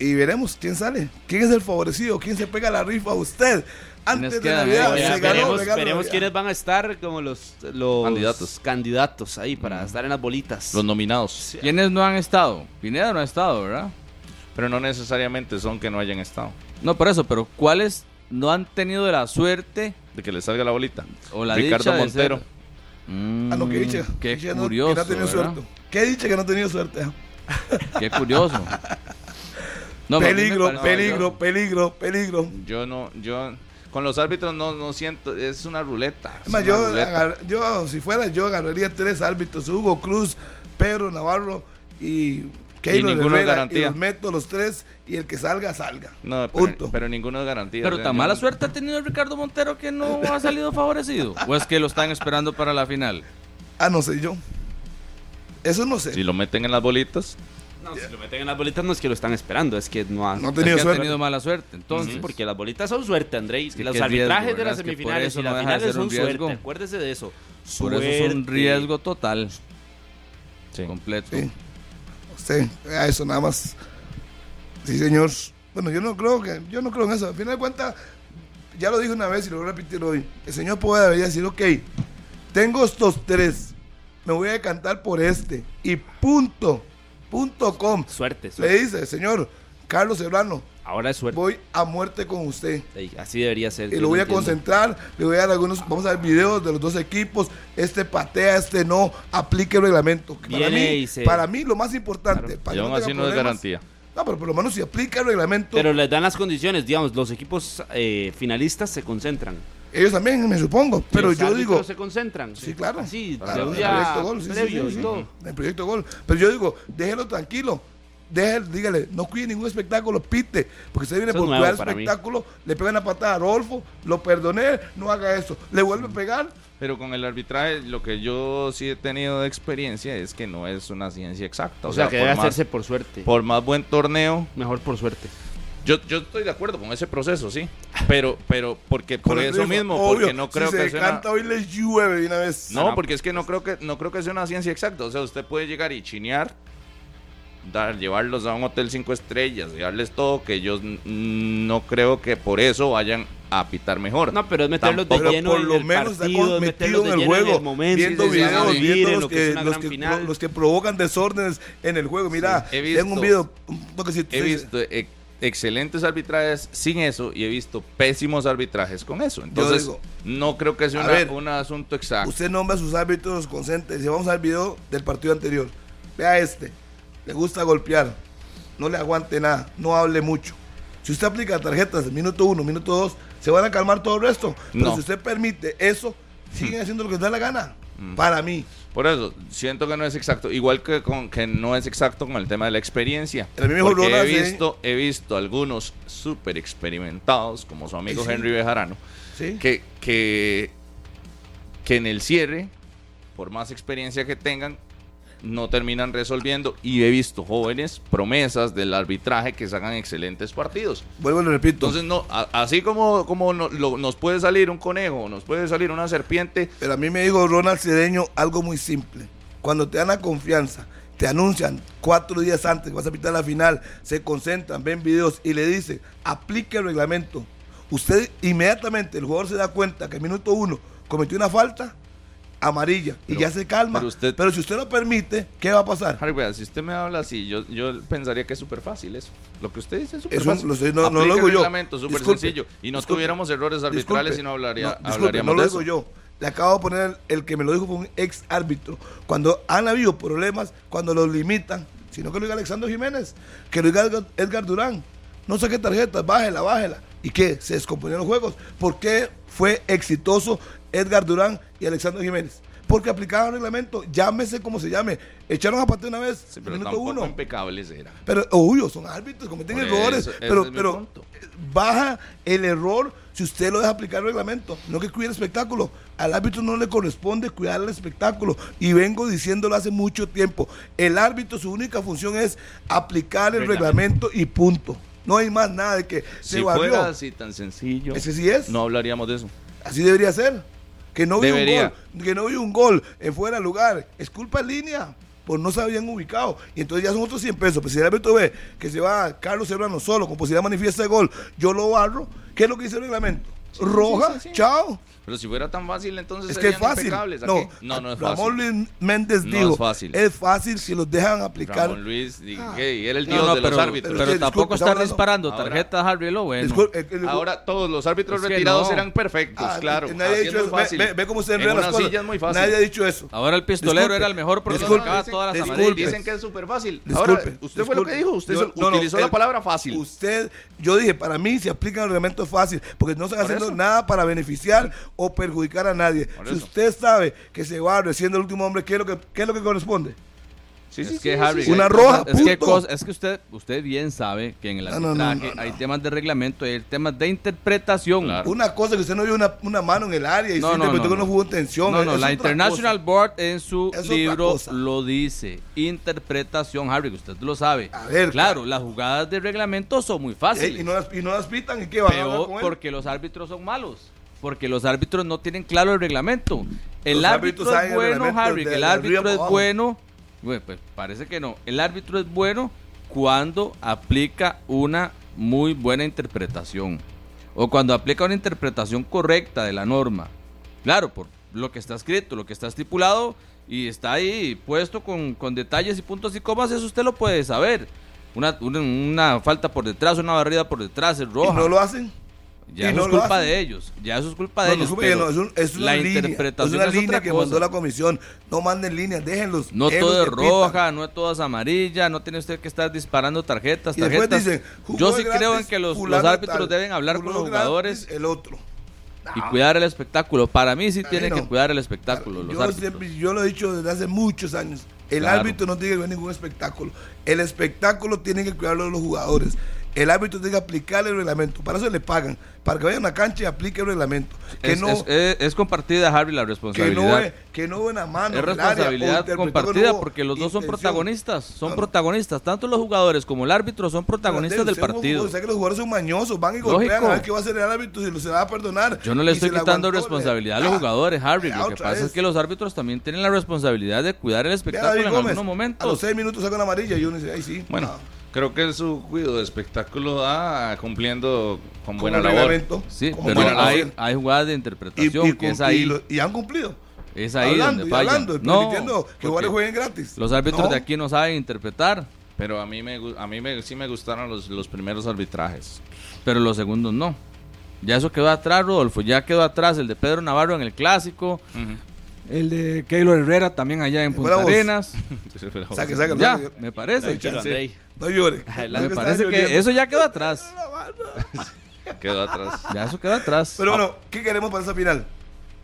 Speaker 3: Y veremos quién sale. ¿Quién es el favorecido? ¿Quién se pega la rifa a usted? Antes
Speaker 4: Tienes que
Speaker 3: de Navidad.
Speaker 4: ver,
Speaker 6: Ya,
Speaker 3: regalo,
Speaker 6: veremos
Speaker 3: regalo,
Speaker 6: veremos
Speaker 3: regalo.
Speaker 6: quiénes van a estar como los, los
Speaker 2: Candidatos.
Speaker 6: candidatos ahí
Speaker 4: Mm.
Speaker 6: para estar en las bolitas.
Speaker 2: Los nominados.
Speaker 4: ¿Quiénes no han estado? Pineda no ha estado, ¿verdad?
Speaker 2: Pero no necesariamente son que no hayan estado.
Speaker 4: No, por eso, pero ¿cuáles no han tenido la suerte
Speaker 2: De que le salga la bolita.
Speaker 4: o la dicha
Speaker 2: Ricardo
Speaker 4: de ser-
Speaker 2: Montero.
Speaker 4: Mm,
Speaker 3: Ah, no, que dicha.
Speaker 4: Qué
Speaker 3: Dicha no-
Speaker 4: curioso.
Speaker 3: que no ha tenido
Speaker 4: ¿verdad?
Speaker 3: suerte. ¿Qué dicha que no ha tenido suerte? ah?
Speaker 4: Qué curioso. No, pero a mí me
Speaker 3: peligro,
Speaker 4: parece
Speaker 3: peligro,
Speaker 4: maravilloso.
Speaker 3: peligro, peligro,
Speaker 2: Yo no, yo con los árbitros no, no siento, es una ruleta.
Speaker 3: Es
Speaker 2: es
Speaker 3: más,
Speaker 2: una
Speaker 3: yo,
Speaker 2: ruleta.
Speaker 3: agar- yo, si fuera yo, agarraría tres árbitros: Hugo Cruz, Pedro Navarro y Keylor
Speaker 2: ninguno es
Speaker 3: Herrera,
Speaker 2: garantía.
Speaker 3: Y los meto los tres y el que salga, salga.
Speaker 2: No, pero,
Speaker 3: Punto.
Speaker 2: pero ninguno es garantía. o
Speaker 4: Pero
Speaker 2: sea,
Speaker 4: tan
Speaker 2: yo-
Speaker 4: mala suerte ha tenido Ricardo Montero que no ha salido favorecido. ¿O es que lo están esperando para la final?
Speaker 3: Ah, no sé yo. Eso no sé.
Speaker 2: Si lo meten en las bolitas,
Speaker 6: No, si lo meten en las bolitas no es que lo están esperando, es que no han...
Speaker 3: no ha
Speaker 4: Es que
Speaker 3: tenido
Speaker 4: ha
Speaker 3: suerte.
Speaker 4: tenido mala suerte, entonces.
Speaker 6: Sí, porque las bolitas son suerte, Andrés.
Speaker 4: que
Speaker 6: Los
Speaker 4: qué riesgo,
Speaker 6: arbitrajes de
Speaker 4: ¿verdad?
Speaker 6: las
Speaker 4: Es que por
Speaker 6: semifinales
Speaker 4: eso
Speaker 6: y
Speaker 4: no
Speaker 6: las
Speaker 4: deja de
Speaker 6: finales
Speaker 4: ser un
Speaker 6: son suerte.
Speaker 4: riesgo.
Speaker 6: Acuérdese de eso.
Speaker 4: Por eso es un
Speaker 6: Suerte.
Speaker 4: riesgo total,
Speaker 2: sí.
Speaker 4: completo.
Speaker 3: Sí. Sí, a eso nada más. Sí, señor. Bueno, yo no creo que, yo no creo en eso. Al final de cuentas, ya lo dije una vez y lo voy a repetir hoy. El señor puede debería decir, ok, tengo estos tres, me voy a decantar por este. Y punto. Punto com.
Speaker 6: Suerte,
Speaker 3: Le
Speaker 6: suerte.
Speaker 3: dice, señor, Carlos Serrano,
Speaker 5: Ahora es suerte.
Speaker 3: Voy a muerte con usted.
Speaker 5: Ey, Así debería ser.
Speaker 3: Y
Speaker 5: yo
Speaker 3: lo voy a
Speaker 5: entiendo.
Speaker 3: concentrar, le voy a dar algunos, vamos a ver videos de los dos equipos, este patea, este no, aplique el reglamento. Que Para
Speaker 5: Viene
Speaker 3: mí,
Speaker 5: y se-
Speaker 3: para mí lo más importante, para
Speaker 2: Y
Speaker 3: que
Speaker 2: aún
Speaker 3: tenga
Speaker 2: así no es
Speaker 3: problemas-
Speaker 2: garantía.
Speaker 3: No, pero por lo menos si aplica el reglamento,
Speaker 5: Pero les dan las condiciones, digamos, los equipos eh, finalistas se concentran.
Speaker 3: ellos también, me supongo. Pero
Speaker 5: Los
Speaker 3: yo
Speaker 5: árbitros
Speaker 3: digo,
Speaker 5: se concentran.
Speaker 3: Sí, claro.
Speaker 5: Así, de
Speaker 3: Claro,
Speaker 5: un
Speaker 3: en el
Speaker 5: día
Speaker 3: proyecto gol, sí, sí,
Speaker 5: previo
Speaker 3: sí, sí.
Speaker 5: y todo.
Speaker 3: En el proyecto gol. Pero yo digo, déjelo tranquilo. Déjelo, dígale, no cuide ningún espectáculo, pite. Porque usted viene
Speaker 5: Eso es
Speaker 3: por
Speaker 5: nuevo
Speaker 3: cuidar
Speaker 5: para mí.
Speaker 3: espectáculo, le pega una patada a Rolfo, lo perdoné, no haga eso. Le vuelve a pegar.
Speaker 2: Pero con el arbitraje, lo que yo sí he tenido de experiencia es que no es una ciencia exacta.
Speaker 6: O sea, que debe
Speaker 2: por más-
Speaker 6: hacerse por suerte.
Speaker 2: por más buen torneo,
Speaker 6: Mejor por suerte.
Speaker 2: Yo, yo estoy de acuerdo con ese proceso, sí. Pero, pero, porque por
Speaker 3: Pero
Speaker 2: eso
Speaker 3: digo,
Speaker 2: mismo,
Speaker 3: obvio,
Speaker 2: porque no creo
Speaker 3: si
Speaker 2: que
Speaker 3: se ah, pues,
Speaker 2: sea. una-
Speaker 3: canta hoy le llueve de una vez.
Speaker 2: No, porque es que no creo que no creo que sea una ciencia exacta. O sea, usted puede llegar y chinear, dar, llevarlos a un hotel cinco estrellas, y darles todo, que yo mm, no creo que por eso vayan a pitar mejor.
Speaker 6: No, pero es meterlos
Speaker 2: Tampoco-
Speaker 6: de lleno
Speaker 3: por
Speaker 6: en
Speaker 3: lo
Speaker 6: el
Speaker 3: menos está
Speaker 6: partido, es meterlos
Speaker 3: metido
Speaker 6: de
Speaker 3: en el
Speaker 6: lleno
Speaker 3: juego,
Speaker 6: en el momento,
Speaker 3: viendo
Speaker 6: sí, sí, sí,
Speaker 3: videos,
Speaker 6: vivir
Speaker 3: viendo
Speaker 6: en
Speaker 3: los
Speaker 6: lo que
Speaker 3: que,
Speaker 6: es una
Speaker 3: los,
Speaker 6: gran
Speaker 3: que
Speaker 6: final.
Speaker 3: pro- los que provocan desórdenes en el juego. Mira,
Speaker 2: Sí, he
Speaker 3: tengo
Speaker 2: visto.
Speaker 3: un video, un toquecito,
Speaker 2: he
Speaker 3: sí, sí.
Speaker 2: visto e- excelentes arbitrajes sin eso y he visto pésimos arbitrajes con eso. Entonces,
Speaker 3: digo-
Speaker 2: no creo que sea
Speaker 3: A
Speaker 2: una-
Speaker 3: ver,
Speaker 2: un asunto exacto.
Speaker 3: Usted nombra a sus árbitros conscientes. Si vamos al video del partido anterior, vea este. Le gusta golpear. No le aguante nada. No hable mucho. Si usted aplica tarjetas del minuto 1, minuto 2, se van a calmar todo el resto. Pero
Speaker 2: No. Mm.
Speaker 3: si usted permite eso, siguen haciendo lo que les da la gana. Para mí,
Speaker 2: Por eso, siento que no es exacto. Igual que con que no es exacto con el tema de la experiencia.
Speaker 3: Pero a mí me dijo
Speaker 2: Porque he
Speaker 3: Rolas, ¿eh?
Speaker 2: visto, he visto algunos súper experimentados, como su amigo
Speaker 3: sí.
Speaker 2: Henry Bejarano,
Speaker 3: ¿sí?
Speaker 2: que, que, que en el cierre, por más experiencia que tengan, no terminan resolviendo. Y he visto jóvenes promesas del arbitraje que sacan excelentes partidos.
Speaker 3: Vuelvo y le repito.
Speaker 2: Entonces, no, a- así como, como no- lo- nos puede salir un conejo, nos puede salir una serpiente,
Speaker 3: Pero a mí me dijo Ronald Cedeño algo muy simple. Cuando te dan la confianza, te anuncian cuatro días antes que vas a pitar la final, se concentran, ven videos y le dicen, aplique el reglamento. Usted inmediatamente, el jugador se da cuenta que en minuto uno cometió una falta amarilla y ya se calma.
Speaker 2: pero
Speaker 3: Pero,
Speaker 2: usted-
Speaker 3: si usted lo permite, ¿qué va a pasar?
Speaker 2: Harry, vea, si usted me habla así, yo, yo pensaría que es súper fácil eso. Lo que usted dice es súper
Speaker 3: Eso
Speaker 2: fácil.
Speaker 3: lo sé, no- no lo
Speaker 2: Aplique
Speaker 3: digo
Speaker 2: el
Speaker 3: yo.
Speaker 2: reglamento, súper
Speaker 3: Disculpe,
Speaker 2: sencillo. Y no
Speaker 3: disculpe,
Speaker 2: tuviéramos errores arbitrales
Speaker 3: Disculpe,
Speaker 2: y no, hablaría,
Speaker 3: disculpe,
Speaker 2: hablaríamos
Speaker 3: no
Speaker 2: de
Speaker 3: lo
Speaker 2: eso.
Speaker 3: digo yo. Le acabo de poner el, el que me lo dijo fue un ex árbitro. Cuando han habido problemas, cuando los limitan, sino que lo diga Alexander Jiménez, que lo diga Edgar- Edgar Durán, no saque tarjetas, bájela, bájela. ¿Y qué? Se descomponieron los juegos. ¿Por qué fue exitoso Edgar Durán y Alexander Jiménez? Porque aplicaban el reglamento, llámese como se llame. Echaron a patear una vez,
Speaker 2: Sí, pero
Speaker 3: minuto
Speaker 2: tampoco
Speaker 3: uno.
Speaker 2: impecables era.
Speaker 3: Pero, obvio, son árbitros, cometen
Speaker 2: Por
Speaker 3: errores.
Speaker 2: eso, ese
Speaker 3: pero
Speaker 2: es mi
Speaker 3: pero
Speaker 2: punto.
Speaker 3: baja el error si usted lo deja aplicar el reglamento. No que cuide el espectáculo. Al árbitro no le corresponde cuidar el espectáculo. Y vengo diciéndolo hace mucho tiempo. El árbitro, su única función es aplicar el reglamento, y punto. No hay más nada de que se
Speaker 2: Si
Speaker 3: barrió.
Speaker 2: fuera así tan sencillo,
Speaker 3: Ese sí es.
Speaker 2: no hablaríamos de eso.
Speaker 3: Así debería ser. Que no vi un
Speaker 2: Debería.
Speaker 3: gol, que no vi un gol en fuera de lugar. Es culpa de línea, por no se habían ubicado. Y entonces ya son otros 100 pesos. Pero si el árbitro ve que se va Carlos Serrano solo con posibilidad manifiesta de gol, yo lo barro. ¿Qué es lo que dice el reglamento? Roja,
Speaker 2: sí, sí, sí.
Speaker 3: chao.
Speaker 2: Pero si fuera tan fácil, entonces
Speaker 3: Es que es
Speaker 2: serían
Speaker 3: fácil.
Speaker 2: impecables. ¿a
Speaker 3: No,
Speaker 2: qué? no, no es
Speaker 3: Ramón
Speaker 2: fácil.
Speaker 3: Luis Méndez
Speaker 2: No
Speaker 3: dijo:
Speaker 2: es fácil.
Speaker 3: es fácil si los dejan aplicar.
Speaker 2: Ramón Luis, y,
Speaker 3: Ah.
Speaker 2: ¿qué? Y era el
Speaker 4: No,
Speaker 2: dios
Speaker 4: no,
Speaker 2: de
Speaker 4: pero,
Speaker 2: los árbitros.
Speaker 4: pero
Speaker 3: Usted,
Speaker 4: tampoco
Speaker 3: disculpe,
Speaker 4: estar
Speaker 3: estamos
Speaker 4: disparando
Speaker 2: hablando-
Speaker 4: tarjetas, Harvey, lo bueno.
Speaker 3: Discul- eh, eh,
Speaker 2: Ahora todos los árbitros
Speaker 4: Es que
Speaker 2: retirados
Speaker 4: no.
Speaker 2: eran perfectos,
Speaker 3: ah,
Speaker 2: claro.
Speaker 3: nadie ha
Speaker 2: Así es
Speaker 3: dicho
Speaker 2: muy
Speaker 3: eso. Ve,
Speaker 2: fácil.
Speaker 3: ve- ve cómo se
Speaker 2: En
Speaker 3: enredan
Speaker 2: una
Speaker 3: las
Speaker 2: silla
Speaker 3: cosas.
Speaker 2: es muy fácil.
Speaker 3: Nadie ha dicho eso.
Speaker 4: Ahora el pistolero
Speaker 3: Disculpe,
Speaker 4: era el mejor porque
Speaker 2: Disculpe.
Speaker 4: sacaba todas las
Speaker 3: Disculpe.
Speaker 2: Dicen-
Speaker 4: amarillas.
Speaker 2: Dicen que es súper fácil.
Speaker 3: Disculpe,
Speaker 2: Ahora, usted fue lo
Speaker 3: disculpe.
Speaker 2: que dijo. Usted
Speaker 3: Yo-
Speaker 2: sol-
Speaker 3: no, no,
Speaker 2: utilizó la
Speaker 3: el-
Speaker 2: palabra fácil.
Speaker 3: Usted, yo dije, para mí se aplican los reglamentos fácil, porque no están
Speaker 2: Por
Speaker 3: haciendo
Speaker 2: eso.
Speaker 3: nada para beneficiar o perjudicar a nadie. Si
Speaker 2: eso.
Speaker 3: usted sabe que se va siendo el último hombre, ¿qué es lo que, qué es lo que corresponde?
Speaker 2: Sí, sí,
Speaker 4: Es
Speaker 2: sí,
Speaker 4: que
Speaker 2: sí,
Speaker 4: Harry,
Speaker 2: sí.
Speaker 3: Una
Speaker 4: hay
Speaker 3: roja,
Speaker 4: cosas- es que,
Speaker 3: punto.
Speaker 4: cos- es que usted, usted bien sabe que en el
Speaker 3: No, no,
Speaker 4: arbitraje
Speaker 3: no, no,
Speaker 4: hay
Speaker 3: no.
Speaker 4: temas de reglamento, hay temas de interpretación.
Speaker 2: Claro.
Speaker 3: Una cosa que usted no vio una, una mano en el área y
Speaker 4: No,
Speaker 3: se
Speaker 4: no,
Speaker 3: interpretó
Speaker 4: no,
Speaker 3: que no
Speaker 4: no.
Speaker 3: hubo tensión.
Speaker 4: No, no,
Speaker 3: es
Speaker 4: la
Speaker 3: otra
Speaker 4: International
Speaker 3: cosa.
Speaker 4: Board en su
Speaker 3: Es otra
Speaker 4: libro
Speaker 3: cosa.
Speaker 4: lo dice. Interpretación, Harry, que usted lo sabe.
Speaker 3: A ver,
Speaker 4: claro, las jugadas de reglamento son muy
Speaker 3: Eh,
Speaker 4: fáciles.
Speaker 3: Y no, las, y no las pitan, ¿y qué van a hablar
Speaker 4: Peor
Speaker 3: con él?
Speaker 4: porque los árbitros son malos. Porque los árbitros no tienen claro el reglamento. El
Speaker 3: Los árbitros
Speaker 4: árbitro
Speaker 3: saben
Speaker 4: es
Speaker 3: el
Speaker 4: bueno,
Speaker 3: reglamento
Speaker 4: Harry.
Speaker 3: de-
Speaker 4: El
Speaker 3: de arriba
Speaker 4: árbitro
Speaker 3: para
Speaker 4: es
Speaker 3: abajo.
Speaker 4: bueno. Bueno, pues parece que no. El árbitro es bueno cuando aplica una muy buena interpretación. O cuando aplica una interpretación correcta de la norma. Claro, por lo que está escrito, lo que está estipulado y está ahí puesto con, con detalles y puntos y comas, eso usted lo puede saber. una, una, una falta por detrás, una barrida por detrás, es roja.
Speaker 3: ¿Y no lo hacen? y
Speaker 4: ya eso
Speaker 3: no
Speaker 4: es
Speaker 3: lo
Speaker 4: culpa
Speaker 3: hacen.
Speaker 4: de ellos. Ya eso es culpa
Speaker 3: No,
Speaker 4: de
Speaker 3: no,
Speaker 4: ellos.
Speaker 3: supe,
Speaker 4: pero
Speaker 3: no, es un- es una
Speaker 4: la
Speaker 3: línea, es
Speaker 4: interpretación
Speaker 3: una
Speaker 4: es
Speaker 3: línea
Speaker 4: otra
Speaker 3: que
Speaker 4: cosa.
Speaker 3: mandó la comisión. No manden líneas, déjenlos.
Speaker 4: No
Speaker 3: ellos
Speaker 4: todo es
Speaker 3: que pitan.
Speaker 4: roja, no es todo es amarilla, no tiene usted que estar disparando tarjetas,
Speaker 3: Y después
Speaker 4: tarjetas.
Speaker 3: dicen, jugó
Speaker 4: Yo sí
Speaker 3: gratis
Speaker 4: creo en que los, los
Speaker 3: fulano
Speaker 4: árbitros
Speaker 3: tal,
Speaker 4: deben hablar con
Speaker 3: jugó
Speaker 4: los
Speaker 3: gratis "Ah".
Speaker 4: jugadores
Speaker 3: El otro.
Speaker 4: y cuidar el espectáculo. Para mí sí
Speaker 3: Ahí
Speaker 4: tienen que
Speaker 3: no.
Speaker 4: cuidar el espectáculo los
Speaker 3: Yo,
Speaker 4: árbitros.
Speaker 3: siempre- yo lo he dicho desde hace muchos años. El
Speaker 4: Claro.
Speaker 3: árbitro no tiene que ver ningún espectáculo. El espectáculo tiene que cuidarlo los jugadores. El árbitro tiene que aplicar el reglamento. Para eso le pagan. Para que vaya a una cancha y aplique el reglamento. Que
Speaker 4: es,
Speaker 3: no,
Speaker 4: es- es- es compartida, Harry, la
Speaker 3: que no,
Speaker 4: responsabilidad.
Speaker 3: ve- que no ve una mano.
Speaker 4: es
Speaker 3: en el área o
Speaker 4: responsabilidad
Speaker 3: interpretó que no
Speaker 4: compartida
Speaker 3: hubo
Speaker 4: porque los dos son
Speaker 3: intención.
Speaker 4: protagonistas. Son
Speaker 3: No, no.
Speaker 4: protagonistas. Tanto los jugadores como el árbitro son protagonistas
Speaker 3: Ustedes
Speaker 4: del
Speaker 3: son
Speaker 4: partido.
Speaker 3: jugadores, o sea que los jugadores son mañosos, van y golpean
Speaker 4: Lógico.
Speaker 3: a ver qué va a hacer el árbitro si lo se va a perdonar.
Speaker 4: Yo no le
Speaker 3: Y
Speaker 4: estoy
Speaker 3: se la
Speaker 4: quitando
Speaker 3: aguantó,
Speaker 4: responsabilidad a
Speaker 3: le-
Speaker 4: los jugadores, Harry.
Speaker 3: ya,
Speaker 4: Lo que
Speaker 3: otra
Speaker 4: pasa
Speaker 3: vez.
Speaker 4: es que los árbitros también tienen la responsabilidad de cuidar el
Speaker 3: Ve a David
Speaker 4: espectáculo en
Speaker 3: Gómez,
Speaker 4: algunos
Speaker 3: A los
Speaker 4: momentos.
Speaker 3: seis minutos saca una amarilla y uno dice, ay sí.
Speaker 2: Bueno,
Speaker 3: ah,
Speaker 2: creo que su cuidado de espectáculo da cumpliendo con
Speaker 3: como
Speaker 2: buena
Speaker 3: el
Speaker 2: labor.
Speaker 3: reglamento,
Speaker 4: Sí,
Speaker 3: como
Speaker 4: pero
Speaker 3: buena
Speaker 4: hay,
Speaker 3: labor.
Speaker 4: hay jugadas de
Speaker 3: y,
Speaker 4: interpretación
Speaker 3: y,
Speaker 4: que es
Speaker 3: cum- y
Speaker 4: ahí,
Speaker 3: lo- y han cumplido.
Speaker 4: es ahí
Speaker 3: hablando,
Speaker 4: donde
Speaker 3: y
Speaker 4: fallan.
Speaker 3: hablando, y permitiendo que
Speaker 4: porque
Speaker 3: jugadores jueguen gratis.
Speaker 4: los árbitros
Speaker 3: No,
Speaker 4: de aquí no saben interpretar,
Speaker 2: Pero a mí, me, gu- a mí me, sí me gustaron los, los primeros arbitrajes.
Speaker 4: pero los segundos no. Ya eso quedó atrás, Rodolfo. Ya quedó atrás el de Pedro Navarro en el clásico. El de Keylor Herrera también allá en Punta
Speaker 3: Bravos.
Speaker 4: Arenas.
Speaker 3: Saque, saque,
Speaker 4: Ya,
Speaker 3: no,
Speaker 4: me parece.
Speaker 3: chance.
Speaker 6: Andrei.
Speaker 3: No llores. No,
Speaker 4: Me
Speaker 3: que
Speaker 4: parece
Speaker 3: estaba lloriendo.
Speaker 4: que eso ya quedó atrás.
Speaker 2: Quedó atrás.
Speaker 4: Ya eso quedó atrás.
Speaker 3: Pero bueno, ¿qué queremos para esa final?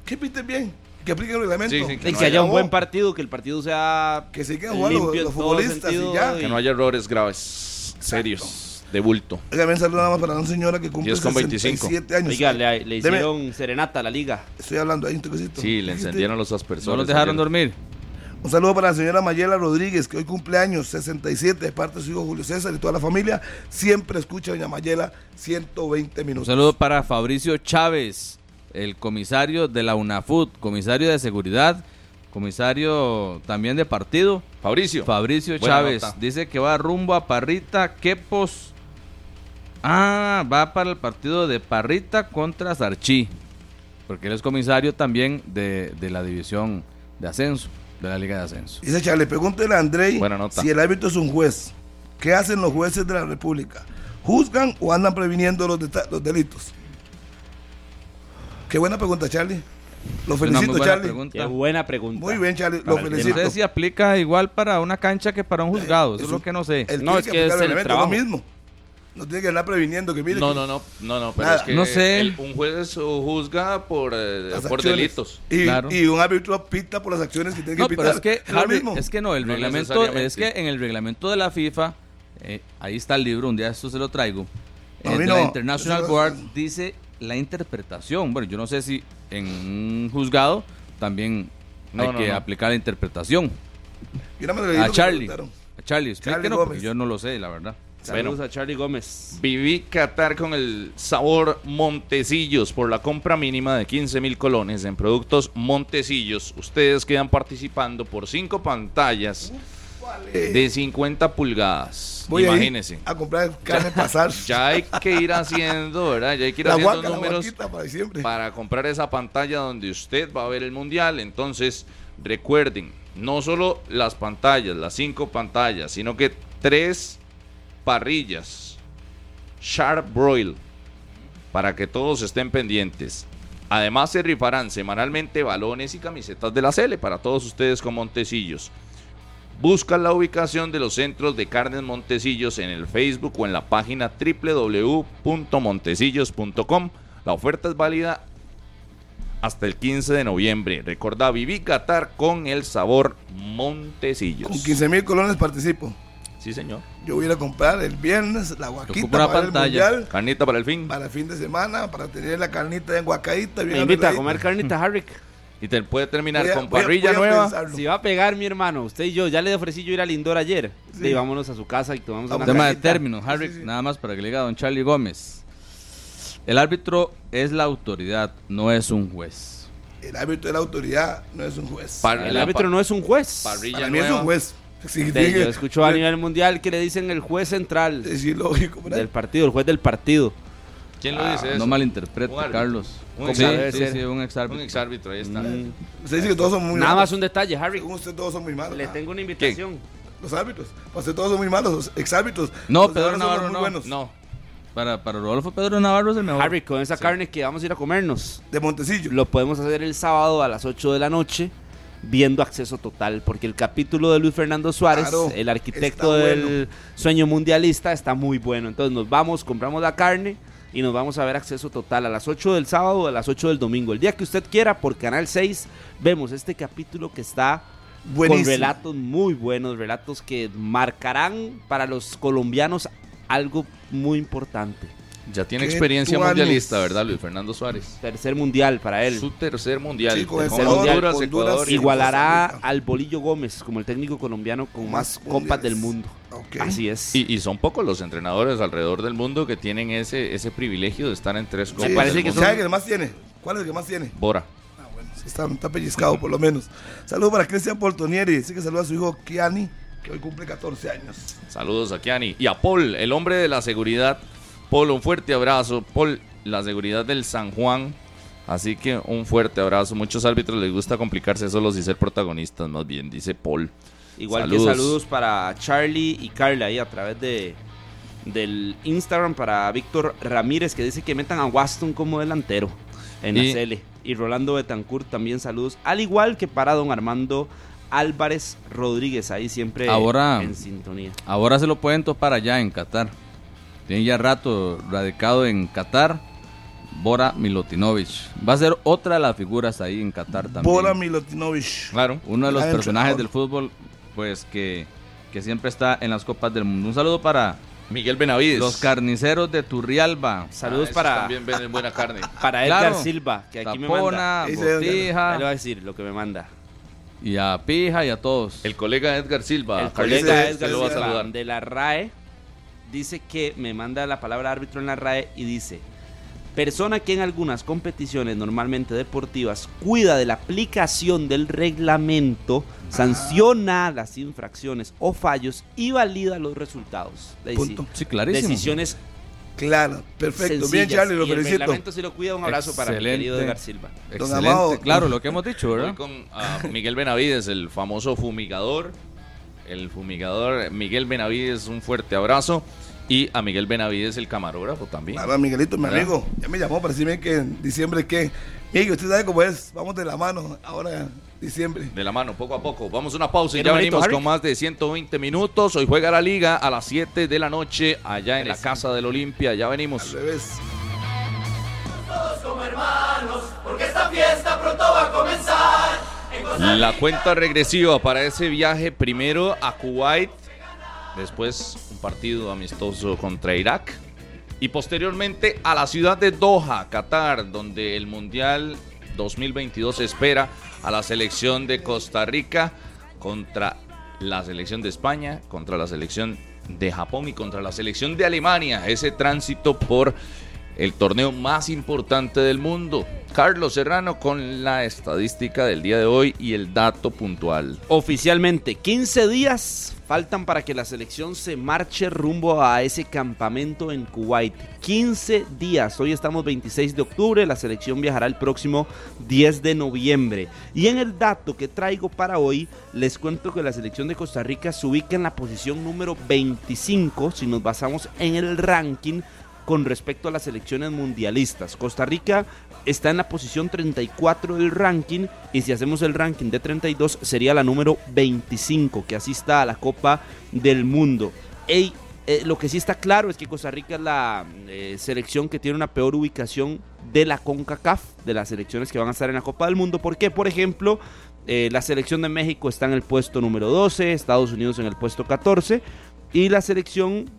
Speaker 3: Que piten bien, que apliquen el reglamento.
Speaker 2: Sí, sí,
Speaker 6: Y
Speaker 2: No
Speaker 6: que
Speaker 2: haya
Speaker 6: haya un buen
Speaker 3: partido.
Speaker 6: partido, que el partido sea
Speaker 3: Que se queden jugando los,
Speaker 6: limpio en
Speaker 3: los
Speaker 6: todo
Speaker 3: futbolistas y
Speaker 6: sentido
Speaker 3: ya.
Speaker 2: Que no haya errores graves, serios, de bulto.
Speaker 3: Oiga, bien, saludo nada más para una señora que cumple
Speaker 2: 10 con
Speaker 3: 67 años.
Speaker 6: Oiga, le, le
Speaker 3: Deme-
Speaker 6: hicieron serenata a la liga.
Speaker 3: Estoy hablando ahí un toquecito.
Speaker 2: Sí, le encendieron los
Speaker 4: no
Speaker 2: aspersores.
Speaker 4: los dejaron
Speaker 2: ayer.
Speaker 4: dormir.
Speaker 3: Un saludo para la señora Mayela Rodríguez, que hoy cumpleaños 67, de parte de su hijo Julio César y toda la familia. Siempre escucha a doña Mayela 120
Speaker 4: Un
Speaker 3: minutos.
Speaker 4: saludo para Fabricio Chávez, el comisario de la UNAFUT, comisario de seguridad, comisario también de partido.
Speaker 2: Fabricio.
Speaker 4: Fabricio
Speaker 2: Buena
Speaker 4: Chávez
Speaker 2: nota.
Speaker 4: dice que va rumbo a Parrita, Quepos. Ah, va para el partido de Parrita contra Sarchi, porque él es comisario también de, de la división de ascenso, de la Liga de Ascenso.
Speaker 3: Dice Charlie, pregúntele a Andrei
Speaker 2: Buena nota.
Speaker 3: si el árbitro es un juez. ¿Qué hacen los jueces de la República? ¿Juzgan o andan previniendo los, deta- los delitos? Qué buena pregunta, Charlie. Lo
Speaker 4: Es una
Speaker 3: felicito,
Speaker 4: muy buena
Speaker 3: Charlie.
Speaker 4: pregunta.
Speaker 6: Qué buena pregunta.
Speaker 3: Muy bien, Charlie. Lo
Speaker 6: Para el tema.
Speaker 4: No
Speaker 3: felicito.
Speaker 4: sé si aplica igual para una cancha que para un juzgado, eso es
Speaker 3: Eso-
Speaker 4: lo que no sé.
Speaker 3: Él
Speaker 6: No,
Speaker 3: tiene
Speaker 6: es que es
Speaker 3: aplicar
Speaker 6: el
Speaker 3: reglamento,
Speaker 6: trabajo.
Speaker 3: lo mismo. No tiene que andar previniendo que mire.
Speaker 2: No,
Speaker 3: que-
Speaker 2: no, no, no, no, pero
Speaker 3: Nada.
Speaker 2: es que
Speaker 4: No sé.
Speaker 2: el- un juez o juzga por, eh,
Speaker 3: las
Speaker 2: por
Speaker 3: acciones.
Speaker 2: delitos.
Speaker 3: Y,
Speaker 4: Claro.
Speaker 3: y un árbitro pita por las acciones que tiene que
Speaker 4: No, pero
Speaker 3: pitar.
Speaker 4: es que,
Speaker 3: lo
Speaker 4: Harry,
Speaker 3: mismo.
Speaker 4: es que no, el
Speaker 2: No
Speaker 4: reglamento, es que
Speaker 2: necesariamente.
Speaker 4: en el reglamento de la FIFA, eh, ahí está el libro, un día esto se lo traigo,
Speaker 3: A
Speaker 4: eh,
Speaker 3: mí
Speaker 4: de
Speaker 3: no,
Speaker 4: la International
Speaker 3: eso no-
Speaker 4: Board dice la interpretación. Bueno, yo no sé si en un juzgado también
Speaker 2: No,
Speaker 4: hay
Speaker 2: no,
Speaker 4: que
Speaker 2: no.
Speaker 4: aplicar la interpretación.
Speaker 3: Yo nada más leí lo
Speaker 4: A
Speaker 3: que
Speaker 4: Charlie,
Speaker 3: preguntaron.
Speaker 4: a Charlie, explíquenos, porque
Speaker 3: Gómez.
Speaker 4: yo no lo sé, la verdad.
Speaker 6: Saludos a Charlie Gómez.
Speaker 2: Viví Qatar con el sabor Montecillos por la compra mínima de 15 mil colones en productos Montecillos. Ustedes quedan participando por cinco pantallas
Speaker 4: eh,
Speaker 2: de 50 pulgadas.
Speaker 3: Voy ahí
Speaker 2: Imagínense.
Speaker 3: a comprar carne pasar.
Speaker 2: Ya hay que ir haciendo, ¿verdad? Ya hay que ir
Speaker 3: la
Speaker 2: haciendo
Speaker 3: guaca, la
Speaker 2: números.
Speaker 3: guaquita para siempre.
Speaker 2: para comprar esa pantalla donde usted va a ver el mundial. Entonces, recuerden, no solo las pantallas, las cinco pantallas, sino que tres parrillas Sharp Broil para que todos estén pendientes. Además, se rifarán semanalmente balones y camisetas de la Cele para todos ustedes con Montecillos. Busca la ubicación de los centros de carnes Montecillos en el Facebook o en la página www.montecillos.com. La oferta es válida hasta el 15 de noviembre. Recordá, viví Qatar con el sabor Montecillos.
Speaker 3: Con 15 mil colones participo.
Speaker 2: Sí, señor.
Speaker 3: Yo voy a ir a comprar el viernes la guaquita
Speaker 4: ocupo una
Speaker 3: para
Speaker 4: pantalla.
Speaker 3: el mundial,
Speaker 2: Carnita para el fin.
Speaker 3: para el fin de semana, para tener la carnita en guacadita.
Speaker 6: Me invita a comer carnita, Harrick.
Speaker 2: Y te puede terminar con parrilla nueva.
Speaker 6: Si va a pegar mi hermano, usted y yo, ya le ofrecí yo ir al Indor ayer.
Speaker 3: Sí.
Speaker 6: Y vámonos a su casa y tomamos
Speaker 3: Vamos.
Speaker 6: una
Speaker 4: Tema de
Speaker 3: cajita.
Speaker 4: términos, Harry,
Speaker 3: Sí, sí, sí.
Speaker 4: nada más para que le diga a don Charlie Gómez. El árbitro es la autoridad, no es un juez.
Speaker 3: El árbitro de la autoridad no es un juez.
Speaker 2: Par-
Speaker 6: El
Speaker 2: la
Speaker 6: árbitro
Speaker 2: pa-
Speaker 6: no es un juez.
Speaker 2: parrilla
Speaker 3: para mí es
Speaker 2: nueva.
Speaker 3: un juez. Sí,
Speaker 6: De-
Speaker 3: tiene
Speaker 6: yo
Speaker 3: que-
Speaker 6: escucho a nivel mundial que le dicen el juez central
Speaker 3: es ilógico, ¿verdad?
Speaker 6: del partido, el juez del partido.
Speaker 2: ¿Quién lo dice eso?
Speaker 4: Ah, No malinterprete,
Speaker 2: Un árbitro.
Speaker 4: Carlos.
Speaker 2: Un Mm.
Speaker 4: sí,
Speaker 2: exárbitro.
Speaker 4: sí, sí, un exárbitro.
Speaker 2: Un exárbitro, ahí está.
Speaker 3: Usted dice que todos son muy
Speaker 6: Nada
Speaker 3: malos.
Speaker 6: más un detalle, Harry.
Speaker 3: Según usted, todos son muy malos.
Speaker 6: Le
Speaker 3: Ah,
Speaker 6: tengo una invitación.
Speaker 3: los árbitros. Pues todos son muy malos, los exárbitros.
Speaker 4: No,
Speaker 3: Los de
Speaker 4: Pedro
Speaker 3: ahora son los
Speaker 4: Navarro
Speaker 3: muy
Speaker 4: no.
Speaker 3: buenos.
Speaker 4: No. Para, para Rodolfo, Pedro Navarro es el mejor.
Speaker 5: Harry, con esa carne que vamos a ir a comernos,
Speaker 3: De Montecillo.
Speaker 5: lo podemos hacer el sábado a las 8 de la noche viendo acceso total, porque el capítulo de Luis Fernando Suárez,
Speaker 3: Claro,
Speaker 5: el arquitecto
Speaker 3: está
Speaker 5: del
Speaker 3: bueno.
Speaker 5: sueño mundialista, está muy bueno. Entonces nos vamos, compramos la carne y nos vamos a ver acceso total a las 8 del sábado o a las 8 del domingo. El día que usted quiera, por Canal 6, vemos este capítulo que está
Speaker 3: Buenísimo.
Speaker 5: con relatos muy buenos, relatos que marcarán para los colombianos algo muy importante.
Speaker 2: Ya tiene
Speaker 3: Qué
Speaker 2: experiencia
Speaker 3: tuanis.
Speaker 2: mundialista, ¿verdad, Luis Fernando Suárez?
Speaker 5: Tercer mundial para él.
Speaker 2: Su tercer mundial.
Speaker 3: Sí, con
Speaker 2: Dejó
Speaker 5: Ecuador,
Speaker 2: Honduras,
Speaker 3: Honduras,
Speaker 2: Ecuador y-
Speaker 3: igual.
Speaker 5: Igualará
Speaker 3: Costa Rica.
Speaker 5: al Bolillo Gómez como el técnico colombiano con
Speaker 3: Más
Speaker 5: más, copas del
Speaker 3: mundiales.
Speaker 5: mundo.
Speaker 3: Ok.
Speaker 5: Así es.
Speaker 2: Y, y son pocos los entrenadores alrededor del mundo que tienen ese, ese privilegio de estar en tres copas.
Speaker 3: Sí,
Speaker 5: parece
Speaker 2: del
Speaker 5: que
Speaker 2: mundo.
Speaker 3: ¿Sabe el que más tiene? ¿Cuál es el que más tiene?
Speaker 2: Bora.
Speaker 3: Ah, bueno, sí está, está pellizcado por lo menos. Saludos para Cristian Portonieri. Dice que saluda a su hijo Kiani, que hoy cumple 14 años.
Speaker 2: Saludos a Kiani. Y a Paul, el hombre de la seguridad. Paul, un fuerte abrazo. Paul, la seguridad del San Juan. Así que un fuerte abrazo. Muchos árbitros les gusta complicarse solos y ser protagonistas, más bien, dice Paul.
Speaker 5: Igual
Speaker 2: Saludos.
Speaker 5: que saludos para Charlie y Carla ahí a través de del Instagram para Víctor Ramírez que dice que metan a Waston como delantero en
Speaker 2: Y-
Speaker 5: la CL. Y Rolando Betancourt también saludos. Al igual que para don Armando Álvarez Rodríguez ahí siempre
Speaker 4: Ahora-
Speaker 5: en sintonía.
Speaker 4: Ahora se lo pueden topar allá en Qatar. Tiene ya rato radicado en Qatar. Bora Milutinovich. Va a ser otra de las figuras ahí en Qatar también.
Speaker 3: Bora Milutinovich.
Speaker 2: Claro.
Speaker 4: Uno de los
Speaker 3: Gran
Speaker 4: personajes
Speaker 3: entrenador.
Speaker 4: del fútbol, pues que, que siempre está en las copas del mundo. Un saludo para
Speaker 2: Miguel Benavides.
Speaker 4: los carniceros de Turrialba.
Speaker 5: Saludos
Speaker 2: Ah, esos
Speaker 5: para
Speaker 2: También venden buena carne.
Speaker 5: para Edgar
Speaker 4: Claro.
Speaker 5: Silva que aquí me manda.
Speaker 4: Tapona,
Speaker 3: Ahí se-
Speaker 5: Ahí le voy a
Speaker 4: Botija,
Speaker 5: decir lo que me manda.
Speaker 4: y a Pija y a todos.
Speaker 2: El colega Edgar Silva.
Speaker 5: El
Speaker 2: Carlitos,
Speaker 5: colega
Speaker 2: te
Speaker 5: Edgar
Speaker 2: lo va a
Speaker 5: Silva
Speaker 2: saludar.
Speaker 5: de la RAE dice que me manda la palabra árbitro en la RAE y dice, persona que en algunas competiciones normalmente deportivas cuida de la aplicación del reglamento, sanciona las infracciones o fallos y valida los resultados. Es decir,
Speaker 3: Punto.
Speaker 4: sí, clarísimo.
Speaker 5: Decisiones
Speaker 3: Claro, perfecto. Bien,
Speaker 5: sencillas.
Speaker 3: Charlie, lo
Speaker 5: Y el
Speaker 3: felicito.
Speaker 5: reglamento sí lo cuida. Un abrazo para mi
Speaker 4: Excelente.
Speaker 5: querido Edgar Silva.
Speaker 4: Excelente,
Speaker 3: Amado.
Speaker 4: claro, lo que hemos dicho,
Speaker 2: Voy
Speaker 4: ¿verdad?
Speaker 2: con ah, Miguel Benavides, el famoso fumigador. El fumigador Miguel Benavides, un fuerte abrazo. Y a Miguel Benavides, el camarógrafo también.
Speaker 3: Claro, Miguelito, mi
Speaker 2: ¿Verdad?
Speaker 3: amigo. Ya me llamó para decirme que en diciembre que. Miguel, usted sabe cómo es. Vamos de la mano ahora, diciembre.
Speaker 2: De la mano, poco a poco. Vamos a una pausa y
Speaker 5: Bien,
Speaker 2: ya
Speaker 5: hermanito,
Speaker 2: venimos
Speaker 5: Harry.
Speaker 2: con más de 120 minutos. Hoy juega la liga a las 7 de la noche allá en la Casa del Olimpia. Ya
Speaker 3: Al
Speaker 2: venimos.
Speaker 3: revés.
Speaker 2: La cuenta regresiva para ese viaje primero a Kuwait, después un partido amistoso contra Irak y posteriormente a la ciudad de Doha, Qatar, donde el Mundial 2022 espera a la selección de Costa Rica contra la selección de España, contra la selección de Japón y contra la selección de Alemania. Ese tránsito por el torneo más importante del mundo. Carlos Serrano con la estadística del día de hoy y el dato puntual.
Speaker 5: Oficialmente, 15 días faltan para que la selección se marche rumbo a ese campamento en Kuwait. 15 días. Hoy estamos 26 de octubre, la selección viajará el próximo 10 de noviembre. Y en el dato que traigo para hoy, les cuento que la selección de Costa Rica se ubica en la posición número 25 si nos basamos en el ranking con respecto a las selecciones mundialistas. Costa Rica está en la posición 34 del ranking y si hacemos el ranking de 32 sería la número 25 que asista a la Copa del Mundo. Ey, eh, lo que sí está claro es que Costa Rica es la eh, selección que tiene una peor ubicación de la CONCACAF, de las selecciones que van a estar en la Copa del Mundo, porque por ejemplo eh, la selección de México está en el puesto número 12, Estados Unidos en el puesto 14 y la selección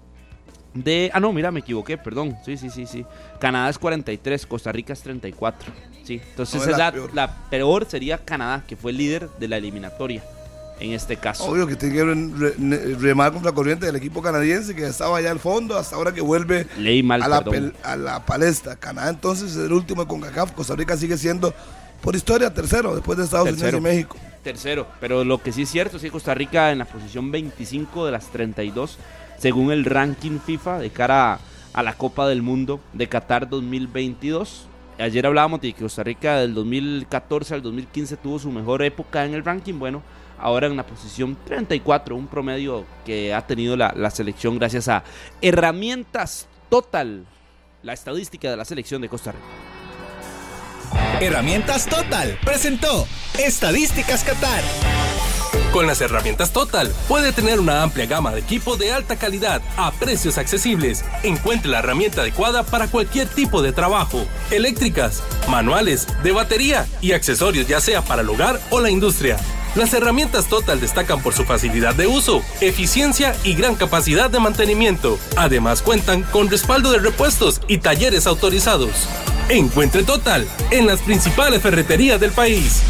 Speaker 5: de... Ah, no, mira, me equivoqué, perdón. Sí, sí, sí, sí. Canadá es 43, Costa Rica es 34. Sí, entonces
Speaker 3: No,
Speaker 5: esa
Speaker 3: es
Speaker 5: es
Speaker 3: la
Speaker 5: la,
Speaker 3: peor.
Speaker 5: la peor sería Canadá, que fue el líder de la eliminatoria en este caso.
Speaker 3: Obvio que tiene que re- re- remar contra la corriente del equipo canadiense que estaba allá al fondo hasta ahora que vuelve
Speaker 5: Leí mal,
Speaker 3: a, la
Speaker 5: perdón.
Speaker 3: pel- a la palestra. Canadá entonces es el último de CONCACAF. Costa Rica sigue siendo, por historia, tercero después de Estados
Speaker 5: Tercero.
Speaker 3: Unidos y México.
Speaker 5: Tercero, pero lo que sí es cierto es que Costa Rica en la posición 25 de las 32, según el ranking FIFA de cara a la Copa del Mundo de Qatar 2022. Ayer hablábamos de que Costa Rica del 2014 al 2015 tuvo su mejor época en el ranking. Bueno, ahora en la posición 34, un promedio que ha tenido la, la selección gracias a herramientas total, la estadística de la selección de Costa Rica.
Speaker 7: Herramientas Total presentó Estadísticas Qatar.
Speaker 11: Con las herramientas Total puede tener una amplia gama de equipo de alta calidad a precios accesibles. Encuentre la herramienta adecuada para cualquier tipo de trabajo, eléctricas, manuales, de batería y accesorios ya sea para el hogar o la industria. Las herramientas Total destacan por su facilidad de uso, eficiencia y gran capacidad de mantenimiento. Además cuentan con respaldo de repuestos y talleres autorizados. Encuentre Total en las principales ferreterías del país.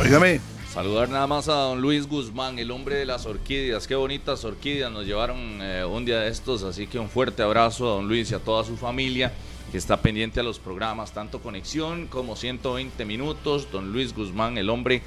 Speaker 3: Óigame,
Speaker 2: Saludar nada más a don Luis Guzmán, el hombre de las orquídeas. Qué bonitas orquídeas nos llevaron eh, un día de estos. Así que un fuerte abrazo a don Luis y a toda su familia que está pendiente a los programas, tanto Conexión como 120 Minutos. Don Luis Guzmán, el hombre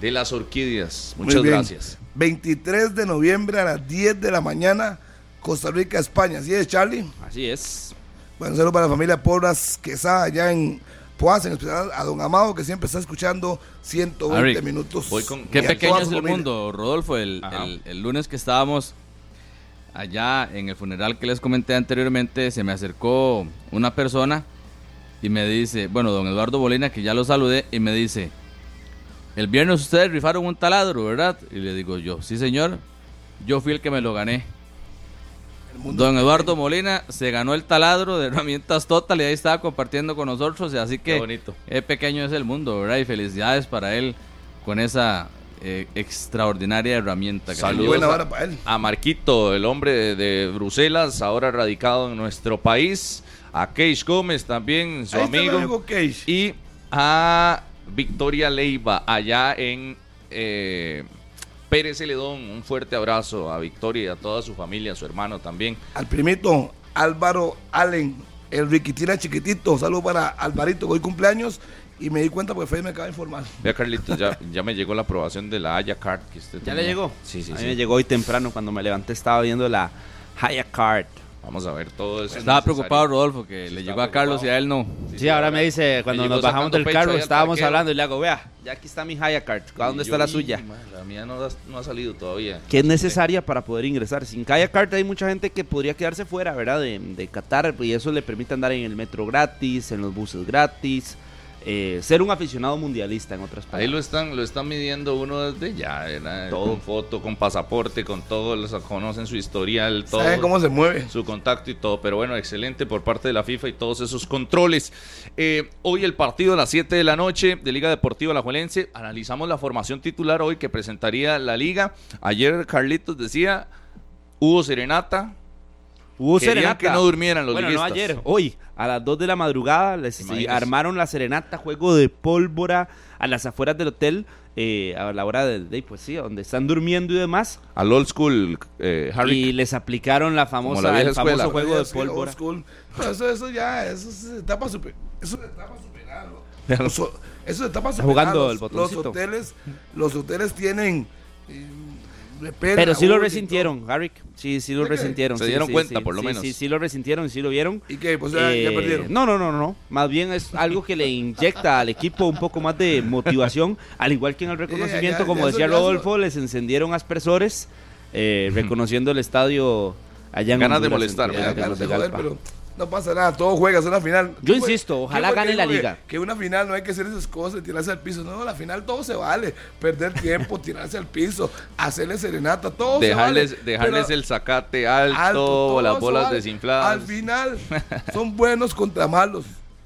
Speaker 2: de las orquídeas.
Speaker 3: muy
Speaker 2: Muchas
Speaker 3: bien.
Speaker 2: gracias.
Speaker 3: 23 de noviembre a las 10 de la mañana, Costa Rica, España. ¿Sí es, Charlie?
Speaker 5: Así es.
Speaker 3: Bueno, saludos para la familia Porras Quesada allá en Poas, en especial a don Amado, que siempre está escuchando 120
Speaker 4: Ari,
Speaker 3: minutos.
Speaker 2: voy con-
Speaker 4: Qué
Speaker 3: Y a
Speaker 4: pequeño
Speaker 3: toda
Speaker 4: es
Speaker 3: su
Speaker 4: el
Speaker 3: familia.
Speaker 4: mundo, Rodolfo. El,
Speaker 2: Ajá.
Speaker 4: el- el lunes que estábamos allá en el funeral que les comenté anteriormente, se me acercó una persona y me dice, bueno, don Eduardo Bolina, que ya lo saludé, y me dice, el viernes ustedes rifaron un taladro, ¿verdad? Y le digo yo, sí señor, yo fui el que me lo gané.
Speaker 3: El mundo
Speaker 4: Don Eduardo Molina se ganó el taladro de herramientas total y ahí estaba compartiendo con nosotros, y así
Speaker 2: Qué
Speaker 4: que...
Speaker 2: bonito.
Speaker 4: Es pequeño es el mundo, ¿verdad? Y felicidades para él con esa eh, extraordinaria herramienta. que
Speaker 2: Saludos
Speaker 3: buena
Speaker 2: a-
Speaker 3: vara para él.
Speaker 2: a Marquito, el hombre de, de Bruselas, ahora radicado en nuestro país. A Keish Gómez también, su
Speaker 3: Ahí está el
Speaker 2: amigo.
Speaker 3: amigo Keish.
Speaker 2: Y a Victoria Leiva, allá en eh, Pérez Celedón. Un fuerte abrazo a Victoria y a toda su familia, a su hermano también.
Speaker 3: Al primito Álvaro Allen, el riquitina chiquitito. Saludos para Alvarito, que hoy cumpleaños. Y me di cuenta porque Fede me acaba de informar.
Speaker 2: Vea, Carlitos, ya, ya me llegó la aprobación de la Haya Card que usted
Speaker 5: ¿Ya
Speaker 2: tenía.
Speaker 5: le llegó?
Speaker 2: Sí, sí,
Speaker 5: A mí
Speaker 2: sí.
Speaker 5: me llegó hoy temprano cuando me levanté, estaba viendo la Haya Card.
Speaker 2: Vamos a ver todo eso.
Speaker 4: Estaba
Speaker 2: necesario.
Speaker 4: preocupado Rodolfo que le
Speaker 2: está
Speaker 4: llegó a Carlos y
Speaker 2: preocupado.
Speaker 4: a él no.
Speaker 2: Sí,
Speaker 5: Sí, ahora me dice, cuando
Speaker 2: llegó
Speaker 5: nos bajamos
Speaker 2: sacando
Speaker 5: del
Speaker 2: pecho
Speaker 5: carro,
Speaker 2: ahí al
Speaker 5: estábamos
Speaker 2: parqueo.
Speaker 5: hablando y le hago, vea, ya aquí está mi Haya Card, ¿a ¿dónde
Speaker 2: Y
Speaker 5: está
Speaker 2: yo,
Speaker 5: la
Speaker 2: "Y,
Speaker 5: suya?
Speaker 2: ma, La mía no, das- no ha salido todavía.
Speaker 5: que es necesaria para poder ingresar. Sin Kaya Carta hay mucha gente que podría quedarse fuera, ¿verdad? De, de Qatar y eso le permite andar en el metro gratis, en los buses gratis, eh, ser un aficionado mundialista en otras
Speaker 2: Ahí
Speaker 5: palabras.
Speaker 2: lo están, lo están midiendo uno desde ya, ¿verdad?
Speaker 5: Todo.
Speaker 2: Con foto, con pasaporte, con todo, los- conocen su historial, todo.
Speaker 3: ¿Saben cómo se mueve?
Speaker 2: su contacto y todo, pero bueno, excelente por parte de la FIFA y todos esos controles. Eh, hoy el partido a las 7 de la noche de Liga Deportiva Alajuelense. Analizamos la formación titular hoy que presentaría la liga. Ayer Carlitos decía, hubo serenata.
Speaker 5: Hubo
Speaker 2: Querían que no durmieran los
Speaker 5: bueno, no
Speaker 2: liguistas.
Speaker 5: ayer, hoy, a las 2 de la madrugada, les
Speaker 2: Imagínese.
Speaker 5: armaron la serenata, juego de pólvora a las afueras del hotel, eh, a la hora del day, pues sí, donde están durmiendo y demás,
Speaker 2: Al old school, eh, Harry.
Speaker 5: y les aplicaron la famosa,
Speaker 2: la vieja
Speaker 5: el famoso
Speaker 2: escuela.
Speaker 5: juego de
Speaker 3: Sí, old
Speaker 5: pólvora.
Speaker 3: school. Pero eso, eso ya, eso es etapa super, eso es etapa superada. ¿no? Eso, eso es etapa superada.
Speaker 5: jugando
Speaker 3: los,
Speaker 5: el botoncito.
Speaker 3: Los hoteles, los hoteles tienen. eh, repel,
Speaker 5: Pero sí lo
Speaker 3: abuso y
Speaker 5: resintieron, Garrick. Sí, sí lo
Speaker 3: ¿Sí que?
Speaker 5: resintieron.
Speaker 2: Se
Speaker 5: sí,
Speaker 2: dieron
Speaker 5: sí,
Speaker 2: cuenta,
Speaker 5: sí,
Speaker 2: por lo
Speaker 5: sí,
Speaker 2: menos.
Speaker 5: Sí, sí lo resintieron, sí lo vieron.
Speaker 3: todo. ¿Y qué? Pues ya, ya
Speaker 5: Eh,
Speaker 3: perdieron.
Speaker 5: No, no, no, no. Más bien es algo que le inyecta al equipo un poco más de motivación, al igual que en el
Speaker 3: Sí, ya,
Speaker 5: reconocimiento,
Speaker 3: ya,
Speaker 5: como
Speaker 3: ya
Speaker 5: decía
Speaker 3: eso ya es lo-
Speaker 5: Rodolfo, les encendieron aspersores, eh, reconociendo el estadio allá en
Speaker 2: Ganas de
Speaker 5: Honduras,
Speaker 2: molestar,
Speaker 5: en-
Speaker 3: Ya,
Speaker 5: en
Speaker 3: ya, no se
Speaker 5: Tegucigalpa.
Speaker 3: joder, pero no pasa nada, todo juega, es una final.
Speaker 5: Yo
Speaker 3: ¿Qué fue-
Speaker 5: insisto,
Speaker 3: qué
Speaker 5: ojalá
Speaker 3: fue que
Speaker 5: gane la
Speaker 3: dijo que-
Speaker 5: liga.
Speaker 3: Que una final no hay que hacer esas cosas, tirarse al piso. No, la final todo se vale. Perder tiempo, tirarse al piso, hacerle serenata, todo se
Speaker 2: Dejarles,
Speaker 3: vale.
Speaker 2: dejarles
Speaker 3: pero-
Speaker 2: el zacate alto,
Speaker 3: todo
Speaker 2: las
Speaker 3: eso
Speaker 2: bolas
Speaker 3: vale.
Speaker 2: desinfladas.
Speaker 3: Al final son buenos contra malos.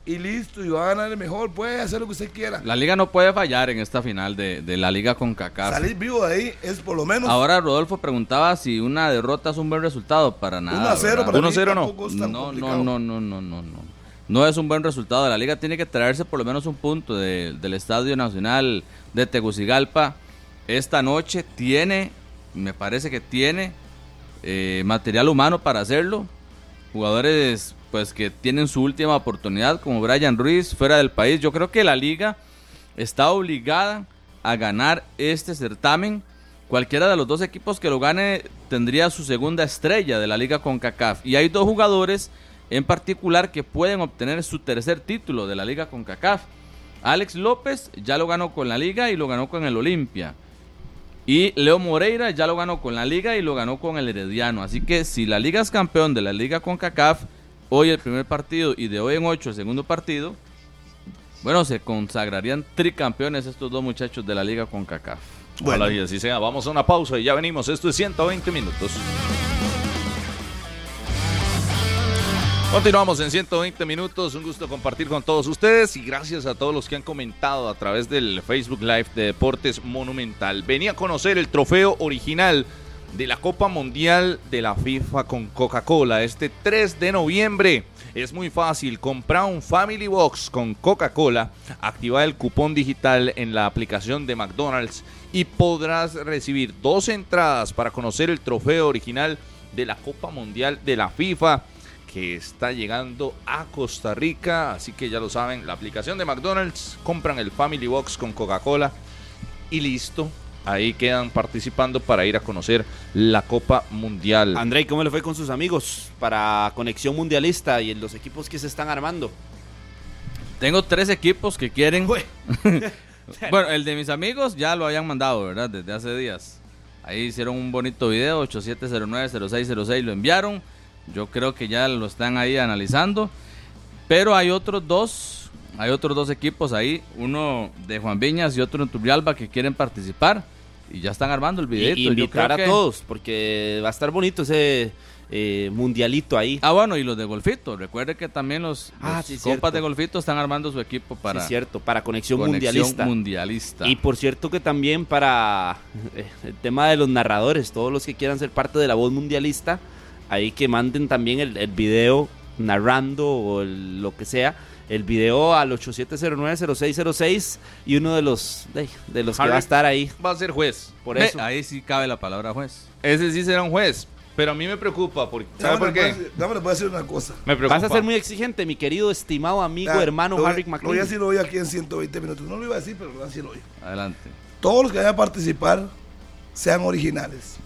Speaker 3: Y listo, y va a ganar el mejor. Puede hacer lo que usted quiera.
Speaker 4: La liga no puede fallar en esta final de, de la liga con Kaká.
Speaker 3: Salir vivo de ahí es por lo menos
Speaker 4: Ahora Rodolfo preguntaba si una derrota es un buen resultado. Para nada.
Speaker 3: 1 a 0
Speaker 4: ¿verdad?
Speaker 3: para mí
Speaker 2: 1-0 no.
Speaker 3: tampoco es tan
Speaker 4: No,
Speaker 3: complicado.
Speaker 4: no, no, no, no, no, no. No es un buen resultado. La liga tiene que traerse por lo menos un punto de- del Estadio Nacional de Tegucigalpa. Esta noche tiene, me parece que tiene eh, material humano para hacerlo. Jugadores pues que tienen su última oportunidad, como Brian Ruiz, fuera del país. Yo creo que la liga está obligada a ganar este certamen. Cualquiera de los dos equipos que lo gane tendría su segunda estrella de la liga con CACAF. Y hay dos jugadores en particular que pueden obtener su tercer título de la liga con CACAF. Alex López ya lo ganó con la liga y lo ganó con el Olimpia. Y Leo Moreira ya lo ganó con la liga y lo ganó con el Herediano. Así que si la liga es campeón de la liga con CACAF, hoy el primer partido y de hoy en ocho el segundo partido, bueno, se consagrarían tricampeones estos dos muchachos de la liga con CACAF.
Speaker 2: Ojalá y así sea. Vamos a una pausa y ya venimos. Esto es 120 minutos. Continuamos en 120 minutos. Un gusto compartir con todos ustedes y gracias a todos los que han comentado a través del Facebook Live de Deportes Monumental. Venía a conocer el trofeo original de la Copa Mundial de la FIFA con Coca-Cola este 3 de noviembre. Es muy fácil, comprar un Family Box con Coca-Cola, activar el cupón digital en la aplicación de McDonald's y podrás recibir dos entradas para conocer el trofeo original de la Copa Mundial de la FIFA que está llegando a Costa Rica. Así que ya lo saben, la aplicación de McDonald's, compran el Family Box con Coca-Cola y listo. Ahí quedan participando para ir a conocer la Copa Mundial.
Speaker 5: André, ¿cómo le fue con sus amigos para Conexión Mundialista y en los equipos que se están armando?
Speaker 4: Tengo tres equipos que quieren. bueno, el de mis amigos ya lo habían mandado, ¿verdad? Desde hace días. Ahí hicieron un bonito video, 8709-0606, lo enviaron. Yo creo que ya lo están ahí analizando. Pero hay otros dos, hay otros dos equipos ahí, uno de Juan Viñas y otro de Turrialba que quieren participar. Y ya están armando el videito.
Speaker 5: Y
Speaker 4: Yo
Speaker 5: invitar
Speaker 4: creo
Speaker 5: a
Speaker 4: que-
Speaker 5: todos, porque va a estar bonito ese eh, mundialito ahí.
Speaker 4: Ah, bueno, y los de Golfito. Recuerde que también los,
Speaker 5: Ah,
Speaker 4: los
Speaker 5: sí,
Speaker 4: compas
Speaker 5: cierto.
Speaker 4: de Golfito están armando su equipo para
Speaker 5: Sí, cierto, para conexión,
Speaker 4: Conexión
Speaker 5: mundialista.
Speaker 4: Mundialista.
Speaker 5: Y por cierto que también para eh, el tema de los narradores, todos los que quieran ser parte de la voz mundialista, ahí que manden también el, el video narrando o el- lo que sea, el video al 8709-0606 y uno de los, de, de los que va a
Speaker 2: Harry
Speaker 5: estar ahí.
Speaker 2: Va a ser juez.
Speaker 5: Por
Speaker 4: Ve,
Speaker 5: eso.
Speaker 4: Ahí sí cabe la palabra juez.
Speaker 2: Ese sí será un juez. Pero a mí me preocupa. Porque, ¿Sabe por qué?
Speaker 3: Dame, le voy a decir una cosa.
Speaker 2: Me preocupa.
Speaker 5: Vas a ser muy exigente, mi querido, estimado amigo,
Speaker 3: Ah,
Speaker 5: hermano
Speaker 3: lo voy-
Speaker 5: Harry
Speaker 3: Lo voy a
Speaker 5: McLean.
Speaker 3: decir hoy aquí en 120 minutos. No lo iba a decir, pero lo voy a decir hoy.
Speaker 4: Adelante.
Speaker 3: Todos los que vayan a participar sean originales.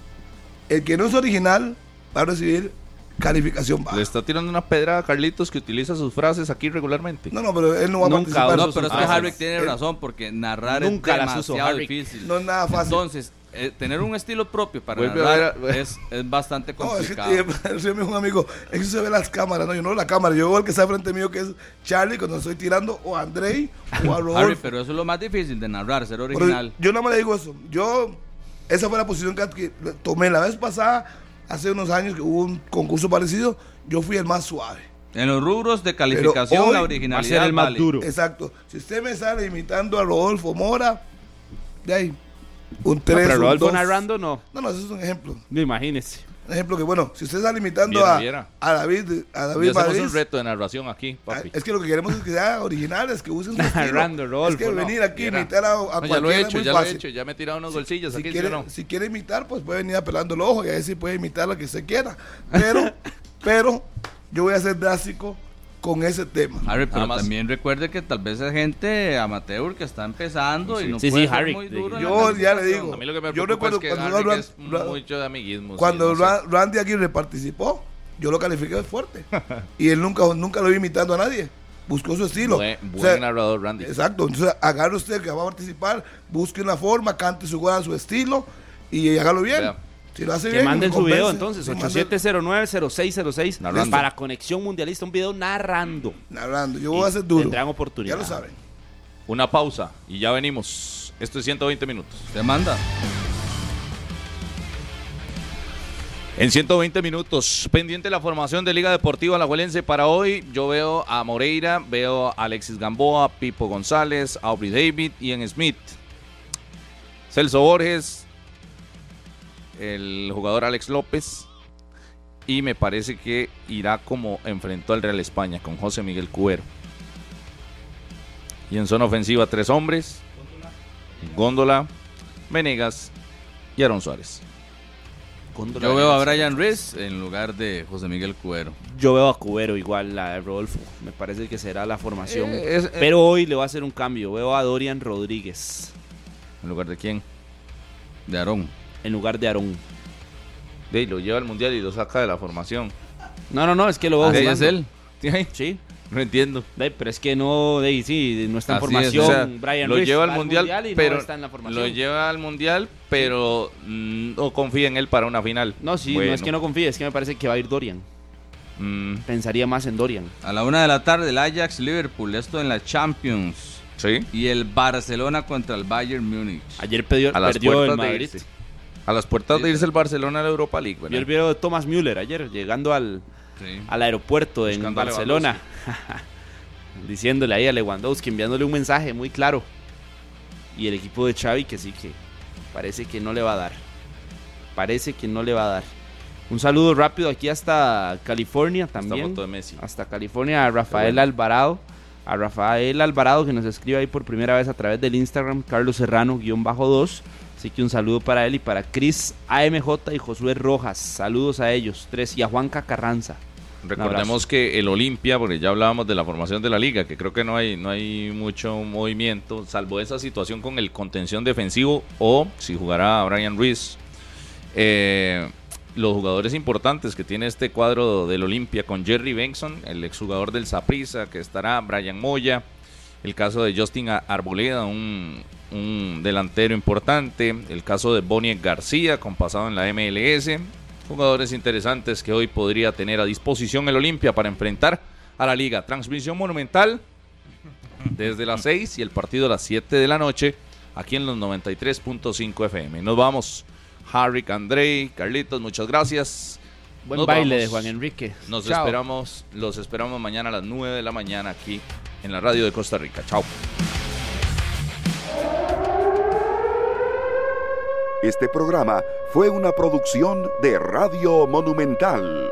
Speaker 3: El que no es original va a recibir calificación baja.
Speaker 2: Le está tirando una pedrada a Carlitos que utiliza sus frases aquí regularmente.
Speaker 3: No, no, pero él no va a
Speaker 5: Nunca,
Speaker 3: participar. Ah,
Speaker 4: No, pero es que
Speaker 2: frases.
Speaker 4: Harry tiene
Speaker 3: Él-
Speaker 4: razón porque narrar
Speaker 5: Nunca
Speaker 4: es
Speaker 5: las uso,
Speaker 4: demasiado
Speaker 5: Harry.
Speaker 4: difícil.
Speaker 3: No es nada fácil.
Speaker 4: Entonces, eh, tener un estilo propio para
Speaker 2: Vuelve a
Speaker 4: narrar
Speaker 2: ver a-
Speaker 4: es, es bastante
Speaker 3: No, es que
Speaker 4: complicado.
Speaker 3: eh, sí, me dijo un amigo, es que se ve las cámaras, no, yo no veo la cámara, yo veo el que está frente mío que es Charlie cuando estoy tirando, o a Andrei, o a
Speaker 4: Harry,
Speaker 3: Rodolfo.
Speaker 4: pero eso es lo más difícil de narrar, ser
Speaker 3: Pero
Speaker 4: original.
Speaker 3: yo nada más le digo eso, yo, esa fue la posición que adqui- tomé la vez pasada, hace unos años que hubo un concurso parecido, yo fui el más suave.
Speaker 4: En los rubros de calificación,
Speaker 3: hoy
Speaker 4: la
Speaker 3: va a
Speaker 4: originalidad
Speaker 12: Va a ser el más
Speaker 4: vale.
Speaker 12: duro.
Speaker 3: Exacto, si usted me sale imitando a Rodolfo Mora, de ahí, un 3,
Speaker 5: Pero
Speaker 3: un
Speaker 5: Rodolfo
Speaker 3: dos.
Speaker 5: narrando, no.
Speaker 3: No, no, eso es un ejemplo.
Speaker 5: No, imagínese.
Speaker 3: Un ejemplo que, bueno, si usted sale imitando
Speaker 2: Viera,
Speaker 3: a,
Speaker 2: viera.
Speaker 3: a David, a
Speaker 2: Ya
Speaker 3: David
Speaker 2: hacemos
Speaker 3: Madrid,
Speaker 2: un reto de narración aquí,
Speaker 3: Ah,
Speaker 2: papi.
Speaker 3: Es que lo que queremos es que sean originales, que usen su estilo.
Speaker 5: Rando, Rodolfo,
Speaker 3: es que
Speaker 5: no,
Speaker 3: venir aquí
Speaker 2: era.
Speaker 3: a imitar a, a
Speaker 2: No, ya lo
Speaker 3: cualquiera
Speaker 2: he
Speaker 3: es
Speaker 2: hecho,
Speaker 3: muy
Speaker 2: ya lo he
Speaker 3: fácil.
Speaker 2: hecho. Ya me he tirado unos golcillos
Speaker 3: Si
Speaker 2: aquí, ¿sí
Speaker 3: quiere,
Speaker 2: o no?
Speaker 3: si quiere imitar, pues puede venir apelando el ojo y ahí sí puede imitar la que se quiera. Pero, pero yo voy a ser drástico con ese tema.
Speaker 4: Harry, pero
Speaker 2: Nada Ah, más.
Speaker 4: también recuerde que tal vez hay gente amateur que está empezando y no
Speaker 5: Sí, sí,
Speaker 4: puede ser
Speaker 5: Harry.
Speaker 4: muy duro. en la
Speaker 3: Yo ya le
Speaker 4: calificación.
Speaker 3: digo.
Speaker 2: A mí lo que me
Speaker 3: yo
Speaker 2: preocupa
Speaker 3: recuerdo
Speaker 2: es que
Speaker 3: cuando
Speaker 2: Harry,
Speaker 3: Ran-
Speaker 2: que es
Speaker 3: Ran-
Speaker 2: mucho de amiguismo. sí,
Speaker 3: Cuando
Speaker 2: no sé.
Speaker 3: Ra- Randy Aguirre participó, yo lo califiqué fuerte. y él nunca, nunca lo vi imitando a nadie. Buscó su estilo.
Speaker 2: Buen,
Speaker 3: O
Speaker 2: buen
Speaker 3: sea,
Speaker 2: narrador, Randy.
Speaker 3: Exacto, entonces agarre usted que va a participar, busque una forma, cante su gol a su estilo y hágalo bien.
Speaker 2: Vea.
Speaker 3: Si lo hace
Speaker 5: Que
Speaker 3: bien,
Speaker 5: manden su video
Speaker 3: recompense.
Speaker 5: entonces,
Speaker 3: Sí, manden-
Speaker 5: 8709-0606
Speaker 3: Narrando.
Speaker 5: pues, para Conexión Mundialista, un video narrando.
Speaker 3: Narrando, yo
Speaker 5: Y
Speaker 3: voy a hacer duro.
Speaker 5: Tendrán oportunidad.
Speaker 3: Ya lo saben.
Speaker 2: Una pausa y ya venimos. Esto es 120 minutos.
Speaker 4: Te manda.
Speaker 2: En 120 minutos, pendiente la formación de Liga Deportiva Alajuelense para hoy, yo veo a Moreira, veo a Alexis Gamboa, Pipo González, Aubrey David, Ian Smith, Celso Borges, el jugador Alex López, y me parece que irá como enfrentó al Real España con José Miguel Cuero. Y en zona ofensiva, tres hombres, Góndola, Venegas y Aaron Suárez.
Speaker 4: Yo veo a Brian Ruiz en lugar de José Miguel Cuero.
Speaker 5: Yo veo a Cubero igual, la de Rodolfo. Me parece que será la formación.
Speaker 2: Eh, es- eh.
Speaker 5: Pero hoy le va a hacer un cambio. Veo a Dorian Rodríguez
Speaker 2: ¿En lugar de quién? Ah,
Speaker 4: De Aarón.
Speaker 5: en lugar de Aarón.
Speaker 2: De ahí lo lleva al mundial y lo saca de la formación.
Speaker 5: No, no, no, es que lo veo
Speaker 2: Ah,
Speaker 4: Así
Speaker 5: jugando.
Speaker 4: es él.
Speaker 2: Sí, ahí.
Speaker 5: Sí.
Speaker 2: No entiendo.
Speaker 5: pero es que no, de, sí, no está en
Speaker 2: Así es,
Speaker 5: formación.
Speaker 2: o sea,
Speaker 5: Mm, Brian
Speaker 2: lo
Speaker 5: Ruiz
Speaker 2: lleva
Speaker 5: va
Speaker 2: al mundial,
Speaker 5: y
Speaker 2: pero
Speaker 5: no está en la formación.
Speaker 2: lo lleva al mundial, pero mm, no confía en él para una final.
Speaker 5: No, sí, no es que no confíe, es que me parece que va a ir Dorian.
Speaker 2: Mm.
Speaker 5: Pensaría más en Dorian.
Speaker 4: A la una de la tarde, el Ajax Liverpool, esto en la Champions.
Speaker 2: Sí.
Speaker 4: Y el Barcelona contra el Bayern Múnich.
Speaker 5: Ayer perdió,
Speaker 2: a las
Speaker 5: perdió el
Speaker 2: puertas de
Speaker 5: Madrid.
Speaker 2: irse. A las puertas de irse el Barcelona a la Europa League,
Speaker 5: Vio el
Speaker 2: ¿verdad?
Speaker 5: video de Thomas Müller ayer, llegando al,
Speaker 4: Sí.
Speaker 5: al aeropuerto en
Speaker 2: Buscando a
Speaker 5: Barcelona. Diciéndole ahí a Lewandowski, enviándole un mensaje muy claro. Y el equipo de Xavi que sí que parece que no le va a dar. Parece que no le va a dar. Un saludo rápido aquí hasta California
Speaker 2: Esta
Speaker 5: también.
Speaker 2: foto de Messi.
Speaker 5: Hasta California a Rafael Alvarado. A Rafael Alvarado que nos escribe ahí por primera vez a través del Instagram, Carlos Serrano, guión bajo 2. Así que un saludo para él y para Chris AMJ y Josué Rojas. Saludos a ellos tres y a Juanca Carranza.
Speaker 2: Recordemos que el Olimpia, porque ya hablábamos de la formación de la liga, que creo que no hay, no hay mucho movimiento, salvo esa situación con el contención defensivo o si jugará Brian Ruiz. Eh, los jugadores importantes que tiene este cuadro del Olimpia con Jerry Benson, el exjugador del Saprissa, que estará Brian Moya, el caso de Justin A- Arboleda, un, un delantero importante, el caso de Bonnie García, con pasado en la MLS, jugadores interesantes que hoy podría tener a disposición el Olimpia para enfrentar a la liga. Transmisión monumental desde las 6 y el partido a las 7 de la noche aquí en los 93.5 FM. Nos vamos. Harrick, Andrei, Carlitos, muchas gracias.
Speaker 5: Buen
Speaker 2: Nos
Speaker 5: baile
Speaker 2: vamos.
Speaker 5: de Juan Enrique.
Speaker 2: Nos
Speaker 5: Chao.
Speaker 2: esperamos, los esperamos mañana a las 9 de la mañana aquí en la radio de Costa Rica. Chao.
Speaker 1: Este programa fue una producción de Radio Monumental.